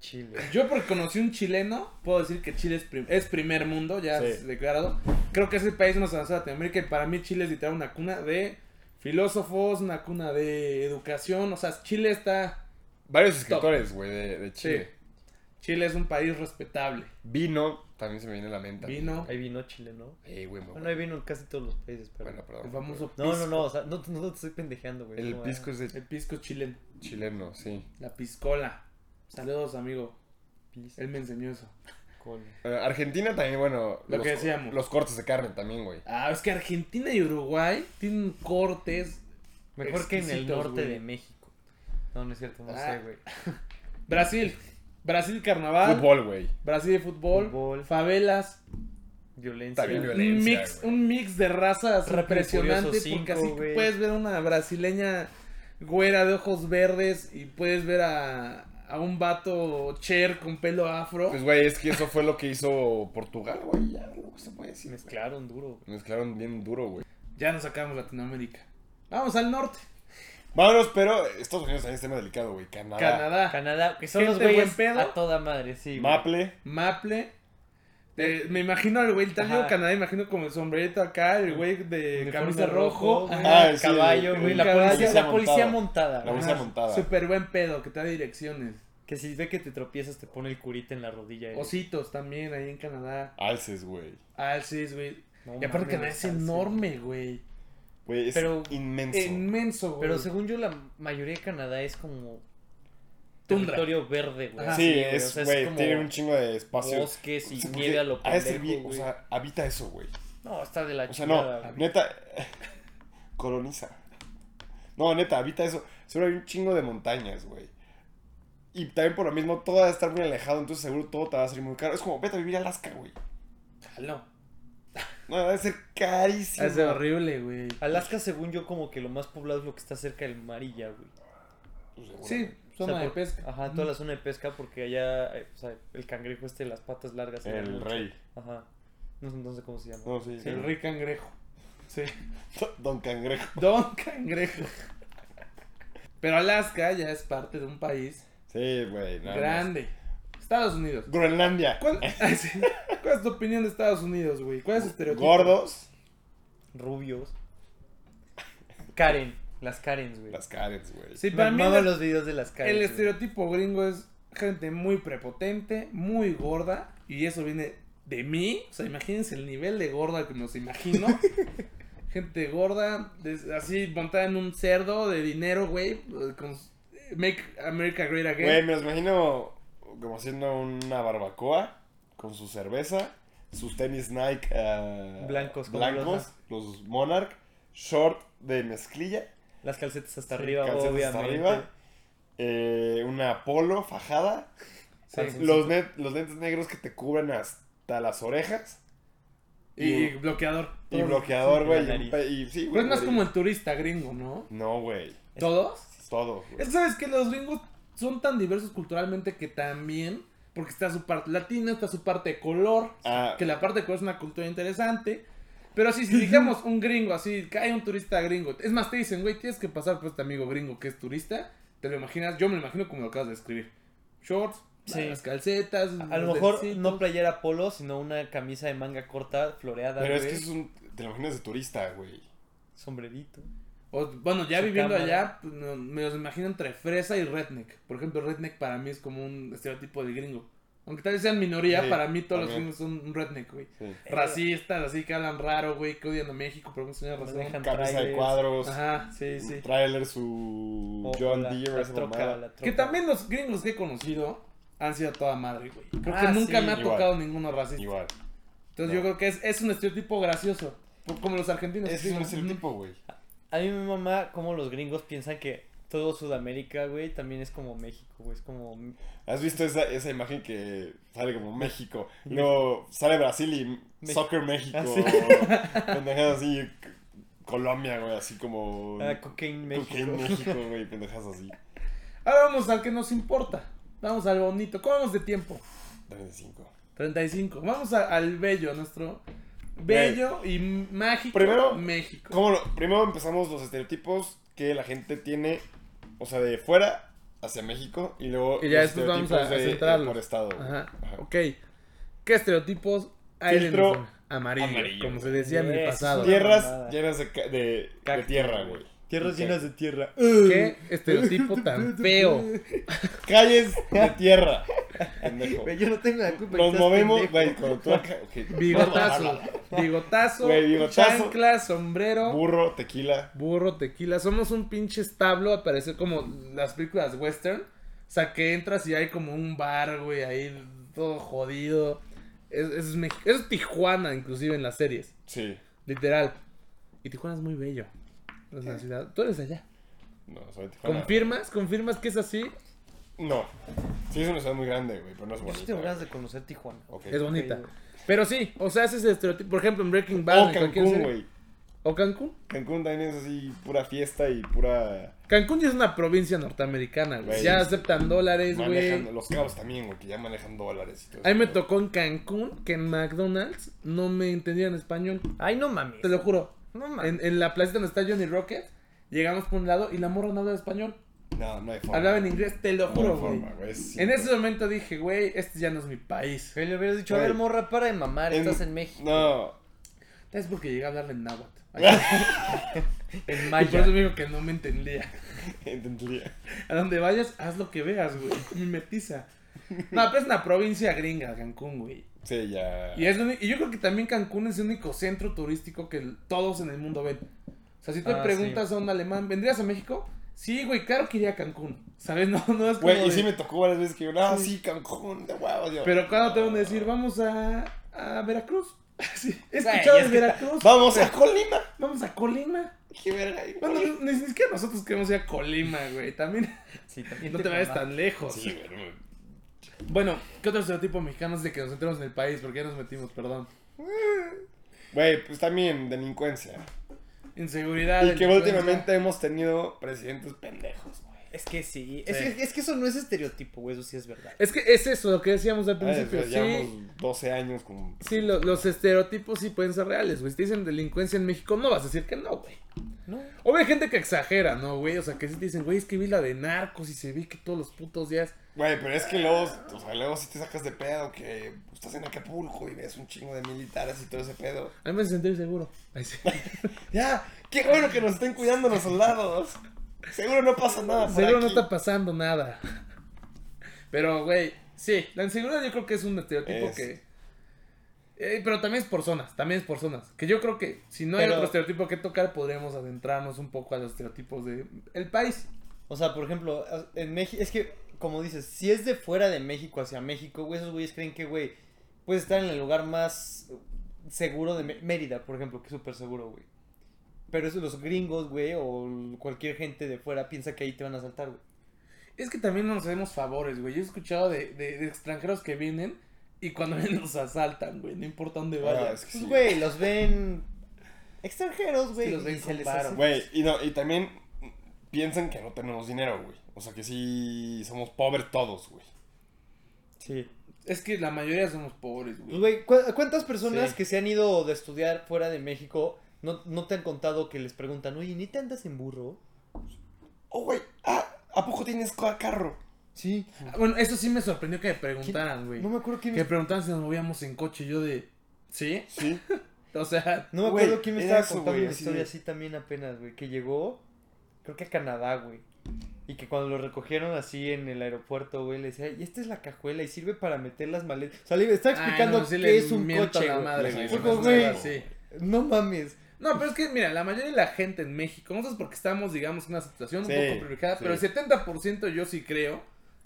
Speaker 3: Chile.
Speaker 1: Yo porque conocí un chileno, puedo decir que Chile es, prim- es primer mundo, ya
Speaker 2: Sí.
Speaker 1: es declarado. Creo que es el país más avanzado de Latinoamérica y para mí Chile es literal una cuna de filósofos, una cuna de educación. O sea, Chile está...
Speaker 2: Varios escritores, güey, de, de Chile.
Speaker 1: Chile es un país respetable.
Speaker 2: Vino, también se me viene a la mente.
Speaker 1: Vino,
Speaker 3: Hay vino chile, ¿no?
Speaker 2: Eh, güey, me
Speaker 3: Bueno, hay vino en casi todos los países, pero.
Speaker 2: Bueno, perdón.
Speaker 1: el famoso pisco.
Speaker 3: no, no, no, o sea, no, no te estoy pendejeando, güey.
Speaker 2: El
Speaker 3: no,
Speaker 2: pisco es de
Speaker 1: El pisco chileno.
Speaker 2: chileno, sí.
Speaker 1: La piscola. Saludos, amigo.
Speaker 3: ah, Pisco.
Speaker 1: Él me enseñó eso.
Speaker 2: Eh, Argentina también, bueno.
Speaker 1: Lo que
Speaker 2: co-
Speaker 1: decíamos.
Speaker 2: Los cortes de carne también, güey.
Speaker 1: Ah, es que Argentina y Uruguay tienen cortes.
Speaker 3: Mejor que en el
Speaker 1: Exquisitos,
Speaker 3: norte
Speaker 1: güey.
Speaker 3: de México. No, no es cierto, no
Speaker 1: Ah,
Speaker 3: sé, güey.
Speaker 1: Brasil. Brasil carnaval.
Speaker 2: Fútbol, güey.
Speaker 1: Brasil de fútbol.
Speaker 3: Fútbol.
Speaker 1: Favelas.
Speaker 3: Violencia.
Speaker 2: También violencia.
Speaker 1: Un mix,
Speaker 2: güey.
Speaker 1: un mix de razas
Speaker 3: Rápido y
Speaker 1: impresionante.
Speaker 3: Furioso
Speaker 1: porque
Speaker 3: cinco,
Speaker 1: así
Speaker 3: güey.
Speaker 1: puedes ver a una brasileña güera de ojos verdes y puedes ver a, a un vato cher con pelo afro.
Speaker 2: Pues, güey, es que eso fue lo que hizo Portugal, güey. Ya, no se puede decir. güey.
Speaker 3: Mezclaron duro, güey.
Speaker 2: Mezclaron bien duro, güey.
Speaker 1: Ya nos sacamos Latinoamérica. Vamos al norte.
Speaker 2: Vámonos, pero Estados Unidos también es tema delicado, güey. Canadá.
Speaker 1: Canadá.
Speaker 3: Canadá, que son
Speaker 1: Ah, Gente
Speaker 3: los güeyes
Speaker 1: buen pedo.
Speaker 3: a toda madre, sí. güey.
Speaker 2: Maple.
Speaker 1: Maple. Eh, me imagino al güey, el tal
Speaker 3: Ajá.
Speaker 1: Diego Canadá, me imagino como el sombrerito acá, el güey de
Speaker 3: Uniforme
Speaker 1: camisa rojo. Ah,
Speaker 3: güey,
Speaker 2: Ajá, sí,
Speaker 3: caballo,
Speaker 2: el-
Speaker 3: güey.
Speaker 1: el
Speaker 3: La policía,
Speaker 2: caballo.
Speaker 3: la policía montada.
Speaker 2: La
Speaker 3: güey.
Speaker 2: policía montada.
Speaker 1: Súper buen pedo, que te da direcciones.
Speaker 3: Que si ve que te tropiezas, te pone el curita en la rodilla. eh. güey.
Speaker 1: Ositos también ahí en Canadá.
Speaker 2: Alces, güey.
Speaker 1: Alces, güey.
Speaker 3: No
Speaker 1: y aparte
Speaker 3: mames,
Speaker 1: Canadá es
Speaker 3: alces,
Speaker 1: enorme, güey.
Speaker 2: Güey, es
Speaker 3: Pero-
Speaker 2: inmenso.
Speaker 1: Inmenso, güey.
Speaker 3: Pero según yo, la mayoría de Canadá es como
Speaker 1: Tundra.
Speaker 3: territorio verde, güey.
Speaker 1: Ajá.
Speaker 3: así,
Speaker 2: Sí,
Speaker 3: güey, o
Speaker 2: es,
Speaker 3: sea,
Speaker 2: güey,
Speaker 3: es como
Speaker 2: tiene un chingo de espacio.
Speaker 3: bosques y
Speaker 2: Sí, güey,
Speaker 3: nieve a lo
Speaker 2: ha de ser bien-
Speaker 3: pendejo,
Speaker 2: O
Speaker 3: güey.
Speaker 2: sea, habita eso, güey.
Speaker 3: No, está de la
Speaker 2: O sea,
Speaker 3: chingada,
Speaker 2: no,
Speaker 3: güey.
Speaker 2: neta, coloniza. No, neta, habita eso. Seguro hay un chingo de montañas, güey. Y también por lo mismo, todo va a estar muy alejado, entonces seguro todo te va a salir muy caro. Es como, vete a vivir a Alaska, güey.
Speaker 1: Jalo.
Speaker 2: No, va a ser carísimo. Pues
Speaker 1: Es horrible, güey.
Speaker 3: Alaska, según yo, como que lo más poblado es lo que está cerca del mar y ya, güey.
Speaker 2: Pues, seguro.
Speaker 1: Sí,
Speaker 3: O sea,
Speaker 1: zona de
Speaker 3: por-
Speaker 1: pesca.
Speaker 3: Ajá, toda la zona de pesca porque allá, eh, o sea, el cangrejo este de las patas largas. se
Speaker 2: El
Speaker 3: llama mucho.
Speaker 2: rey.
Speaker 3: Ajá. No sé entonces cómo se llama.
Speaker 2: No, sí.
Speaker 1: El rey cangrejo. Sí.
Speaker 2: Don Cangrejo.
Speaker 1: Don cangrejo. Pero Alaska ya es parte de un país
Speaker 2: Sí, güey. nada más.
Speaker 1: grande. Estados Unidos.
Speaker 2: Groenlandia.
Speaker 1: ¿Cuál, Ay, sí. ¿Cuál es tu opinión de Estados Unidos, güey? ¿Cuál es tu estereotipo?
Speaker 2: Gordos.
Speaker 3: Rubios. Karen. Las Karens, güey.
Speaker 2: Las Karens, güey.
Speaker 1: Sí,
Speaker 3: Me
Speaker 1: para mí
Speaker 3: mamaban
Speaker 1: la-
Speaker 3: los videos de las Karens.
Speaker 1: el
Speaker 3: güey.
Speaker 1: estereotipo gringo es gente muy prepotente, muy gorda, y eso viene de mí. O sea, imagínense el nivel de gorda que nos imagino. gente gorda, des- así montada en un cerdo de dinero, güey. pues, con- Make America Great Again.
Speaker 2: Güey, me los imagino como haciendo una barbacoa con su cerveza, sus tenis Nike ah,
Speaker 3: Blancos como
Speaker 2: blancos, los Monarch, short de mezclilla,
Speaker 3: Las calcetas hasta
Speaker 2: Sí,
Speaker 3: arriba,
Speaker 2: calcetas hasta
Speaker 3: obviamente.
Speaker 2: arriba. eh, una polo fajada,
Speaker 3: Sí.
Speaker 2: Los, net- los lentes negros que te cubren hasta las orejas.
Speaker 1: Y,
Speaker 2: Y,
Speaker 1: bloqueador.
Speaker 2: y bloqueador,
Speaker 3: y
Speaker 2: güey.
Speaker 3: la
Speaker 2: y un
Speaker 3: nariz.
Speaker 2: pe- y sí,
Speaker 1: Pero
Speaker 2: güey,
Speaker 1: es más
Speaker 2: nariz.
Speaker 1: como el turista gringo, ¿no?
Speaker 2: No, güey.
Speaker 1: ¿Todos?
Speaker 2: Todo, güey.
Speaker 1: Es que sabes que los gringos son tan diversos culturalmente que también, porque está su parte latina, está su parte de color,
Speaker 2: Ah.
Speaker 1: que la parte de color es una cultura interesante. Pero así, si digamos un gringo, así, cae un turista gringo. Es más, te dicen, güey, tienes que pasar por este amigo gringo que es turista. Te lo imaginas, yo me lo imagino como lo acabas de describir. Shorts,
Speaker 3: Sí.
Speaker 1: las calcetas.
Speaker 3: A lo
Speaker 1: los
Speaker 3: mejor
Speaker 1: lentecitos.
Speaker 3: no playera polo, sino una camisa de manga corta, floreada,
Speaker 2: Pero es
Speaker 3: güey,
Speaker 2: que es un. Te lo imaginas de turista, güey.
Speaker 3: sombrerito.
Speaker 1: O, bueno, ya
Speaker 3: Su
Speaker 1: viviendo
Speaker 3: cámara.
Speaker 1: allá, pues, no, me los imagino entre fresa y redneck. Por ejemplo, redneck para mí es como un estereotipo de gringo. Aunque tal vez sean minoría,
Speaker 2: Sí,
Speaker 1: para mí todos
Speaker 2: también.
Speaker 1: los gringos son un redneck, güey.
Speaker 3: Eh.
Speaker 2: Sí.
Speaker 1: Racistas, así que hablan raro, güey, que odian a México por alguna extraña razón.
Speaker 3: Manejan
Speaker 2: Camisa de
Speaker 3: trailers.
Speaker 2: cuadros.
Speaker 1: Ajá.
Speaker 3: Sí, sí.
Speaker 2: Trailer, su
Speaker 3: O- o
Speaker 2: John
Speaker 3: la-
Speaker 2: Deere,
Speaker 3: la
Speaker 2: esa
Speaker 3: troca,
Speaker 2: mamada.
Speaker 3: la troca.
Speaker 1: Que también los gringos que he conocido han sido a toda madre, güey. Creo que
Speaker 3: Ah,
Speaker 1: nunca
Speaker 3: sí.
Speaker 1: me ha
Speaker 2: Igual.
Speaker 1: tocado ninguno racista.
Speaker 2: Igual.
Speaker 1: Entonces
Speaker 2: No.
Speaker 1: yo creo que es, es un estereotipo gracioso. Como los argentinos.
Speaker 2: Ese
Speaker 1: que
Speaker 2: es un
Speaker 1: dicen,
Speaker 2: estereotipo, güey.
Speaker 3: A mí me mamá como los gringos piensan que todo Sudamérica, güey, también es como México, güey, es como
Speaker 2: ¿Has visto esa, esa imagen que sale como México? Luego sale Brasil y Soccer México.
Speaker 3: Ah, sí.
Speaker 2: Pendejadas así. c- Colombia, güey, así como.
Speaker 3: ah, cocaine México.
Speaker 2: Cocaine México, güey, pendejadas así.
Speaker 1: Ahora vamos al que nos importa. Vamos al bonito. ¿Cómo vamos de tiempo?
Speaker 2: 35.
Speaker 1: 35. Vamos a- al bello, nuestro bello y mágico
Speaker 2: Primero,
Speaker 1: México.
Speaker 2: ¿Cómo lo- Primero empezamos los estereotipos que la gente tiene, o sea, de fuera hacia México y luego
Speaker 1: Y ya
Speaker 2: los
Speaker 1: después vamos a-
Speaker 2: estereotipos
Speaker 1: a
Speaker 2: de-
Speaker 1: centrarlos.
Speaker 2: por estado. güey.
Speaker 1: Ajá.
Speaker 2: Ajá.
Speaker 1: Ok. ¿Qué estereotipos hay de
Speaker 2: Filtro
Speaker 1: nuestro amarillo,
Speaker 2: amarillo.
Speaker 1: Como se decía en el
Speaker 3: Yes.
Speaker 1: pasado.
Speaker 3: Tierra.
Speaker 2: Tierras
Speaker 3: mamada.
Speaker 2: llenas de, ca- de- de
Speaker 3: Cactus,
Speaker 2: tierra,
Speaker 3: güey.
Speaker 2: güey.
Speaker 3: Tierras
Speaker 2: Ok.
Speaker 3: llenas de tierra.
Speaker 1: ¿Qué estereotipo tan feo?
Speaker 2: Calles de tierra. pendejo.
Speaker 3: Güey, yo no tengo la culpa.
Speaker 2: Nos
Speaker 3: estás
Speaker 2: movemos,
Speaker 3: pendejo.
Speaker 2: güey, con tu acá, ok.
Speaker 1: Bigotazo. Bigotazo.
Speaker 2: Güey, bigotazo.
Speaker 1: Chancla, sombrero.
Speaker 2: Burro, tequila.
Speaker 1: Burro, tequila. Somos un pinche establo a parecer como las películas western. O sea, que entras y hay como un bar, güey, ahí todo jodido. Es- Eso es, Mex- eso es Tijuana, inclusive en las series.
Speaker 2: Sí.
Speaker 1: Literal. Y Tijuana es muy bello. Es la ciudad. Tú eres de allá.
Speaker 2: No, soy de Tijuana.
Speaker 1: ¿Confirmas? ¿Confirmas que es así?
Speaker 2: No. Sí, es una ciudad muy grande, güey, pero no es
Speaker 3: Yo sí
Speaker 2: bonita.
Speaker 3: tengo ganas
Speaker 2: güey.
Speaker 3: de conocer Tijuana. güey.
Speaker 2: Ok.
Speaker 1: Es bonita.
Speaker 3: güey.
Speaker 1: Pero sí, o sea, ese es el estereotipo. Por ejemplo, en Breaking Bad.
Speaker 2: O
Speaker 1: en cualquier
Speaker 2: Oh, Cancún,
Speaker 1: serie-
Speaker 2: güey.
Speaker 1: O Cancún.
Speaker 2: Cancún también es así, pura fiesta y pura...
Speaker 1: Cancún ya es una provincia norteamericana, güey.
Speaker 2: Güey,
Speaker 1: Ya
Speaker 2: sí.
Speaker 1: aceptan dólares,
Speaker 2: Manejan,
Speaker 1: güey.
Speaker 2: los cabos también, güey, que ya manejan dólares y todo
Speaker 1: A mí
Speaker 2: eso,
Speaker 1: me
Speaker 2: güey.
Speaker 1: tocó en Cancún que en McDonald's no me entendían español.
Speaker 3: Ay, no mames.
Speaker 1: Te lo juro.
Speaker 3: No mames.
Speaker 1: En, en la plaza donde está Johnny Rocket, llegamos por un lado y la morra no hablaba español.
Speaker 2: No, no hay forma.
Speaker 1: Hablaba en inglés, te lo
Speaker 2: No hay
Speaker 1: juro, güey.
Speaker 2: forma, güey. es
Speaker 1: En ese
Speaker 2: simple.
Speaker 1: momento dije, güey, este ya no es mi país.
Speaker 3: Güey, le hubieras dicho,
Speaker 2: Güey.
Speaker 3: a ver, morra, para de mamar,
Speaker 2: En-
Speaker 3: estás en México.
Speaker 2: No.
Speaker 1: Es porque llegué a hablarle en náhuatl. Y
Speaker 3: En
Speaker 1: por
Speaker 3: Maya.
Speaker 1: eso me dijo que no me entendía.
Speaker 2: Entendía.
Speaker 1: A donde vayas, haz lo que veas, güey. Mimetiza. No, pero es una provincia gringa, Cancún, güey.
Speaker 2: Sí, ya...
Speaker 1: Y, es lo uni- y yo creo que también Cancún es el único centro turístico que l- todos en el mundo ven. O sea, si te
Speaker 3: Ah,
Speaker 1: preguntas a un alemán, ¿vendrías a México? Sí, güey, claro que iría a Cancún. ¿Sabes? No, no es como
Speaker 2: Güey, y
Speaker 1: de-
Speaker 2: sí me tocó varias veces que yo, ah, sí, Cancún, de huevos. yo,
Speaker 1: Pero cuando te van a decir,
Speaker 2: "Ah".
Speaker 1: vamos a, a Veracruz. Sí, he
Speaker 3: Güey,
Speaker 1: escuchado
Speaker 3: es
Speaker 1: de
Speaker 3: que-
Speaker 1: Veracruz.
Speaker 2: Vamos a Colima.
Speaker 1: Vamos a Colima.
Speaker 2: Qué verga. güey.
Speaker 1: Bueno, ni, ni siquiera nosotros queremos ir a Colima, güey. También
Speaker 3: Sí, también
Speaker 1: no te vayas
Speaker 3: mamas.
Speaker 1: tan lejos.
Speaker 2: Sí, güey, no me-
Speaker 1: Bueno, ¿qué otro estereotipo mexicano es de que nos centremos en el país? Porque ya nos metimos, perdón.
Speaker 2: Güey, pues también delincuencia.
Speaker 1: Inseguridad.
Speaker 2: Y que
Speaker 1: Ah, delincuencia.
Speaker 2: últimamente hemos tenido presidentes pendejos, güey.
Speaker 3: Es que sí. Es,
Speaker 1: Sí.
Speaker 3: es- es que eso no es estereotipo, güey, eso sí es verdad.
Speaker 1: Es que es eso lo que decíamos al
Speaker 2: Ay,
Speaker 1: principio.
Speaker 2: o sea,
Speaker 1: sí,
Speaker 2: Llevamos 12 años con.
Speaker 1: sí lo- los estereotipos sí pueden ser reales, güey. Si te dicen delincuencia en México, no vas a decir que no, güey.
Speaker 3: No.
Speaker 1: O hay gente que exagera, ¿no, güey? O sea, que sí te dicen, güey, es que vi la de narcos y se vi que todos los putos días.
Speaker 2: Güey, pero es que luego, o sea, luego sí te sacas de pedo que estás en Acapulco y ves un chingo de militares y todo ese pedo.
Speaker 1: A mí me hace sentir seguro. Ay, sí.
Speaker 2: Ya, qué bueno que nos estén cuidando los soldados. Seguro no pasa nada. por
Speaker 1: Seguro no
Speaker 2: aquí.
Speaker 1: está pasando nada. Pero, güey, sí, la inseguridad yo creo que es un estereotipo
Speaker 2: Es.
Speaker 1: que... Eh, pero también es por zonas, también es por zonas. Que yo creo que si no hay
Speaker 3: Pero-
Speaker 1: otro estereotipo que tocar, podríamos adentrarnos un poco a los estereotipos de el país.
Speaker 3: O sea, por ejemplo, en México, es que, como dices, si es de fuera de México hacia México, güey, esos güeyes creen que, güey, puedes estar en el lugar más seguro de Mé- Mérida, por ejemplo, que es súper seguro, güey. Pero eso, los gringos, güey, o cualquier gente de fuera piensa que ahí te van a asaltar, güey.
Speaker 1: Es que también no nos hacemos favores, güey. Yo he escuchado de, de- de extranjeros que vienen y cuando vienen nos asaltan, güey. No importa dónde vayan.
Speaker 2: Ah, es que
Speaker 3: Pues,
Speaker 2: sí.
Speaker 3: güey, los ven extranjeros, güey.
Speaker 1: los ven
Speaker 3: y
Speaker 1: con
Speaker 3: se les
Speaker 1: varo.
Speaker 3: hace-
Speaker 2: Güey, y, no, y también piensan que no tenemos dinero, güey. O sea, que sí somos pobres todos, güey.
Speaker 3: Sí.
Speaker 1: Es que la mayoría somos pobres, güey.
Speaker 3: Pues, güey, ¿cu- ¿cuántas personas
Speaker 1: Sí.
Speaker 3: que se han ido de estudiar fuera de México no, no te han contado que les preguntan, oye, ¿ni te andas en burro?
Speaker 2: Oh, güey, ah, ¿a poco tienes ca- carro?
Speaker 3: Sí.
Speaker 1: Ah, Bueno, eso sí me sorprendió que me preguntaran, güey.
Speaker 3: No me acuerdo quién
Speaker 1: Que
Speaker 3: me...
Speaker 1: me preguntaran si nos movíamos en coche. Yo de. ¿Sí?
Speaker 2: Sí.
Speaker 1: O sea,
Speaker 3: No me
Speaker 2: Güey,
Speaker 3: acuerdo quién me
Speaker 2: era
Speaker 3: estaba
Speaker 2: eso,
Speaker 3: contando
Speaker 2: güey,
Speaker 3: una
Speaker 2: así
Speaker 3: historia
Speaker 2: de-
Speaker 3: así también apenas, güey. Que llegó, creo que a Canadá, güey. Y que cuando lo recogieron así en el aeropuerto, güey, le decía, y esta es la cajuela y sirve para meter las maletas. O sea, le
Speaker 2: Ah,
Speaker 3: estaba explicando
Speaker 1: Ay, no, sí
Speaker 3: qué
Speaker 1: le
Speaker 3: es un
Speaker 1: miento a
Speaker 3: coche,
Speaker 1: la
Speaker 3: güey.
Speaker 1: madre, güey.
Speaker 2: Fue
Speaker 1: no
Speaker 3: como,
Speaker 1: es nada,
Speaker 3: güey.
Speaker 1: sí.
Speaker 3: No mames.
Speaker 1: No, pero es que, mira, la mayoría de la gente en México, nosotros porque estamos, digamos, en una situación
Speaker 2: Sí,
Speaker 1: un poco privilegiada, pero el
Speaker 2: sí.
Speaker 1: 70% yo sí creo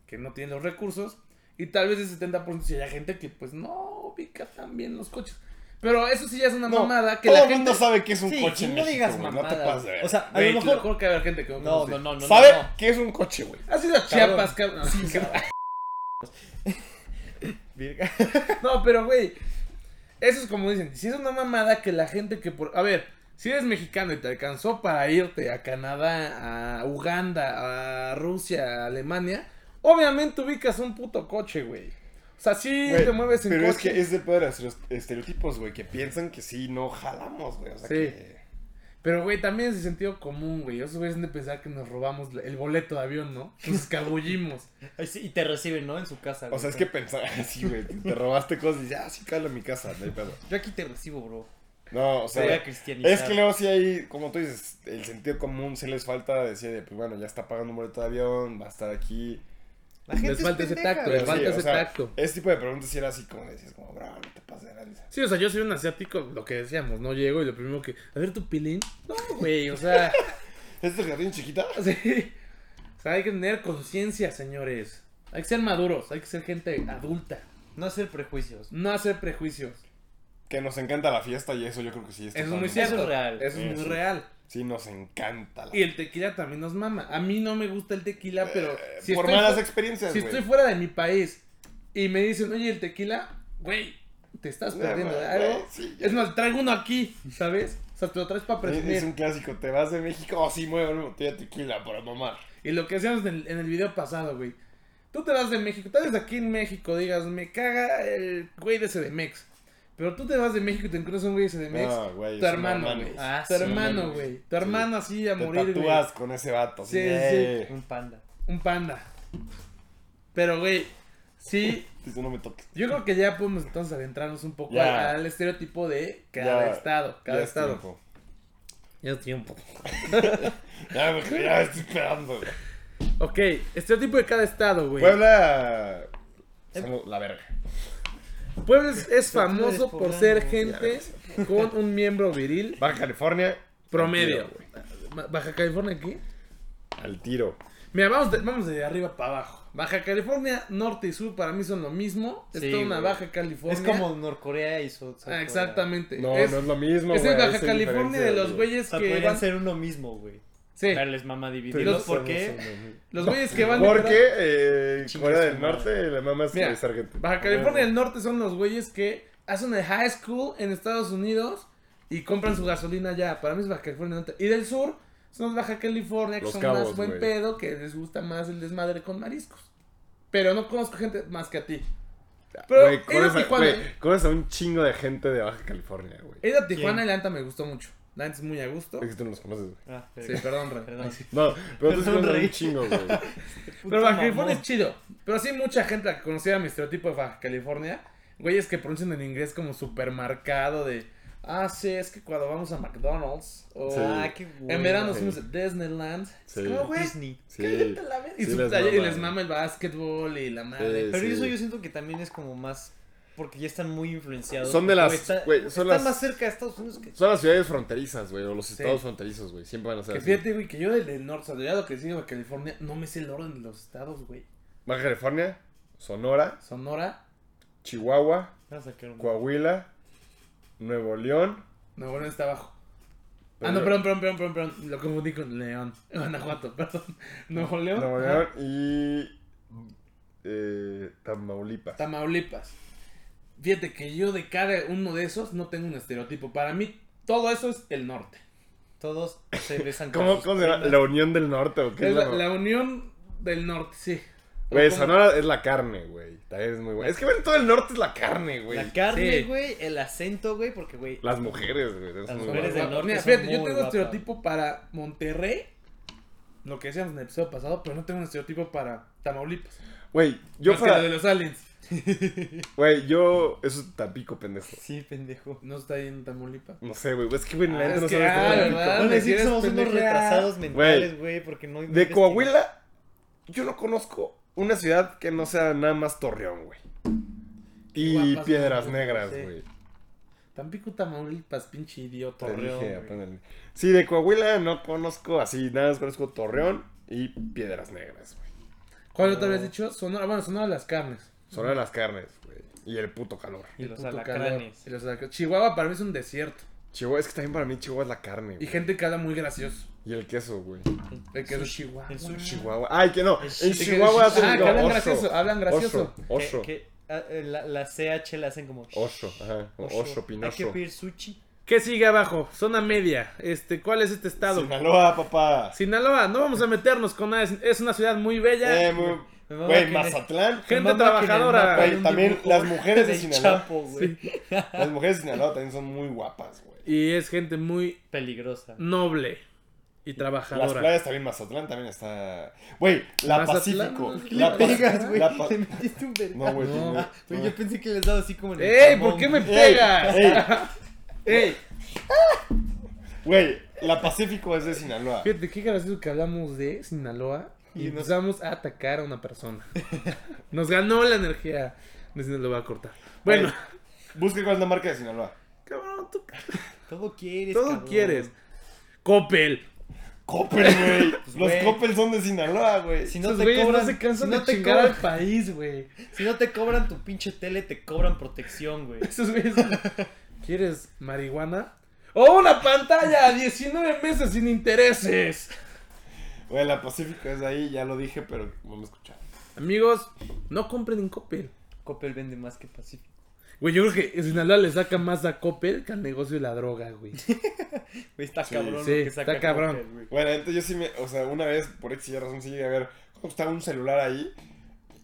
Speaker 1: que no tiene los recursos y tal vez el 70% sí haya gente que pues no ubica tan bien los coches. Pero eso sí ya es una
Speaker 2: No,
Speaker 1: mamada que
Speaker 2: Todo
Speaker 1: la
Speaker 2: el
Speaker 1: gente...
Speaker 2: mundo sabe que es un
Speaker 3: Sí,
Speaker 2: coche en
Speaker 3: no
Speaker 2: México,
Speaker 3: digas
Speaker 2: güey, No te
Speaker 3: mamadas.
Speaker 2: pases de ver.
Speaker 3: o sea, a
Speaker 1: Güey,
Speaker 3: lo
Speaker 1: te
Speaker 3: mejor...
Speaker 1: juro que va a haber gente que
Speaker 3: No, no, no, no.
Speaker 2: ¿Sabe
Speaker 3: no.
Speaker 2: qué es un coche, güey?
Speaker 1: Has ido a Chiapas, cabrón.
Speaker 3: Virga.
Speaker 1: No, pero güey, eso es como dicen, si es una mamada que la gente que por... A ver, si eres mexicano y te alcanzó para irte a Canadá, a Uganda, a Rusia, a Alemania, obviamente ubicas un puto coche, güey. O sea, sí
Speaker 2: Güey,
Speaker 1: te mueves en
Speaker 2: pero es
Speaker 1: coche.
Speaker 2: que es de poder hacer los estereotipos, güey, que piensan que sí, no jalamos, güey. O sea
Speaker 1: Sí.
Speaker 2: que.
Speaker 1: Pero, güey, también es de sentido común, güey. Esos güeyes han de pensar que nos robamos el boleto de avión, ¿no? Nos escabullimos.
Speaker 3: Ay, sí, Y te reciben, ¿no? En su casa.
Speaker 2: O
Speaker 3: güey.
Speaker 2: sea, es que pensar así, güey. Te robaste cosas y dices, ah, sí, calo en mi casa, no hay pedo.
Speaker 3: Yo aquí te recibo, bro.
Speaker 2: No, o sea.
Speaker 3: Te voy a cristianizar.
Speaker 2: Es que luego sí hay, como tú dices, el sentido común sí les falta decir de, pues bueno, ya está pagando un boleto de avión, va a estar aquí.
Speaker 3: La gente
Speaker 1: Les
Speaker 3: es
Speaker 1: falta ese
Speaker 3: pendeja,
Speaker 1: tacto,
Speaker 3: güey.
Speaker 1: les falta ese tacto.
Speaker 2: Ese tipo de preguntas sí era así como decías, como, bro, no te pases de lanza.
Speaker 1: Sí, o sea, yo soy un asiático, lo que decíamos, no llego y lo primero que... A ver, tu pilín. No, güey, o sea...
Speaker 2: ¿Es del jardín chiquita?
Speaker 1: Sí. O sea, hay que tener conciencia, señores. Hay que ser maduros, hay que ser gente adulta.
Speaker 3: No hacer prejuicios.
Speaker 1: No hacer prejuicios.
Speaker 2: Que nos encanta la fiesta y eso yo creo que sí. está
Speaker 1: Eso es muy
Speaker 2: totalmente-
Speaker 1: cierto. Eso
Speaker 3: Eso es real.
Speaker 2: Sí,
Speaker 1: es muy
Speaker 2: sí.
Speaker 1: real.
Speaker 2: Sí, nos encanta la
Speaker 1: Y el tequila también nos mama. A mí no me gusta el tequila, pero
Speaker 2: Eh,
Speaker 1: si,
Speaker 2: Por
Speaker 1: estoy,
Speaker 2: malas
Speaker 1: fu-
Speaker 2: experiencias,
Speaker 1: si
Speaker 2: güey.
Speaker 1: estoy fuera de mi país y me dicen, oye, el tequila, güey, te estás
Speaker 2: No,
Speaker 1: perdiendo de
Speaker 2: güey,
Speaker 1: algo.
Speaker 2: sí, ya.
Speaker 1: Es más, traigo uno aquí, ¿sabes? O sea, te lo traes para
Speaker 2: Es-
Speaker 1: presumir.
Speaker 2: Es un clásico, te vas de México, oh, sí, mueve una botella de tequila para mamar.
Speaker 1: Y lo que hacíamos en, en el video pasado, güey. Tú te vas de México, tal vez aquí en México digas, me caga el güey de CDMX. Pero tú te vas de México y te encuentras un güey de CDMX.
Speaker 2: No, güey, es
Speaker 1: tu
Speaker 2: una
Speaker 1: hermano,
Speaker 2: mano.
Speaker 1: güey.
Speaker 3: Ah,
Speaker 1: tu
Speaker 3: sí,
Speaker 1: hermano,
Speaker 2: mames.
Speaker 1: güey. Tu hermano así a
Speaker 2: Te
Speaker 1: morir, güey.
Speaker 2: tatúas con ese vato, sí,
Speaker 1: Sí, sí.
Speaker 3: Un panda.
Speaker 1: Un panda. Pero, güey, sí.
Speaker 2: Dice, no me toques.
Speaker 1: Yo creo que ya podemos entonces adentrarnos un poco
Speaker 2: Ya.
Speaker 1: al, al estereotipo de cada
Speaker 2: Ya,
Speaker 1: estado. Cada
Speaker 2: ya es
Speaker 1: estado.
Speaker 2: tiempo.
Speaker 1: Ya es tiempo.
Speaker 2: Ya, me, ya me estoy esperando, güey.
Speaker 1: Ok, estereotipo de cada estado, güey.
Speaker 2: Puebla.
Speaker 1: Eh.
Speaker 2: somos la verga.
Speaker 1: Puebla es, es
Speaker 3: Pero tú eres
Speaker 1: famoso por
Speaker 3: poblano,
Speaker 1: ser
Speaker 3: ya,
Speaker 1: gente con un miembro viril
Speaker 2: Baja California.
Speaker 1: Promedio.
Speaker 2: Al tiro, güey.
Speaker 1: Ba- ¿Baja California aquí?
Speaker 2: Al tiro.
Speaker 1: Mira, vamos de, vamos de arriba para abajo. Baja California, norte y sur para mí son lo mismo.
Speaker 3: Sí,
Speaker 1: es toda una
Speaker 3: güey.
Speaker 1: Baja California.
Speaker 3: Es como Norcorea y South
Speaker 1: Ah, Pues exactamente.
Speaker 2: No,
Speaker 1: es,
Speaker 2: no es lo mismo.
Speaker 1: es el
Speaker 2: güey,
Speaker 1: Baja
Speaker 2: esa
Speaker 1: California
Speaker 2: diferencia,
Speaker 1: de los
Speaker 2: güey.
Speaker 3: O
Speaker 1: güeyes
Speaker 3: sea,
Speaker 1: que
Speaker 3: podrían
Speaker 1: van.
Speaker 3: ser uno mismo, güey.
Speaker 1: Sí,
Speaker 3: Pero les mama
Speaker 2: Sí,
Speaker 1: los-
Speaker 3: dividirlos
Speaker 2: no son, no
Speaker 3: porque...
Speaker 2: son, no son.
Speaker 1: los güeyes que van.
Speaker 2: Porque eh,
Speaker 3: Chinga
Speaker 2: Corea
Speaker 3: su
Speaker 2: del
Speaker 3: madre.
Speaker 2: Norte la mamá es
Speaker 1: Mira,
Speaker 2: que es argentina.
Speaker 1: Baja California del Norte son los güeyes que hacen el high school en Estados Unidos y compran su gasolina allá. Para mí es Baja California del Norte. Y del sur son los Baja California que
Speaker 2: Los
Speaker 1: son
Speaker 2: Cabos,
Speaker 1: más buen
Speaker 2: güey.
Speaker 1: pedo, que les gusta más el desmadre con mariscos. Pero no conozco gente más que a ti. Pero he
Speaker 2: Güey,
Speaker 1: ido a
Speaker 2: conoces a-
Speaker 1: Tijuana.
Speaker 2: güey, conoces a un chingo de gente de Baja California, güey.
Speaker 1: He ido a Tijuana
Speaker 3: ¿Quién?
Speaker 1: y la neta me gustó mucho. La neta es muy a gusto.
Speaker 2: Es que tú no los conoces, güey.
Speaker 3: Ah,
Speaker 1: Sí,
Speaker 3: verga.
Speaker 1: perdón, Rey.
Speaker 3: Perdón.
Speaker 2: No, pero tú
Speaker 3: Perdón,
Speaker 2: sí conoces a
Speaker 3: Rey.
Speaker 2: un chingo, güey.
Speaker 1: Pero Baja
Speaker 3: Puta
Speaker 1: California
Speaker 3: mamón.
Speaker 1: es chido. Pero sí, mucha gente la que conocía mi estereotipo de Baja California, güeyes que pronuncian en inglés como supermercado de. Ah, sí, es que cuando vamos a McDonald's. O
Speaker 2: Sí.
Speaker 3: Ah, qué güey.
Speaker 1: en verano
Speaker 2: sí.
Speaker 1: fuimos a Disneyland.
Speaker 2: Sí.
Speaker 1: Es como, güey,
Speaker 3: Disney.
Speaker 2: Sí.
Speaker 1: cállate la verga. Y,
Speaker 2: Sí
Speaker 1: su
Speaker 2: les
Speaker 1: taller- y
Speaker 2: mama,
Speaker 1: les
Speaker 2: güey.
Speaker 1: mama el básquetbol y la
Speaker 2: Sí.
Speaker 1: madre.
Speaker 3: Pero eso yo siento que también es como más... Porque ya están muy influenciados.
Speaker 2: Son de
Speaker 3: porque,
Speaker 2: las-
Speaker 3: está-
Speaker 2: güey, son
Speaker 3: están
Speaker 2: las-
Speaker 3: más cerca de Estados Unidos que...
Speaker 2: Son las ciudades fronterizas, güey, o los
Speaker 1: Sí.
Speaker 2: estados fronterizos, güey. Siempre van a ser
Speaker 1: Que
Speaker 2: así.
Speaker 1: fíjate, güey, que yo del del norte, o sea, de lo que sigue Baja California, no me sé el orden de los estados, güey.
Speaker 2: Baja California, Sonora,
Speaker 1: Sonora,
Speaker 2: Chihuahua,
Speaker 3: Vamos a sacar un-
Speaker 2: Coahuila, Nuevo León,
Speaker 1: Nuevo León está abajo. Ah, no, perdón, perdón, perdón, perdón, perdón. Lo confundí con León. Guanajuato, perdón. Nuevo León.
Speaker 2: Nuevo
Speaker 1: Ajá.
Speaker 2: León y. eh, Tamaulipas.
Speaker 1: Tamaulipas. Fíjate que yo de cada uno de esos no tengo un estereotipo. Para mí, todo eso es el norte.
Speaker 3: Todos se besan con
Speaker 2: ¿Cómo,
Speaker 3: sus
Speaker 2: cómo se llama?
Speaker 3: primas.
Speaker 2: ¿La Unión del Norte o qué?
Speaker 1: Es
Speaker 2: es
Speaker 1: la,
Speaker 2: la-
Speaker 1: la unión del norte, sí.
Speaker 2: Güey,
Speaker 1: ¿Cómo?
Speaker 2: Sonora es la carne, güey. También es muy bueno. Es que bueno, todo el norte es la carne, güey.
Speaker 3: La carne,
Speaker 1: Sí.
Speaker 3: güey, el acento, güey, porque, güey,
Speaker 2: Las mujeres, güey. es
Speaker 3: Las
Speaker 2: muy
Speaker 3: mujeres
Speaker 2: bueno.
Speaker 3: del norte
Speaker 1: Mira,
Speaker 3: son
Speaker 1: fíjate,
Speaker 3: muy
Speaker 1: yo tengo
Speaker 3: guapas.
Speaker 1: estereotipo para Monterrey. Lo que decíamos en el episodio pasado, pero no tengo un estereotipo para Tamaulipas.
Speaker 2: Güey, yo
Speaker 1: Más que
Speaker 2: para-
Speaker 1: lo de los aliens.
Speaker 2: Güey, yo. Eso es Tampico, pendejo.
Speaker 3: sí, pendejo.
Speaker 1: No está ahí en Tamaulipas.
Speaker 2: No sé, güey. Es que, güey, la
Speaker 1: Ah,
Speaker 2: gente
Speaker 1: es
Speaker 2: no
Speaker 1: que-
Speaker 2: sabe
Speaker 1: ah,
Speaker 2: esto
Speaker 1: ¿verdad?
Speaker 2: de Tampico.
Speaker 3: Van a decir que
Speaker 1: eres
Speaker 3: somos unos
Speaker 1: pendeja.
Speaker 3: retrasados mentales, güey, porque no
Speaker 2: De Coahuila, yo no conozco una ciudad que no sea nada más Torreón, güey. Y
Speaker 1: Guapas,
Speaker 2: Piedras
Speaker 1: ¿no?
Speaker 2: Negras,
Speaker 1: Sí.
Speaker 2: güey.
Speaker 1: Tampico, Tamaulipas, pinche idiota.
Speaker 2: Te
Speaker 1: Torreón,
Speaker 2: dije,
Speaker 1: güey.
Speaker 2: apréndele. Sí, de Coahuila no conozco así, nada más conozco Torreón y Piedras Negras, güey.
Speaker 1: ¿Cuál otra vez dicho? Sonora, bueno, Sonora de las carnes.
Speaker 2: Sonora de las carnes, güey. Y el puto calor.
Speaker 3: Y
Speaker 1: El
Speaker 3: los
Speaker 1: puto
Speaker 3: alacranes.
Speaker 1: calor. Y los alacranes. Chihuahua para mí es un desierto.
Speaker 2: Chihuahua, es que también para mí Chihuahua es la carne,
Speaker 1: Y
Speaker 2: güey.
Speaker 1: gente que habla muy gracioso.
Speaker 2: Y el queso, güey.
Speaker 1: El que es
Speaker 3: Sushi.
Speaker 1: Chihuahua.
Speaker 3: El sushi.
Speaker 2: Chihuahua. Ay, que no.
Speaker 3: El
Speaker 2: En
Speaker 3: chi-
Speaker 2: Chihuahua
Speaker 1: Ah, que
Speaker 2: hacen como
Speaker 1: hablan
Speaker 2: oso.
Speaker 1: gracioso, hablan gracioso.
Speaker 2: Oso.
Speaker 3: Que, que, ah, eh, la, la CH la hacen como...
Speaker 2: Oso, ajá. Oso,
Speaker 3: Hay que
Speaker 2: pinoso.
Speaker 3: pedir sushi.
Speaker 1: ¿Qué sigue abajo? Zona media. Este, ¿cuál es este estado?
Speaker 2: Sinaloa, papá.
Speaker 1: Sinaloa, no vamos a meternos con nada. Es, es una ciudad muy bella.
Speaker 2: Eh, muy-
Speaker 3: Me mama que
Speaker 2: Güey,
Speaker 3: en-
Speaker 2: Mazatlán.
Speaker 1: Gente
Speaker 3: me mama que en el
Speaker 1: trabajadora.
Speaker 3: mapa hay
Speaker 2: Güey,
Speaker 3: un
Speaker 2: también
Speaker 3: dibujo
Speaker 2: las mujeres de
Speaker 3: del
Speaker 2: Sinaloa.
Speaker 3: Chapo, güey.
Speaker 2: Las mujeres de Sinaloa también son muy guapas, güey.
Speaker 1: y es gente muy
Speaker 3: Peligrosa.
Speaker 1: noble y
Speaker 2: Las
Speaker 1: trabajadora.
Speaker 2: playas también, Mazatlán también está. Güey, la
Speaker 1: Mazatlán,
Speaker 2: Pacífico.
Speaker 1: ¿no? ¿Qué
Speaker 2: La
Speaker 1: le
Speaker 2: Pa-
Speaker 1: pegas,
Speaker 2: la Pa-
Speaker 3: Le metiste un vergazo.
Speaker 2: No, güey.
Speaker 1: No.
Speaker 2: tiene-
Speaker 3: Ah, güey, yo pensé que les daba así como en el
Speaker 1: ¡Ey!
Speaker 3: jamón,
Speaker 1: ¿Por qué me
Speaker 3: güey.
Speaker 2: Ey,
Speaker 1: pegas?
Speaker 2: ey,
Speaker 1: ¡Ey!
Speaker 2: Güey, la Pacífico es de Sinaloa.
Speaker 1: Fíjate, qué gracioso que hablamos de Sinaloa y,
Speaker 3: Y nos-
Speaker 1: empezamos a atacar a una persona. Nos ganó la energía. De Sinaloa a cortar.
Speaker 2: Güey,
Speaker 1: Bueno,
Speaker 2: Busca cuál es la marca de Sinaloa.
Speaker 1: cabrón, tú
Speaker 3: Todo quieres,
Speaker 1: todo
Speaker 3: cabrón.
Speaker 1: quieres. Coppel.
Speaker 2: Coppel, güey. Los
Speaker 3: güey.
Speaker 2: Coppel son de Sinaloa, güey.
Speaker 3: Si no
Speaker 1: Esos
Speaker 3: te
Speaker 1: güeyes
Speaker 3: cobran,
Speaker 1: no se cansan
Speaker 3: si no
Speaker 1: de
Speaker 3: te
Speaker 1: chingar
Speaker 3: cobran-
Speaker 1: al país, güey.
Speaker 3: si no te cobran tu pinche tele, te cobran protección, güey.
Speaker 1: Esos güeyes. ¿Quieres marihuana? ¡O una pantalla a 19 meses sin intereses!
Speaker 2: Güey, la Pacífico es de ahí, ya lo dije, pero vamos a escuchar.
Speaker 1: Amigos, no compren en Coppel.
Speaker 3: Coppel vende más que Pacífico.
Speaker 1: Güey, yo creo que Sinaloa le saca más a Coppel que al negocio de la droga, güey.
Speaker 3: Güey, está
Speaker 2: Sí,
Speaker 3: cabrón
Speaker 1: sí,
Speaker 3: lo que saca
Speaker 1: está cabrón.
Speaker 3: Coppel, güey.
Speaker 2: Bueno, entonces yo sí me. O sea, una vez, por X y razón, sí llegué a ver cómo estaba un celular ahí.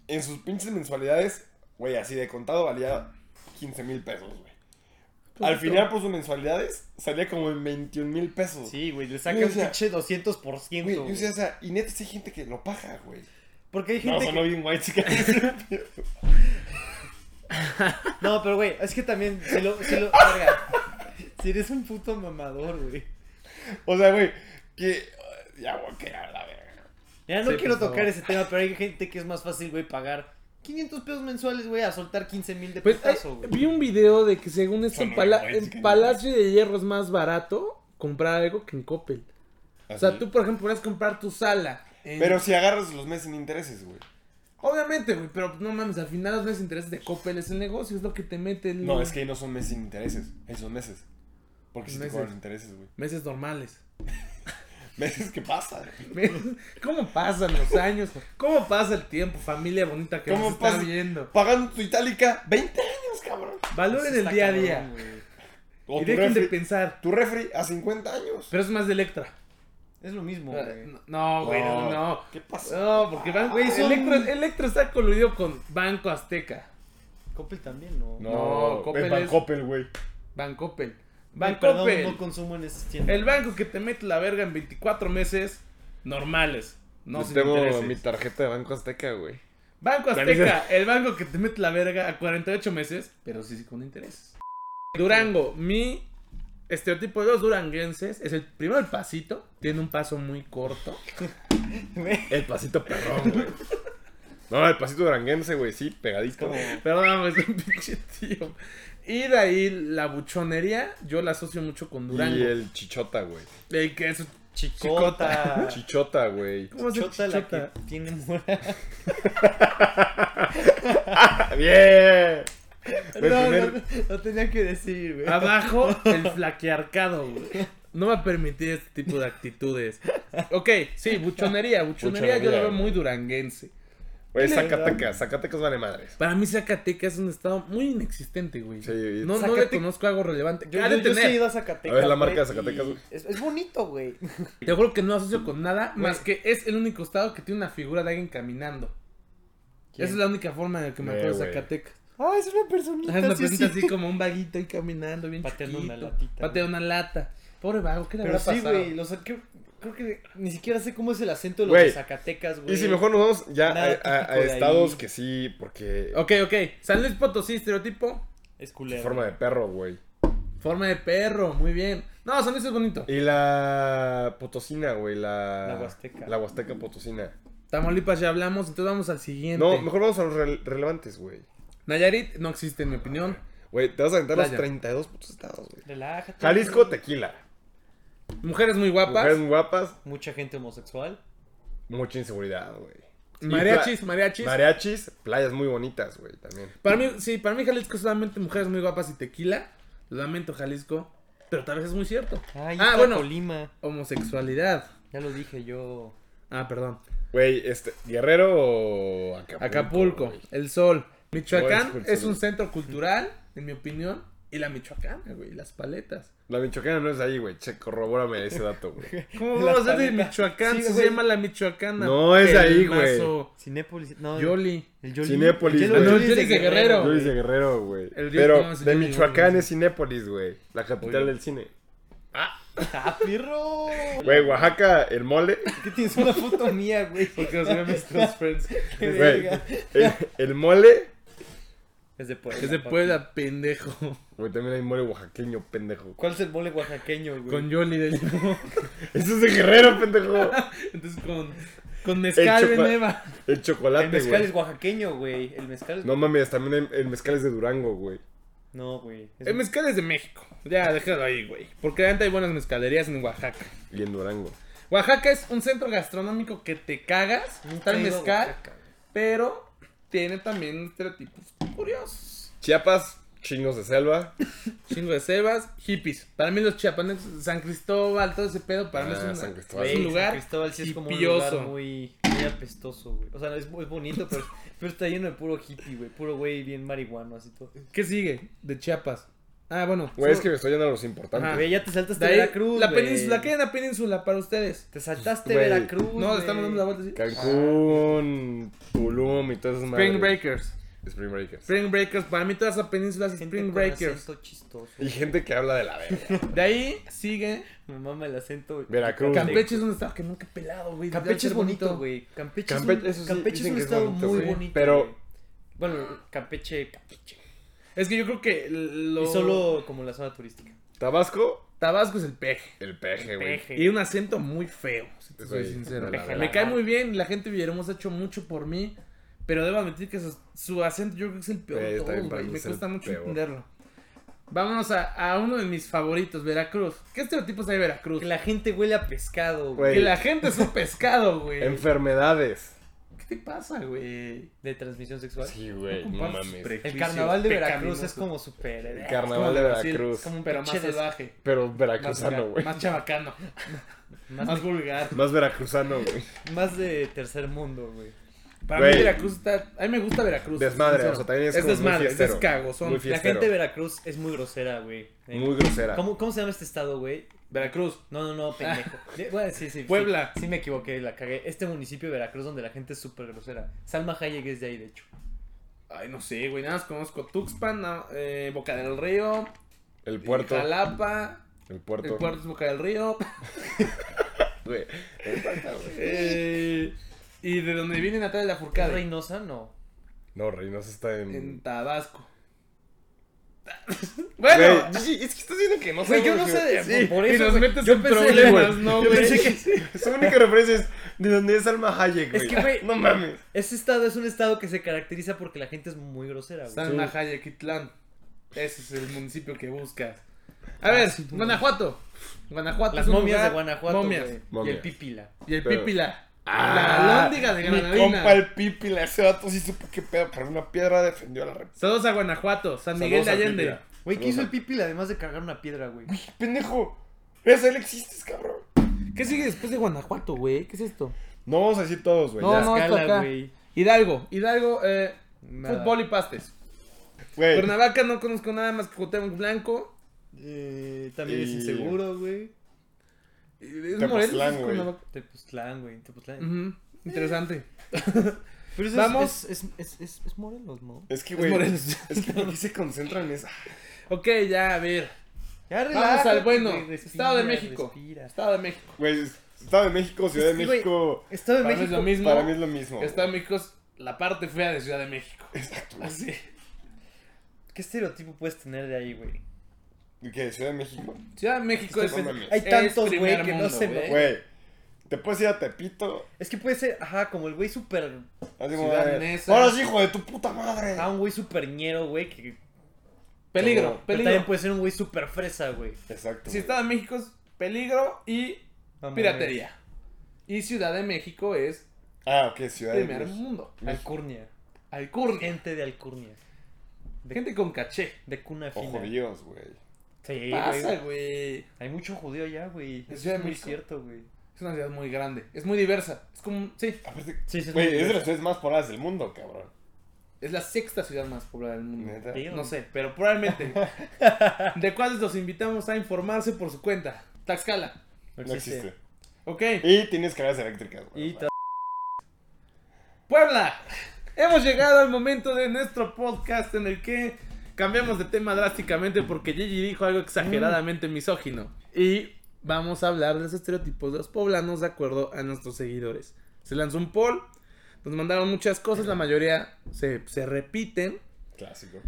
Speaker 2: En sus pinches mensualidades, güey, así de contado valía 15 mil pesos, güey.
Speaker 1: Pues
Speaker 2: Al final, por sus mensualidades, salía como en 21 mil pesos.
Speaker 3: Sí, güey, le saca
Speaker 2: Yo
Speaker 3: un
Speaker 2: decía-
Speaker 3: pinche 200%.
Speaker 2: Güey, yo
Speaker 3: güey.
Speaker 2: decía, o sea, y neta, sí hay gente que lo paga, güey.
Speaker 3: Porque hay
Speaker 2: No,
Speaker 3: gente
Speaker 2: sonó bien white chica.
Speaker 3: que... No, pero güey, es que también se lo... Se lo... verga. Si eres un puto mamador, güey.
Speaker 2: O sea, güey, que. Ya, güey, que a la verga.
Speaker 3: Ya no
Speaker 1: Sí,
Speaker 3: quiero
Speaker 1: por favor.
Speaker 3: tocar ese tema, pero hay gente que es más fácil, güey, pagar 500 pesos mensuales, güey, a soltar 15 mil de
Speaker 1: Pues ay,
Speaker 3: putazo, güey.
Speaker 1: vi un video de que según esto,
Speaker 2: Son
Speaker 1: en, Pala-
Speaker 2: muy guays,
Speaker 1: en
Speaker 2: que-
Speaker 1: Palacio de Hierro es más barato comprar algo que en Coppel. O sea,
Speaker 2: Así.
Speaker 1: tú, por ejemplo, podrías comprar tu sala. en-
Speaker 2: Pero si agarras los meses sin intereses, güey.
Speaker 1: Obviamente, güey, pero no mames, al final los meses de intereses de Coppel es el negocio, es lo que te mete el...
Speaker 2: No, es que ahí no son meses sin intereses. Ahí son meses. Porque si te
Speaker 1: Meses.
Speaker 2: cobran intereses, güey.
Speaker 1: Meses normales.
Speaker 2: Meses que pasa, güey.
Speaker 1: Meses- ¿Cómo pasan los años? ¿Cómo pasa el tiempo, familia bonita que
Speaker 2: ¿Cómo
Speaker 1: nos está
Speaker 2: pasa?
Speaker 1: viendo?
Speaker 2: pagando tu itálica 20 años, cabrón.
Speaker 1: Valoren
Speaker 3: Pues
Speaker 1: el
Speaker 3: está
Speaker 1: día a
Speaker 3: cabrón,
Speaker 1: día
Speaker 3: güey.
Speaker 2: O
Speaker 1: y
Speaker 2: tu
Speaker 1: dejen de
Speaker 2: refri,
Speaker 1: pensar.
Speaker 2: tu refri a 50 años.
Speaker 1: Pero es más de Electra.
Speaker 3: Es lo mismo, güey.
Speaker 1: Ah, No, güey, no, no.
Speaker 2: ¿Qué pasa?
Speaker 1: No, porque Ban-
Speaker 3: Güey, Ah, son-
Speaker 1: Electra, Electra está coludido con Banco Azteca.
Speaker 3: Coppel también, ¿no?
Speaker 1: No, Coppel
Speaker 2: es Van
Speaker 1: es-
Speaker 2: Coppel, güey.
Speaker 1: Bancopel.
Speaker 3: Güey,
Speaker 1: Bancopel.
Speaker 3: Perdón, no consumo en esas tiendas.
Speaker 1: El banco que te mete la verga en 24 meses normales. No
Speaker 2: Yo
Speaker 1: sin
Speaker 2: tengo
Speaker 1: intereses.
Speaker 2: mi tarjeta de Banco Azteca, güey.
Speaker 1: Banco Azteca, el banco que te mete la verga a 48 meses, pero sí, sí con intereses. Durango, mi estereotipo de los duranguenses es el primero el pasito, tiene un paso muy corto.
Speaker 3: Güey,
Speaker 2: El pasito perrón, güey. No, el pasito duranguense, güey, sí, pegadito.
Speaker 3: como-
Speaker 1: Perdón, es un pinche tío. Y de ahí la buchonería, yo la asocio mucho con Durango.
Speaker 2: Y el chichota, güey.
Speaker 1: El que es-
Speaker 3: Chicota.
Speaker 2: Chichota, güey.
Speaker 1: ¿Cómo se
Speaker 3: Chota la que
Speaker 1: chichota?
Speaker 3: tiene mora.
Speaker 2: ¡Bien! El
Speaker 3: No,
Speaker 2: primer-
Speaker 1: Ah,
Speaker 3: no, no tenía que decir, güey.
Speaker 1: Abajo, el flaquearcado, güey. no va a permitir este tipo de actitudes. Ok, sí, buchonería. Buchonería yo
Speaker 2: Buchonería,
Speaker 1: lo veo
Speaker 2: güey.
Speaker 1: muy duranguense.
Speaker 2: Güey, Zacatecas, Zacatecas vale madres.
Speaker 1: Para mí Zacatecas es un estado muy inexistente, güey.
Speaker 2: Sí, y-
Speaker 1: no, no le
Speaker 3: Zacate-
Speaker 1: conozco algo relevante.
Speaker 3: Yo,
Speaker 1: Ha
Speaker 3: yo-
Speaker 1: de
Speaker 3: yo sí
Speaker 1: tener.
Speaker 3: he ido a Zacatecas.
Speaker 2: A ver, la
Speaker 3: güey,
Speaker 2: marca de
Speaker 3: y
Speaker 2: Zacatecas, güey.
Speaker 3: Es, es bonito, güey.
Speaker 1: Te juro que no lo asocio con nada más que es el único estado que tiene una figura de alguien caminando.
Speaker 3: ¿Quién?
Speaker 1: Esa es la única forma en la que me
Speaker 2: Eh,
Speaker 1: acuerdo de
Speaker 2: güey.
Speaker 1: Zacatecas.
Speaker 3: Ah, es una personita.
Speaker 1: Es una
Speaker 3: sí,
Speaker 1: persona
Speaker 3: sí.
Speaker 1: así como un vaguito ahí caminando, bien
Speaker 3: Pateando
Speaker 1: chiquito.
Speaker 3: una latita,
Speaker 1: Pateando una lata. Pobre vago, ¿qué le
Speaker 3: Pero
Speaker 1: habrá
Speaker 3: sí,
Speaker 1: pasado?
Speaker 3: güey. los- Creo, creo que ni siquiera sé cómo es el acento de los
Speaker 2: Güey.
Speaker 3: de Zacatecas, güey.
Speaker 2: Y si mejor nos vamos ya a,
Speaker 3: Nada
Speaker 2: a- a
Speaker 3: típico de
Speaker 2: estados
Speaker 3: ahí.
Speaker 2: que sí, porque
Speaker 1: Ok, ok. San Luis Potosí, estereotipo.
Speaker 3: Es culero.
Speaker 2: forma de perro, güey.
Speaker 1: Forma de perro, muy bien. No, San Luis es bonito.
Speaker 2: Y la potosina, güey, la...
Speaker 3: La huasteca.
Speaker 2: La huasteca potosina.
Speaker 1: Tamaulipas ya hablamos, entonces vamos al siguiente.
Speaker 2: No, mejor vamos a los rele- relevantes, güey.
Speaker 1: Nayarit no existe, en mi opinión.
Speaker 2: Güey, te vas a aventar los
Speaker 1: Playa.
Speaker 2: 32 putos estados, güey.
Speaker 3: Relájate.
Speaker 2: Jalisco,
Speaker 3: güey.
Speaker 2: tequila.
Speaker 1: Mujeres muy guapas.
Speaker 2: Mujeres muy guapas,
Speaker 3: Mucha gente homosexual.
Speaker 2: mucha inseguridad, güey.
Speaker 1: Mariachis,
Speaker 2: Y pla-
Speaker 1: mariachis.
Speaker 2: Mariachis, playas muy bonitas, güey, también.
Speaker 1: Para mí, sí, para mí Jalisco es solamente mujeres muy guapas y tequila. Lo Lamento Jalisco, pero tal vez es muy cierto.
Speaker 3: Ay,
Speaker 1: ah, bueno,
Speaker 3: Colima.
Speaker 1: homosexualidad.
Speaker 3: Ya lo dije yo.
Speaker 1: Ah, perdón.
Speaker 2: Güey, este, Guerrero o Acapulco.
Speaker 1: Acapulco,
Speaker 2: güey?
Speaker 1: el sol. Michoacán
Speaker 2: Pues,
Speaker 1: es
Speaker 2: el
Speaker 1: un
Speaker 2: sol.
Speaker 1: centro cultural, en mi opinión. Y la Michoacana, güey, las paletas.
Speaker 2: La Michoacana no es ahí, güey. Che, corrobórame ese dato, güey.
Speaker 1: ¿Cómo
Speaker 3: Las
Speaker 1: vamos a hacer de
Speaker 3: paletas.
Speaker 1: Michoacán?
Speaker 3: Sí,
Speaker 1: si se
Speaker 3: güey.
Speaker 1: llama la Michoacana.
Speaker 2: No, es ahí,
Speaker 1: Pelmazo,
Speaker 3: Cinépolis. No,
Speaker 1: Yoli.
Speaker 3: el Yoli.
Speaker 2: Cinépolis,
Speaker 3: El
Speaker 2: güey.
Speaker 3: Yoli
Speaker 2: No,
Speaker 3: es
Speaker 1: el Yoli
Speaker 3: de
Speaker 1: es de Guerrero.
Speaker 2: Yo
Speaker 1: güey.
Speaker 2: hice Guerrero, güey.
Speaker 1: El río
Speaker 2: Pero
Speaker 1: Tomás, el
Speaker 2: de
Speaker 1: río
Speaker 2: Michoacán
Speaker 1: Yoli.
Speaker 2: es Cinépolis, güey. La capital
Speaker 1: Oye.
Speaker 2: del cine.
Speaker 3: ¡Ah, perro!
Speaker 2: Güey, Oaxaca, el mole.
Speaker 3: ¿Qué tienes una foto mía, güey?
Speaker 1: Porque los veo nuestros friends.
Speaker 3: Qué
Speaker 2: Güey,
Speaker 3: verga.
Speaker 2: el, el mole.
Speaker 3: Es de Puebla.
Speaker 1: Es de
Speaker 3: papi.
Speaker 1: Puebla, pendejo.
Speaker 2: Güey, también hay mole oaxaqueño, pendejo.
Speaker 3: ¿Cuál es el mole oaxaqueño, güey?
Speaker 1: Con Yoli de limón.
Speaker 2: Eso Este es de Guerrero, pendejo.
Speaker 1: Entonces con, con Mezcal de
Speaker 2: El chocolate.
Speaker 1: Neva.
Speaker 2: El
Speaker 3: El
Speaker 2: chocolate,
Speaker 3: mezcal
Speaker 2: güey.
Speaker 3: es oaxaqueño, güey. El mezcal es...
Speaker 2: No mames, también el, el mezcal es de Durango, güey.
Speaker 3: No, güey. Es-
Speaker 1: El mezcal es de México. Ya, déjalo ahí, güey. Porque la neta hay buenas mezcalerías en Oaxaca.
Speaker 2: Y en Durango.
Speaker 1: Oaxaca es un centro gastronómico que te cagas. Está el
Speaker 3: he ido a
Speaker 1: mezcal,
Speaker 3: Oaxaca, güey.
Speaker 1: pero tiene también estereotipos curiosos.
Speaker 2: Chiapas, chingos de selva.
Speaker 1: Chingo de cebas, hippies. Para mí los chiapaneses, San Cristóbal, todo ese pedo, para mí es
Speaker 2: Ah,
Speaker 1: un...
Speaker 2: San Cristóbal.
Speaker 1: Es
Speaker 3: Güey,
Speaker 1: un
Speaker 3: San
Speaker 1: lugar
Speaker 3: Cristóbal sí es como un
Speaker 1: hipioso.
Speaker 3: lugar muy, muy apestoso, güey. O sea, es, es bonito, pero, pero está lleno de puro hippie, güey. Puro güey bien marihuano, así todo.
Speaker 1: ¿Qué sigue de Chiapas? Ah, bueno.
Speaker 2: Güey, es
Speaker 1: sur-
Speaker 2: que me estoy yendo a los importantes.
Speaker 1: Ajá.
Speaker 3: Güey, ya te saltaste
Speaker 1: de ahí,
Speaker 3: Veracruz,
Speaker 1: la
Speaker 3: güey.
Speaker 1: península, ¿qué es la península para ustedes?
Speaker 3: Te saltaste
Speaker 2: Güey.
Speaker 3: Veracruz,
Speaker 1: No, estamos dando la
Speaker 3: güey.
Speaker 1: vuelta. ¿sí?
Speaker 2: Cancún, Tulum y todas esas
Speaker 1: Spring
Speaker 2: madres.
Speaker 1: Breakers.
Speaker 2: Spring Breakers.
Speaker 1: Spring Breakers, para mí toda esa península es
Speaker 3: Gente
Speaker 1: Spring
Speaker 3: con
Speaker 1: Breakers.
Speaker 3: acento chistoso.
Speaker 2: Y gente que habla de la verga.
Speaker 1: De ahí sigue.
Speaker 3: Me mama el acento.
Speaker 2: Veracruz.
Speaker 1: Campeche es un estado que nunca he pelado, güey. Debe
Speaker 3: Campeche
Speaker 1: ser
Speaker 3: es bonito, güey. Campeche,
Speaker 2: Campe-
Speaker 3: es
Speaker 2: eso
Speaker 3: un,
Speaker 2: sí,
Speaker 3: Campeche es
Speaker 2: dicen
Speaker 3: un
Speaker 2: que es
Speaker 3: estado
Speaker 2: bonito,
Speaker 3: muy
Speaker 2: güey.
Speaker 3: bonito.
Speaker 2: Pero-
Speaker 3: güey. Bueno, Campeche, Campeche.
Speaker 1: Es que yo creo que lo...
Speaker 3: Y solo como la zona turística.
Speaker 2: Tabasco,
Speaker 1: Tabasco es el peje.
Speaker 2: el peje, güey.
Speaker 3: Peje.
Speaker 1: Y un acento muy feo, si te soy
Speaker 2: Güey,
Speaker 1: sincero.
Speaker 2: la
Speaker 1: Me
Speaker 2: verdad.
Speaker 1: cae muy bien, la gente de Villahermosa ha hecho mucho por mí. Pero debo admitir que su, su acento yo creo que es el peor
Speaker 2: Güey,
Speaker 1: de
Speaker 2: está
Speaker 1: todos,
Speaker 2: bien, para
Speaker 1: güey.
Speaker 2: mí
Speaker 1: Me
Speaker 2: es el
Speaker 1: cuesta mucho
Speaker 2: peor.
Speaker 1: entenderlo. Vámonos a, a uno de mis favoritos, Veracruz. ¿Qué estereotipos hay de Veracruz?
Speaker 3: Que la gente huele a pescado, güey.
Speaker 2: Güey.
Speaker 1: Que la gente es un pescado, güey.
Speaker 2: Enfermedades.
Speaker 1: ¿Qué te pasa, güey?
Speaker 3: De transmisión sexual.
Speaker 2: Sí, güey,
Speaker 1: No
Speaker 2: no
Speaker 1: compartes
Speaker 2: mames.
Speaker 1: prejuicios
Speaker 3: El carnaval de Veracruz
Speaker 1: pecaminosos.
Speaker 3: es como super.
Speaker 2: El
Speaker 3: eh,
Speaker 2: carnaval de Veracruz.
Speaker 1: como un pero más
Speaker 3: pinche des-
Speaker 1: salvaje.
Speaker 2: Pero
Speaker 1: Más,
Speaker 2: veracruzano,
Speaker 1: vulgar,
Speaker 2: güey.
Speaker 1: más chabacano.
Speaker 3: Más,
Speaker 1: más vulgar.
Speaker 2: Más veracruzano, güey.
Speaker 3: más de tercer mundo, güey.
Speaker 1: Para
Speaker 2: Güey.
Speaker 1: mí Veracruz está... A mí me gusta Veracruz.
Speaker 2: Desmadre,
Speaker 1: sincero.
Speaker 2: o sea, también es
Speaker 1: es
Speaker 2: como muy
Speaker 1: desmadre, es
Speaker 2: fiestero.
Speaker 1: descago. Son
Speaker 2: Muy fiestero.
Speaker 3: La gente de Veracruz es muy grosera, güey. Eh,
Speaker 2: Muy grosera.
Speaker 3: ¿Cómo, ¿Cómo se llama este estado, güey?
Speaker 1: Veracruz.
Speaker 3: No, no, no, pendejo. De- bueno, sí, sí, sí.
Speaker 1: Puebla.
Speaker 3: Sí, me equivoqué, la cagué. Este municipio de Veracruz donde la gente es súper grosera. Salma Hayek es de ahí, de hecho.
Speaker 1: Ay, no sé, güey. Nada más conozco Tuxpan, na- eh, Boca del Río, eh,
Speaker 2: El puerto.
Speaker 1: Jalapa.
Speaker 2: El puerto.
Speaker 1: El puerto es Boca del Río.
Speaker 2: Güey. El puerto, güey.
Speaker 1: eh, y de donde viene Natalia la
Speaker 3: ¿Es
Speaker 1: Furcada.
Speaker 3: Reynosa? No.
Speaker 2: No, Reynosa está en.
Speaker 1: En Tabasco.
Speaker 2: Mm. Güey,
Speaker 1: bueno,
Speaker 2: sí, es que estás viendo que no
Speaker 1: Güey, yo no
Speaker 2: güey.
Speaker 1: sé de-
Speaker 2: Sí.
Speaker 1: por eso,
Speaker 2: y nos
Speaker 1: güey.
Speaker 2: metes
Speaker 1: Yo
Speaker 2: en
Speaker 1: pensé,
Speaker 2: problemas,
Speaker 1: güey.
Speaker 2: ¿no,
Speaker 1: Yo
Speaker 2: güey?
Speaker 1: pensé
Speaker 2: Su única referencia es de donde es Alma Hayek,
Speaker 3: Es
Speaker 2: güey.
Speaker 3: que, güey,
Speaker 2: No mames.
Speaker 3: Ese estado es un estado que se caracteriza porque la gente es muy grosera, güey.
Speaker 1: Salma
Speaker 2: Sí.
Speaker 1: Hayekitlán. Ese es el municipio que buscas. A ver, Guanajuato. Guanajuato.
Speaker 3: Las
Speaker 1: es un
Speaker 3: momias
Speaker 1: lugar-
Speaker 3: de Guanajuato,
Speaker 1: momias.
Speaker 3: güey. Y
Speaker 2: Momias.
Speaker 3: el Pipila.
Speaker 1: Y el
Speaker 2: Pero- Ah,
Speaker 1: Pípila. la alóndiga de
Speaker 2: Mi
Speaker 1: granadina.
Speaker 2: compa el Pipi, la ese vato sí supo qué pedo, pero una piedra defendió a la rep.
Speaker 1: Saludos a Guanajuato, San Miguel
Speaker 2: Saludos
Speaker 1: de
Speaker 2: al
Speaker 1: Allende.
Speaker 2: Pipila.
Speaker 3: Güey, ¿qué
Speaker 2: Saludos
Speaker 3: hizo
Speaker 2: al-
Speaker 3: el Pipila además de cargar una piedra, güey?
Speaker 2: ¡Pendejo! Eso, él existes, cabrón.
Speaker 1: ¿Qué sigue después de Guanajuato, güey? ¿Qué es esto?
Speaker 2: No vamos a decir todos, güey.
Speaker 1: No,
Speaker 2: ya.
Speaker 1: no, esto acá.
Speaker 3: Tlaxcala, güey.
Speaker 1: Hidalgo, Hidalgo, eh,
Speaker 3: Nada.
Speaker 1: fútbol y pastes.
Speaker 2: Güey,
Speaker 1: Cuernavaca no conozco nada más que Cuauhtémoc Blanco.
Speaker 3: Eh, también es
Speaker 2: Y-
Speaker 3: inseguro, güey.
Speaker 1: Es
Speaker 2: Tepoztlán,
Speaker 1: Morelos, es
Speaker 2: güey.
Speaker 1: Cuernavaca.
Speaker 3: Tepoztlán, güey. Tepoztlán.
Speaker 1: Ujú, Interesante.
Speaker 3: Pero eso
Speaker 1: Vamos.
Speaker 3: Es, es, es, es- es Morelos, ¿no?
Speaker 2: Es que,
Speaker 1: Es
Speaker 2: güey.
Speaker 1: Morelos.
Speaker 2: Es que ¿por qué se concentran en esa?
Speaker 1: Ok, ya, a ver.
Speaker 3: Ya
Speaker 1: Vamos al
Speaker 3: relájate,
Speaker 1: bueno.
Speaker 3: güey, respira,
Speaker 1: Estado de México.
Speaker 3: respira.
Speaker 1: Estado de México.
Speaker 2: Güey, Estado de México, Ciudad de
Speaker 3: Es que, güey,
Speaker 2: México.
Speaker 3: Estado de
Speaker 1: Para mí es
Speaker 3: México.
Speaker 1: lo mismo.
Speaker 2: Para mí es lo mismo.
Speaker 1: Estado de México es la parte fea de Ciudad de México.
Speaker 3: Así. ¿Qué estereotipo puedes tener de ahí, güey?
Speaker 2: güey. ¿Qué? ¿Ciudad de México?
Speaker 1: Ciudad de México
Speaker 2: Estoy
Speaker 1: es.
Speaker 2: con
Speaker 1: es
Speaker 2: mames.
Speaker 3: Hay tantos, güey,
Speaker 1: primer
Speaker 3: que no
Speaker 1: mundo,
Speaker 3: se-
Speaker 1: güey.
Speaker 2: Güey, te puedes ir a Tepito.
Speaker 3: Es que puede ser, ajá, como el güey súper.
Speaker 2: Así como,
Speaker 1: Ciudad
Speaker 2: eh,
Speaker 1: Neza.
Speaker 2: Ahora sí, hijo de tu puta madre.
Speaker 3: Ah, un güey súper ñero, güey. Que, pero
Speaker 1: Peligro,
Speaker 3: también
Speaker 1: peligro.
Speaker 3: puede ser un güey súper fresa, güey.
Speaker 2: Exacto.
Speaker 1: Si
Speaker 2: güey.
Speaker 1: Estado de México es peligro y
Speaker 3: Vamos,
Speaker 1: piratería. Y Ciudad de México es
Speaker 2: Ah, ok, Ciudad de
Speaker 1: primer
Speaker 2: México.
Speaker 1: mundo.
Speaker 3: güey. Alcurnia.
Speaker 1: Alcurnia.
Speaker 3: Gente de Alcurnia. De,
Speaker 1: Gente con caché.
Speaker 3: de cuna
Speaker 2: O
Speaker 3: fina.
Speaker 2: judíos, güey.
Speaker 3: Sí,
Speaker 1: Pasa,
Speaker 3: güey.
Speaker 1: güey.
Speaker 3: Hay mucho judío allá, güey.
Speaker 1: Es
Speaker 3: Eso
Speaker 1: Ciudad
Speaker 3: es
Speaker 1: de
Speaker 3: muy
Speaker 1: México.
Speaker 3: cierto, güey.
Speaker 1: Es una ciudad muy grande. Es muy diversa. Es como. Sí,
Speaker 2: Aparte,
Speaker 3: Sí, sí, es muy
Speaker 2: güey, es de
Speaker 3: diverso.
Speaker 2: las ciudades más pobladas del mundo, cabrón.
Speaker 1: es la sexta ciudad más poblada del mundo.
Speaker 2: Neta.
Speaker 3: Sí.
Speaker 1: No sé, pero probablemente. ¿De cuáles los invitamos a informarse por su cuenta? Taxcala.
Speaker 2: No existe.
Speaker 1: Ok.
Speaker 2: Y tiene escaleras eléctricas, güey.
Speaker 3: Y
Speaker 2: o sea.
Speaker 3: ta-
Speaker 1: Puebla. Hemos llegado al momento de nuestro podcast en el que cambiamos de tema drásticamente porque Gigi dijo algo exageradamente misógino. Y vamos a hablar de los estereotipos de los poblanos de acuerdo a nuestros seguidores. Se lanzó un poll, nos mandaron muchas cosas, la mayoría se, se repiten.
Speaker 2: Clásico.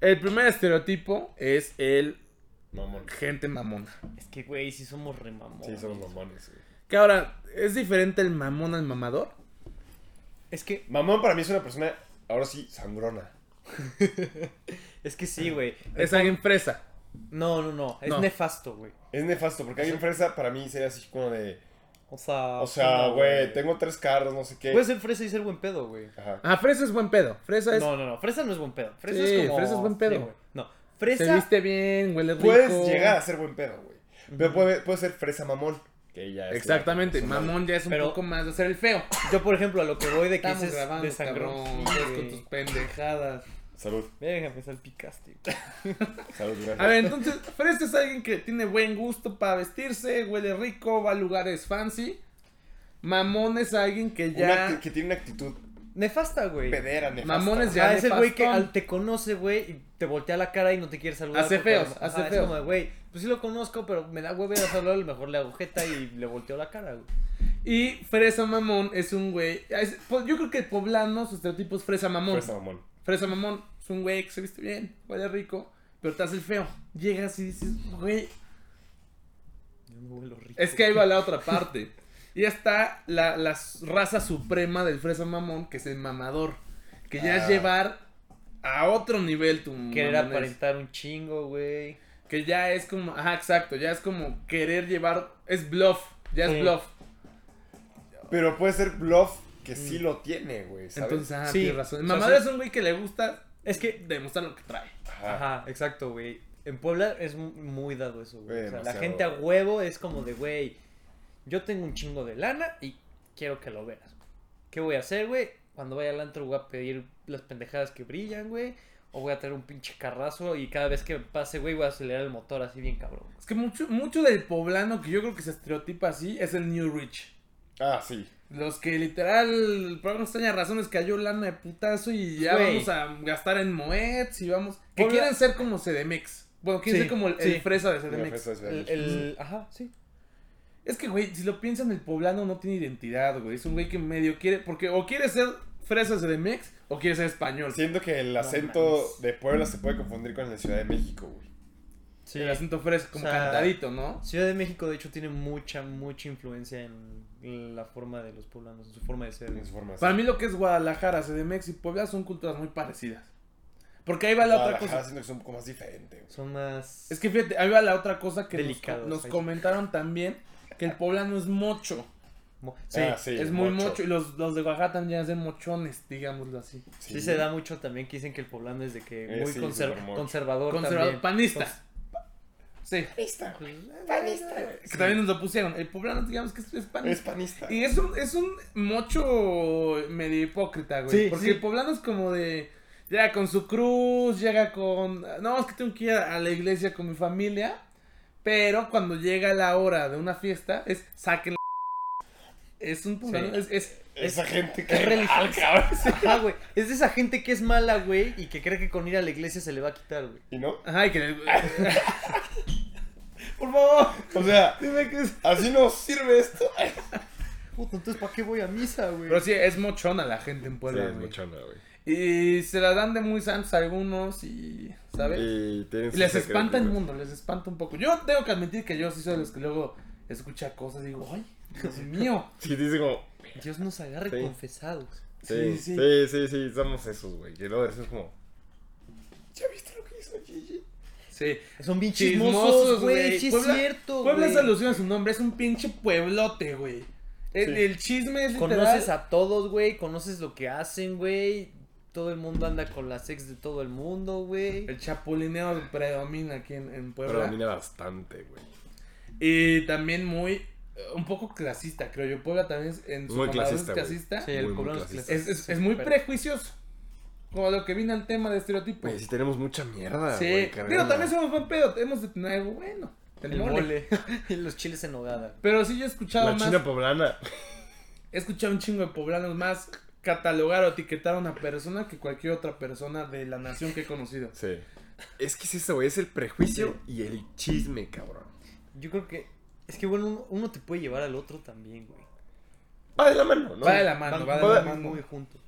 Speaker 1: El primer estereotipo es el
Speaker 2: Mamón.
Speaker 1: gente mamona.
Speaker 3: Es que, güey, sí somos remamos.
Speaker 2: Sí, son mamones, güey.
Speaker 1: Que ahora, ¿es diferente el mamón al mamador?
Speaker 3: Es que,
Speaker 2: Mamón para mí es una persona, ahora sí, sangrona.
Speaker 3: es que sí, güey.
Speaker 1: Es alguien fresa.
Speaker 3: No, no, no. Es
Speaker 1: No.
Speaker 3: nefasto, güey.
Speaker 2: Es nefasto, porque alguien fresa para mí sería así como de.
Speaker 3: O sea.
Speaker 2: O sea,
Speaker 3: no,
Speaker 2: Ah, güey, tengo tres carros, no sé qué.
Speaker 1: Pues,
Speaker 3: Puede ser fresa y ser buen pedo, güey.
Speaker 2: Ajá.
Speaker 1: Ah, fresa es buen pedo. Fresa es...
Speaker 3: No, no, no. Fresa no es buen pedo. Fresa
Speaker 1: Sí,
Speaker 3: es como.
Speaker 1: fresa es buen pedo.
Speaker 3: güey. no.
Speaker 1: Se
Speaker 3: Fresa.
Speaker 1: viste bien, huele rico.
Speaker 2: Puedes llegar a ser buen pedo, güey. Pero puede, puede ser fresa mamón. Que ya es
Speaker 1: Exactamente,
Speaker 2: una persona-
Speaker 1: mamón ya es un
Speaker 3: Pero-
Speaker 1: poco más de ser el feo.
Speaker 3: Yo, por ejemplo, a lo que voy de que
Speaker 1: Estamos
Speaker 3: dices
Speaker 1: grabando,
Speaker 3: de sangrón.
Speaker 1: cabrón,
Speaker 3: Sí,
Speaker 1: con
Speaker 3: güey.
Speaker 1: tus pendejadas.
Speaker 2: Salud,
Speaker 3: Verga, me salpicaste. güey.
Speaker 2: salud, gracias.
Speaker 1: A ver, entonces, Fresa es alguien que tiene buen gusto para vestirse, huele rico, va a lugares fancy. Mamón es alguien que
Speaker 2: Una acti-
Speaker 1: ya...
Speaker 2: que tiene una actitud
Speaker 3: Nefasta, güey.
Speaker 2: pedera, nefasta.
Speaker 1: Mamón es
Speaker 2: güey.
Speaker 1: ya
Speaker 3: Ya Ah, es el güey que
Speaker 1: nefastón.
Speaker 3: al- te conoce, güey, y te voltea la cara y no te quiere saludar.
Speaker 1: Hace
Speaker 3: porque-
Speaker 1: feos,
Speaker 3: ajá,
Speaker 1: hace
Speaker 3: es
Speaker 1: feos.
Speaker 3: como de, güey, pues sí lo conozco, pero me da hueva ir a saludarle, mejor le agujeta y le volteo la cara, güey.
Speaker 1: Y Fresa Mamón es un güey... es- pues, yo creo que el poblano, su estereotipo es Fresa Mamón.
Speaker 2: Fresa
Speaker 1: Fresa,
Speaker 2: mamón.
Speaker 1: Mamón es un güey que se viste bien, huele rico, pero te hace el feo. Llegas y dices, güey,
Speaker 3: Yo me vuelo rico.
Speaker 1: Es que ahí va la otra parte. Y está la, la s- raza suprema del fresa mamón, que es el mamador. Que ya
Speaker 2: Ah.
Speaker 1: es llevar a otro nivel tu
Speaker 3: Querer
Speaker 1: mamonés.
Speaker 3: aparentar un chingo, güey.
Speaker 1: Que ya es como, ajá, exacto, ya es como querer llevar, es bluff, ya es
Speaker 3: Sí.
Speaker 1: bluff.
Speaker 2: Pero puede ser bluff que sí lo tiene, güey, ¿sabes?
Speaker 1: Mm. Entonces, ah,
Speaker 3: Sí.
Speaker 1: tienes razón. El
Speaker 3: O sea,
Speaker 1: mamador
Speaker 3: sí.
Speaker 1: es un güey que le gusta
Speaker 3: Es que,
Speaker 1: demostrar lo que trae.
Speaker 2: Ajá.
Speaker 3: ajá, exacto, güey. En Puebla es mu- muy dado eso, güey.
Speaker 2: Güey,
Speaker 3: O sea, la
Speaker 2: demasiado.
Speaker 3: gente a huevo es como de, güey, yo tengo un chingo de lana y quiero que lo veas. ¿Qué voy a hacer, güey? Cuando vaya al antro voy a pedir las pendejadas que brillan, güey. O voy a traer un pinche carrazo y cada vez que pase, güey, voy a acelerar el motor así bien cabrón.
Speaker 1: Es que mucho, mucho del poblano que yo creo que se estereotipa así es el New Rich.
Speaker 2: Ah, sí.
Speaker 1: Los que literal, por alguna extraña razón, les cayó lana de putazo y ya
Speaker 3: Güey.
Speaker 1: vamos a gastar en moeds y vamos. Que
Speaker 3: Puebla-
Speaker 1: quieren ser como CDMX. Bueno, quieren
Speaker 3: Sí,
Speaker 1: ser como el,
Speaker 3: sí.
Speaker 1: el fresa de
Speaker 2: Una
Speaker 1: CDMX.
Speaker 2: fresa de Ciudad de
Speaker 3: El,
Speaker 2: México.
Speaker 3: el- ajá, sí.
Speaker 1: Es que, güey, si lo piensan, el poblano no tiene identidad, güey. Es un güey que medio quiere. Porque o quiere ser fresa de CDMX o quiere ser español.
Speaker 2: Siento que el acento
Speaker 3: mames.
Speaker 2: de Puebla se puede confundir con el de Ciudad de México, güey.
Speaker 3: Sí.
Speaker 1: El acento fresco, como
Speaker 3: O sea,
Speaker 1: cantadito, ¿no?
Speaker 3: Ciudad de México, de hecho, tiene mucha, mucha influencia en la forma de los poblanos, en su forma de ser.
Speaker 2: En su forma de
Speaker 1: Para
Speaker 2: ser.
Speaker 1: mí, lo que es Guadalajara, CDMX y Puebla son culturas muy parecidas. Porque ahí va la otra
Speaker 2: Guadalajara
Speaker 1: cosa.
Speaker 2: siento que es un poco más diferente, güey.
Speaker 3: Son más...
Speaker 1: Es que fíjate, ahí va la otra cosa que nos-
Speaker 3: Delicados,
Speaker 1: nos,
Speaker 3: ahí.
Speaker 1: comentaron también, que el poblano es mocho.
Speaker 3: mo- Sí,
Speaker 2: Ah, sí,
Speaker 1: es muy mocho. Y los, los de Oaxaca también hacen mochones, digámoslo así.
Speaker 3: sí se da mucho también que dicen que el poblano es de que
Speaker 2: Eh,
Speaker 3: muy
Speaker 2: sí,
Speaker 3: conser-
Speaker 2: súper mucho.
Speaker 3: conservador
Speaker 1: Conservador,
Speaker 3: también.
Speaker 1: panista.
Speaker 3: Cons-
Speaker 1: Sí.
Speaker 2: Panista, güey.
Speaker 3: Panista,
Speaker 2: güey.
Speaker 1: Que también nos lo pusieron. El poblano, digamos que es, es panista.
Speaker 2: Es panista.
Speaker 1: Y es un, es un mocho medio hipócrita, güey.
Speaker 3: Sí,
Speaker 1: porque
Speaker 3: sí.
Speaker 1: el poblano es como de. Llega con su cruz, llega con. No, es que tengo que ir a la iglesia con mi familia. Pero cuando llega la hora de una fiesta, es saquen la Es un poblano.
Speaker 3: Sí.
Speaker 1: Es, es,
Speaker 2: Esa gente que
Speaker 3: Es religiosa.
Speaker 2: cabrón.
Speaker 3: Ah, Ajá, güey. Es de esa gente que es mala, güey, y que cree que con ir a la iglesia se le va a quitar, güey.
Speaker 2: ¿Y no?
Speaker 1: Ajá, y que.
Speaker 3: Por favor.
Speaker 2: O sea,
Speaker 1: Dime que es.
Speaker 2: así no sirve esto.
Speaker 3: Puta, entonces ¿para qué voy a misa, güey?
Speaker 1: Pero sí, es mochona la gente en Puebla,
Speaker 2: es
Speaker 1: güey.
Speaker 2: muchona, güey.
Speaker 1: Y se la dan de muy santos a algunos y. ¿Sabes?
Speaker 2: Y, tienen
Speaker 1: Y
Speaker 2: sus
Speaker 1: les espanta el
Speaker 2: secretos.
Speaker 1: mundo, les espanta un poco. Yo tengo que admitir que yo sí soy de los que luego escucha cosas y digo, ay, Dios mío.
Speaker 2: Sí, dice como.
Speaker 3: Dios nos agarre
Speaker 2: Sí.
Speaker 3: confesados.
Speaker 1: Sí,
Speaker 2: Sí, sí,
Speaker 1: sí.
Speaker 2: sí, sí, somos esos, güey. Y luego decimos como. ¿Ya viste lo que hizo Gigi?
Speaker 1: Sí.
Speaker 3: Son bien
Speaker 1: Chismosos,
Speaker 3: chismosos, güey.
Speaker 1: güey.
Speaker 3: Sí es
Speaker 1: Puebla-
Speaker 3: cierto,
Speaker 1: Puebla es
Speaker 3: güey.
Speaker 1: alusión a su nombre, es un pinche pueblote, güey. El,
Speaker 2: Sí.
Speaker 1: el chisme es literal.
Speaker 3: Conoces a todos, güey. Conoces lo que hacen, güey. Todo el mundo anda con las ex de todo el mundo, güey.
Speaker 1: El chapulineo predomina aquí en, en Puebla.
Speaker 2: Pero domina bastante, güey.
Speaker 1: Y también muy, eh, un poco clasista, creo yo. Puebla también es, en su
Speaker 2: Muy
Speaker 1: formador
Speaker 2: clasista,
Speaker 1: es
Speaker 2: güey.
Speaker 1: clasista.
Speaker 3: Sí, el
Speaker 2: Muy, muy
Speaker 3: poblano
Speaker 2: clasista.
Speaker 3: clasista.
Speaker 1: Es, es- es muy
Speaker 3: Súper.
Speaker 1: prejuicioso. Como lo que vino al tema de estereotipos.
Speaker 2: Güey, sí tenemos mucha mierda,
Speaker 1: Sí,
Speaker 2: güey.
Speaker 1: digo,
Speaker 2: cargada.
Speaker 1: también somos buen pedo, hemos de tener algo bueno. El,
Speaker 3: El
Speaker 1: mole.
Speaker 3: mole. Y los chiles en nogada.
Speaker 1: Pero sí yo he escuchado
Speaker 2: La
Speaker 1: más,
Speaker 2: china poblana.
Speaker 1: he escuchado un chingo de poblanos más catalogar o etiquetar a una persona que cualquier otra persona de la nación que he conocido.
Speaker 2: Sí. Es que es eso, güey. Es el prejuicio y el chisme, cabrón.
Speaker 3: Yo creo que. Es que, bueno, uno, uno te puede llevar al otro también, güey.
Speaker 2: Va de la mano, ¿no?
Speaker 1: Va de la mano,
Speaker 3: Van-
Speaker 1: va de
Speaker 2: va-
Speaker 1: la
Speaker 3: van
Speaker 1: mano.
Speaker 3: muy juntos.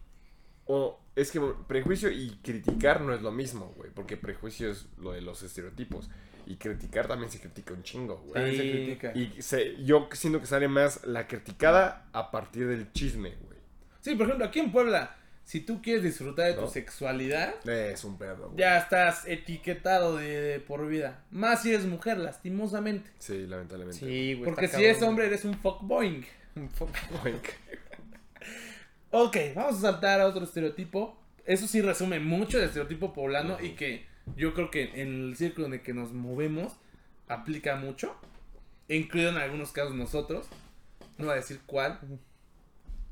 Speaker 2: O es que prejuicio y criticar no es lo mismo, güey. Porque prejuicio es lo de los estereotipos. Y criticar también se critica un chingo, güey.
Speaker 1: También se
Speaker 3: Sí.
Speaker 1: critica.
Speaker 2: Y se- yo siento que sale más la criticada a partir del chisme, güey.
Speaker 1: Sí, por ejemplo, aquí en Puebla, si tú quieres disfrutar de
Speaker 2: No.
Speaker 1: tu sexualidad,
Speaker 2: Es un pedo, güey.
Speaker 1: ya estás etiquetado de, de por vida. Más si eres mujer, lastimosamente.
Speaker 2: Sí, lamentablemente.
Speaker 3: Sí, güey.
Speaker 1: Porque
Speaker 3: Pues está
Speaker 1: si eres
Speaker 3: cabrón,
Speaker 1: hombre, eres un fuckboing.
Speaker 3: güey. Fuck.
Speaker 2: Güey,
Speaker 1: Ok, vamos a saltar a otro estereotipo. Eso sí resume mucho el estereotipo poblano y que yo creo que en el círculo en el que nos movemos aplica mucho, incluido en algunos casos nosotros. No voy a decir cuál,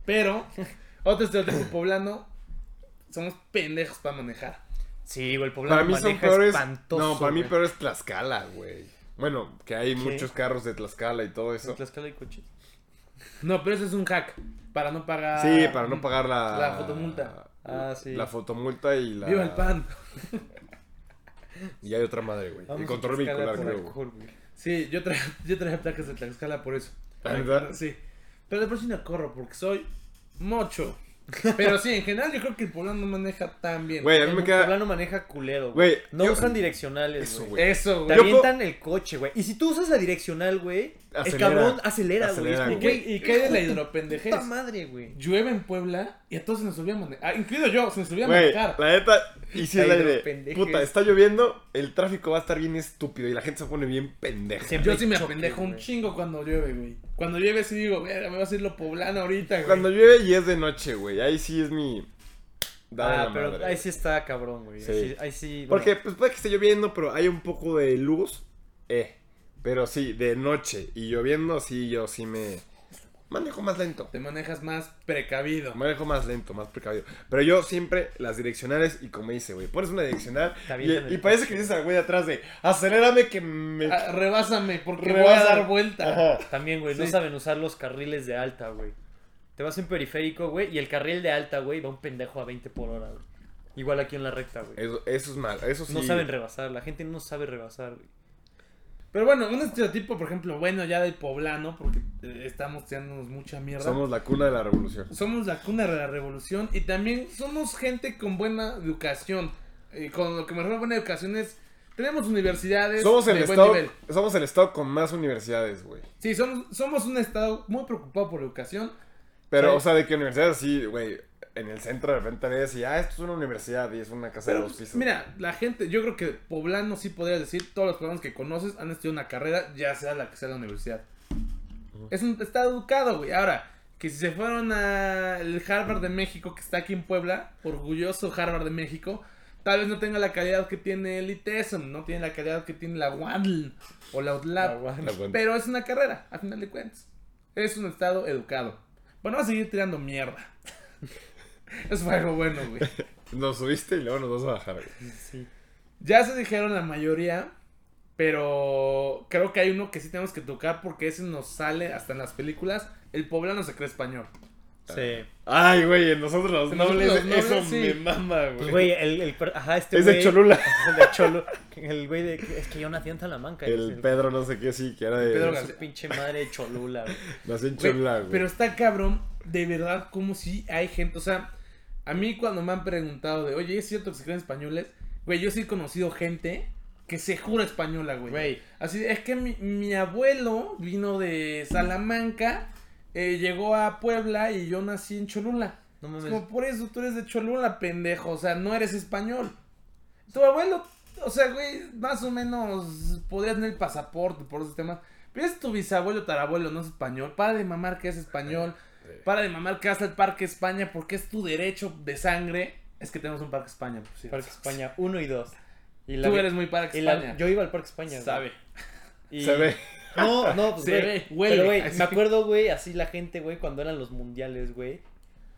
Speaker 1: pero otro estereotipo poblano somos pendejos para manejar.
Speaker 3: Sí, güey, el poblano
Speaker 2: Para mí son
Speaker 3: maneja
Speaker 2: peores.
Speaker 3: espantoso.
Speaker 2: no, para mí
Speaker 3: güey.
Speaker 2: peor es Tlaxcala, güey. Bueno, que hay
Speaker 3: ¿Qué?
Speaker 2: muchos carros de Tlaxcala y todo eso.
Speaker 3: En Tlaxcala hay coches.
Speaker 1: No, pero eso es un hack para no pagar.
Speaker 2: Sí, para no pagar la...
Speaker 1: La fotomulta.
Speaker 3: Ah, sí.
Speaker 2: La fotomulta y la...
Speaker 1: Viva el pan.
Speaker 2: Y hay otra madre, güey.
Speaker 3: Vamos
Speaker 2: El
Speaker 3: a
Speaker 2: control
Speaker 3: Tlaxcala
Speaker 2: vehicular,
Speaker 3: por
Speaker 2: creo. güey.
Speaker 3: alcohol, güey.
Speaker 1: Sí, yo traía, yo traía placas de Tlaxcala por eso.
Speaker 2: ¿La verdad?
Speaker 1: Sí. Pero después sí no corro porque soy mocho. Pero sí, en general yo creo que el poblano no maneja tan bien.
Speaker 2: Güey, a mí
Speaker 3: El
Speaker 2: me queda...
Speaker 3: poblano maneja culero,
Speaker 2: Güey,
Speaker 3: güey. No
Speaker 2: yo-
Speaker 3: usan direccionales,
Speaker 2: Eso,
Speaker 3: güey.
Speaker 2: güey.
Speaker 1: Eso,
Speaker 3: Te
Speaker 1: güey.
Speaker 2: Yo puedo-
Speaker 3: avientan el coche, güey. Y si tú usas la direccional, güey, el
Speaker 2: Acelera.
Speaker 3: cabrón acelera, güey.
Speaker 2: Acelera,
Speaker 3: Es como,
Speaker 2: güey.
Speaker 3: güey.
Speaker 1: Y cae de la
Speaker 3: Puta
Speaker 1: hidropendejez.
Speaker 3: madre, güey.
Speaker 1: Llueve en Puebla y a todos se nos subía a manejar. Ah, incluido yo, se nos subía a
Speaker 2: Güey,
Speaker 1: manejar.
Speaker 2: la neta, y si es la
Speaker 3: Ay,
Speaker 2: idea.
Speaker 3: pendejes.
Speaker 2: Puta, está lloviendo, el tráfico va a estar bien estúpido y la gente se pone bien pendeja.
Speaker 1: Yo sí me
Speaker 3: choque,
Speaker 1: apendejo un
Speaker 3: güey.
Speaker 1: chingo cuando llueve, güey. Cuando llueve sí digo, verga, me va a hacer lo poblano ahorita, güey.
Speaker 2: Cuando llueve y es de noche, güey. Ahí sí es mi... Dame
Speaker 3: Ah,
Speaker 2: la
Speaker 3: pero
Speaker 2: madre,
Speaker 3: ahí
Speaker 2: güey.
Speaker 3: sí está cabrón, güey.
Speaker 2: Sí.
Speaker 3: Ahí sí. Ahí sí bueno,
Speaker 2: Porque pues puede que esté lloviendo, pero hay un poco de luz. Eh. Pero sí, de noche y lloviendo, sí, yo sí me manejo más lento.
Speaker 1: Te manejas más precavido.
Speaker 2: Manejo más lento, más precavido. Pero yo siempre las direccionales y como dice, güey, pones una direccional
Speaker 3: Te avientan
Speaker 2: y, y
Speaker 3: el
Speaker 2: parece
Speaker 3: coche.
Speaker 2: que dices al güey de atrás de acelérame que me...
Speaker 1: Ah, rebásame porque voy a
Speaker 2: Rebásame.
Speaker 1: dar vuelta.
Speaker 3: Ah,
Speaker 2: Ajá.
Speaker 3: También, güey, no
Speaker 1: Sí.
Speaker 3: saben usar los carriles de alta, güey. Te vas en periférico, güey, y el carril de alta, güey, va un pendejo a 20 por hora, güey. Igual aquí en la recta, güey.
Speaker 2: Eso, eso es malo, eso sí.
Speaker 3: No saben rebasar, la gente no sabe rebasar, güey.
Speaker 1: Pero bueno, un estereotipo, por ejemplo, bueno, ya del poblano, porque eh, estamos tirándonos mucha mierda.
Speaker 2: Somos la cuna de la revolución.
Speaker 1: somos la cuna de la revolución y también somos gente con buena educación. Y con lo que me refiero a buena educación es, tenemos universidades
Speaker 2: Somos el,
Speaker 1: de buen
Speaker 2: estado,
Speaker 1: nivel.
Speaker 2: somos el estado con más universidades, güey.
Speaker 1: Sí, somos, somos un estado muy preocupado por la educación.
Speaker 2: Pero,
Speaker 1: Sí.
Speaker 2: o sea, de que universidades sí, güey, en el centro de repente ves y, ah, esto es una universidad y es una casa de
Speaker 1: Pero
Speaker 2: dos pisos.
Speaker 1: mira, la gente, yo creo que poblano sí podrías decir, todos los poblanos que conoces han estudiado una carrera, ya sea la que sea la universidad. Es un, está educado, güey. Ahora, que si se fueron al Harvard de México, que está aquí en Puebla, orgulloso Harvard de México, Tal vez no tenga la calidad que tiene el ITESM, no tiene la calidad que tiene la WADL o la
Speaker 3: La
Speaker 1: UTLAP.
Speaker 3: guarda.
Speaker 2: La buena.
Speaker 1: Pero es una carrera, a final de cuentas. Es un estado educado. Bueno, va a seguir tirando mierda. es algo bueno, güey.
Speaker 2: Nos subiste y luego nos vas a bajar, güey.
Speaker 3: Sí.
Speaker 1: Ya se dijeron la mayoría, pero creo que hay uno que sí tenemos que tocar porque ese nos sale hasta en las películas. El poblano se cree español.
Speaker 3: Sí.
Speaker 2: Ay, güey, en nosotros los
Speaker 1: En
Speaker 2: nobles,
Speaker 1: nosotros los
Speaker 2: eso
Speaker 1: nobles, sí.
Speaker 2: me mama, güey.
Speaker 3: Pues, güey, el, el per- Ajá, este
Speaker 2: es de
Speaker 3: güey-
Speaker 2: Cholula.
Speaker 3: El de Cholo. El güey de. Es que yo nací en Salamanca.
Speaker 2: El
Speaker 3: es
Speaker 2: Pedro no sé qué, sí, que era de...
Speaker 1: Pedro
Speaker 3: Su pinche madre de Cholula, güey.
Speaker 2: Nació en
Speaker 1: Güey,
Speaker 2: Cholula, güey.
Speaker 1: Pero está cabrón, de verdad, como si hay gente. O sea, a mí cuando me han preguntado de, oye, ¿es cierto que se creen españoles? Güey, yo sí he conocido gente que se jura española, güey.
Speaker 3: Güey.
Speaker 1: Así de, es que mi, mi abuelo vino de Salamanca, eh, llegó a Puebla y yo nací en Cholula.
Speaker 3: No
Speaker 1: Es
Speaker 3: mames.
Speaker 1: como por eso tú eres de Cholula, pendejo. O sea, no eres español. Tu abuelo, o sea, güey, más o menos podrías tener el pasaporte por ese tema. Pero es tu bisabuelo, tarabuelo, no es español. Para de mamar que es español. Para de mamar que hasta el Parque España porque es tu derecho de sangre. Es que tenemos un Parque España, por cierto.
Speaker 3: Parque España 1 y 2. Y
Speaker 1: Tú eres muy Parque
Speaker 3: y la-
Speaker 1: España.
Speaker 3: Yo iba al Parque España. güey.
Speaker 1: Sabe.
Speaker 3: Y-
Speaker 2: Se ve.
Speaker 3: No, no, pues
Speaker 1: Se
Speaker 3: güey.
Speaker 1: ve, huele.
Speaker 3: Pero güey,
Speaker 1: Así.
Speaker 3: me acuerdo, güey, así la gente, güey, cuando eran los mundiales, güey.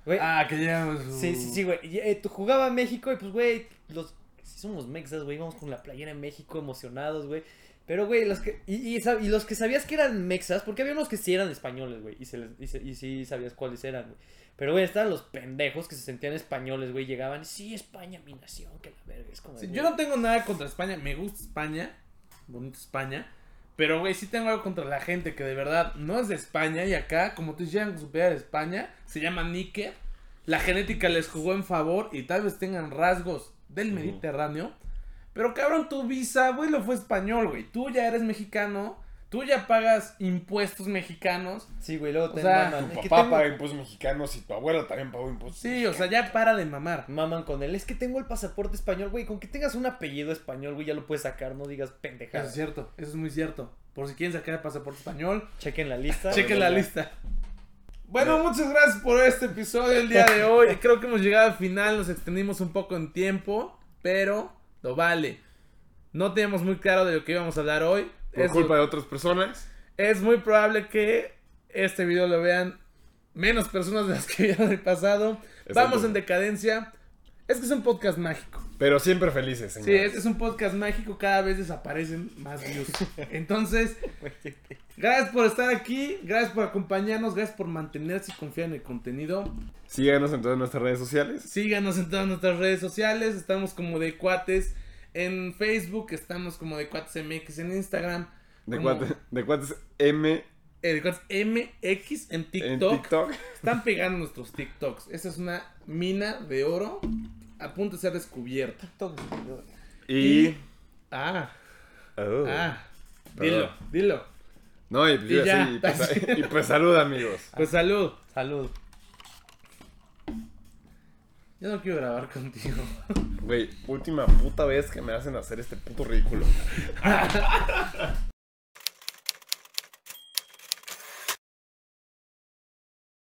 Speaker 3: Güey,
Speaker 1: Ah, que llegamos.
Speaker 3: sí, sí, sí, güey. Y, eh, tú jugaba México y pues, güey, los sí somos mexas, güey, íbamos con la playera en México emocionados, güey. Pero, güey, los que. Y, y sab- y los que sabías que eran mexas, porque había unos que sí eran españoles, güey. Y, se les- y, se- y sí sabías cuáles eran, güey. Pero, güey, estaban los pendejos que se sentían españoles, güey. Llegaban, sí, España, mi nación, que la verga. Es como.
Speaker 1: Sí,
Speaker 3: güey,
Speaker 1: yo no tengo nada contra España, me gusta España, bonito España, pero güey, sí tengo algo contra la gente que de verdad no es de España y acá, como tú llegan superar a España, se llama níquel, la genética les jugó en favor y tal vez tengan rasgos del
Speaker 2: Ujú.
Speaker 1: Mediterráneo, pero cabrón, tu bisabuelo fue español, güey, tú ya eres mexicano, tú ya pagas impuestos mexicanos,
Speaker 3: Sí, güey, luego
Speaker 1: O
Speaker 3: te
Speaker 1: sea,
Speaker 3: maman.
Speaker 2: Tu
Speaker 3: Es que
Speaker 2: papá
Speaker 3: tengo-
Speaker 2: paga impuestos mexicanos y tu abuela también pagó impuestos.
Speaker 1: sí, o sea, ya para de mamar.
Speaker 3: Maman con él. Es que tengo el pasaporte español, güey. Con que tengas un apellido español, güey, ya lo puedes sacar. No digas
Speaker 1: Eso
Speaker 3: pendejada.
Speaker 1: es cierto, eso es muy cierto. Por si quieren sacar el pasaporte español,
Speaker 3: Chequen la lista.
Speaker 1: Chequen la
Speaker 3: Ya.
Speaker 1: lista. Bueno, muchas gracias por este episodio el día de hoy. Creo que hemos llegado al final, nos extendimos un poco en tiempo, pero lo vale. No teníamos muy claro de lo que íbamos a hablar hoy.
Speaker 2: Por
Speaker 1: Es,
Speaker 2: culpa de otras personas.
Speaker 1: es muy probable que este video lo vean menos personas de las que vieron el pasado.
Speaker 2: Exacto.
Speaker 1: Vamos en decadencia. Es que es un podcast mágico.
Speaker 2: Pero siempre felices,
Speaker 1: Sí,
Speaker 2: señores.
Speaker 1: este es un podcast mágico, cada vez desaparecen más views. Entonces, gracias por estar aquí, gracias por acompañarnos, gracias por mantenerse y confiar en el contenido.
Speaker 2: Síganos en todas nuestras redes sociales.
Speaker 1: Síganos en todas nuestras redes sociales, estamos como de cuates en Facebook, estamos como de cuates MX en Instagram,
Speaker 2: De
Speaker 1: Como-
Speaker 2: cuates, de cuates M
Speaker 1: eh, de cuates MX en
Speaker 2: en
Speaker 1: TikTok.
Speaker 2: TikTok.
Speaker 1: Están pegando nuestros TikToks. Esta es una mina de oro a punto de ser descubierta.
Speaker 2: Y.
Speaker 1: Y- Ah,
Speaker 2: Oh.
Speaker 1: ah, dilo,
Speaker 2: Perdón.
Speaker 1: dilo.
Speaker 2: No, y,
Speaker 1: Y ya.
Speaker 2: sí, y pues, y pues salud, amigos.
Speaker 1: Pues salud.
Speaker 3: Salud.
Speaker 1: Yo no quiero grabar contigo.
Speaker 2: Güey, última puta vez que me hacen hacer este puto ridículo.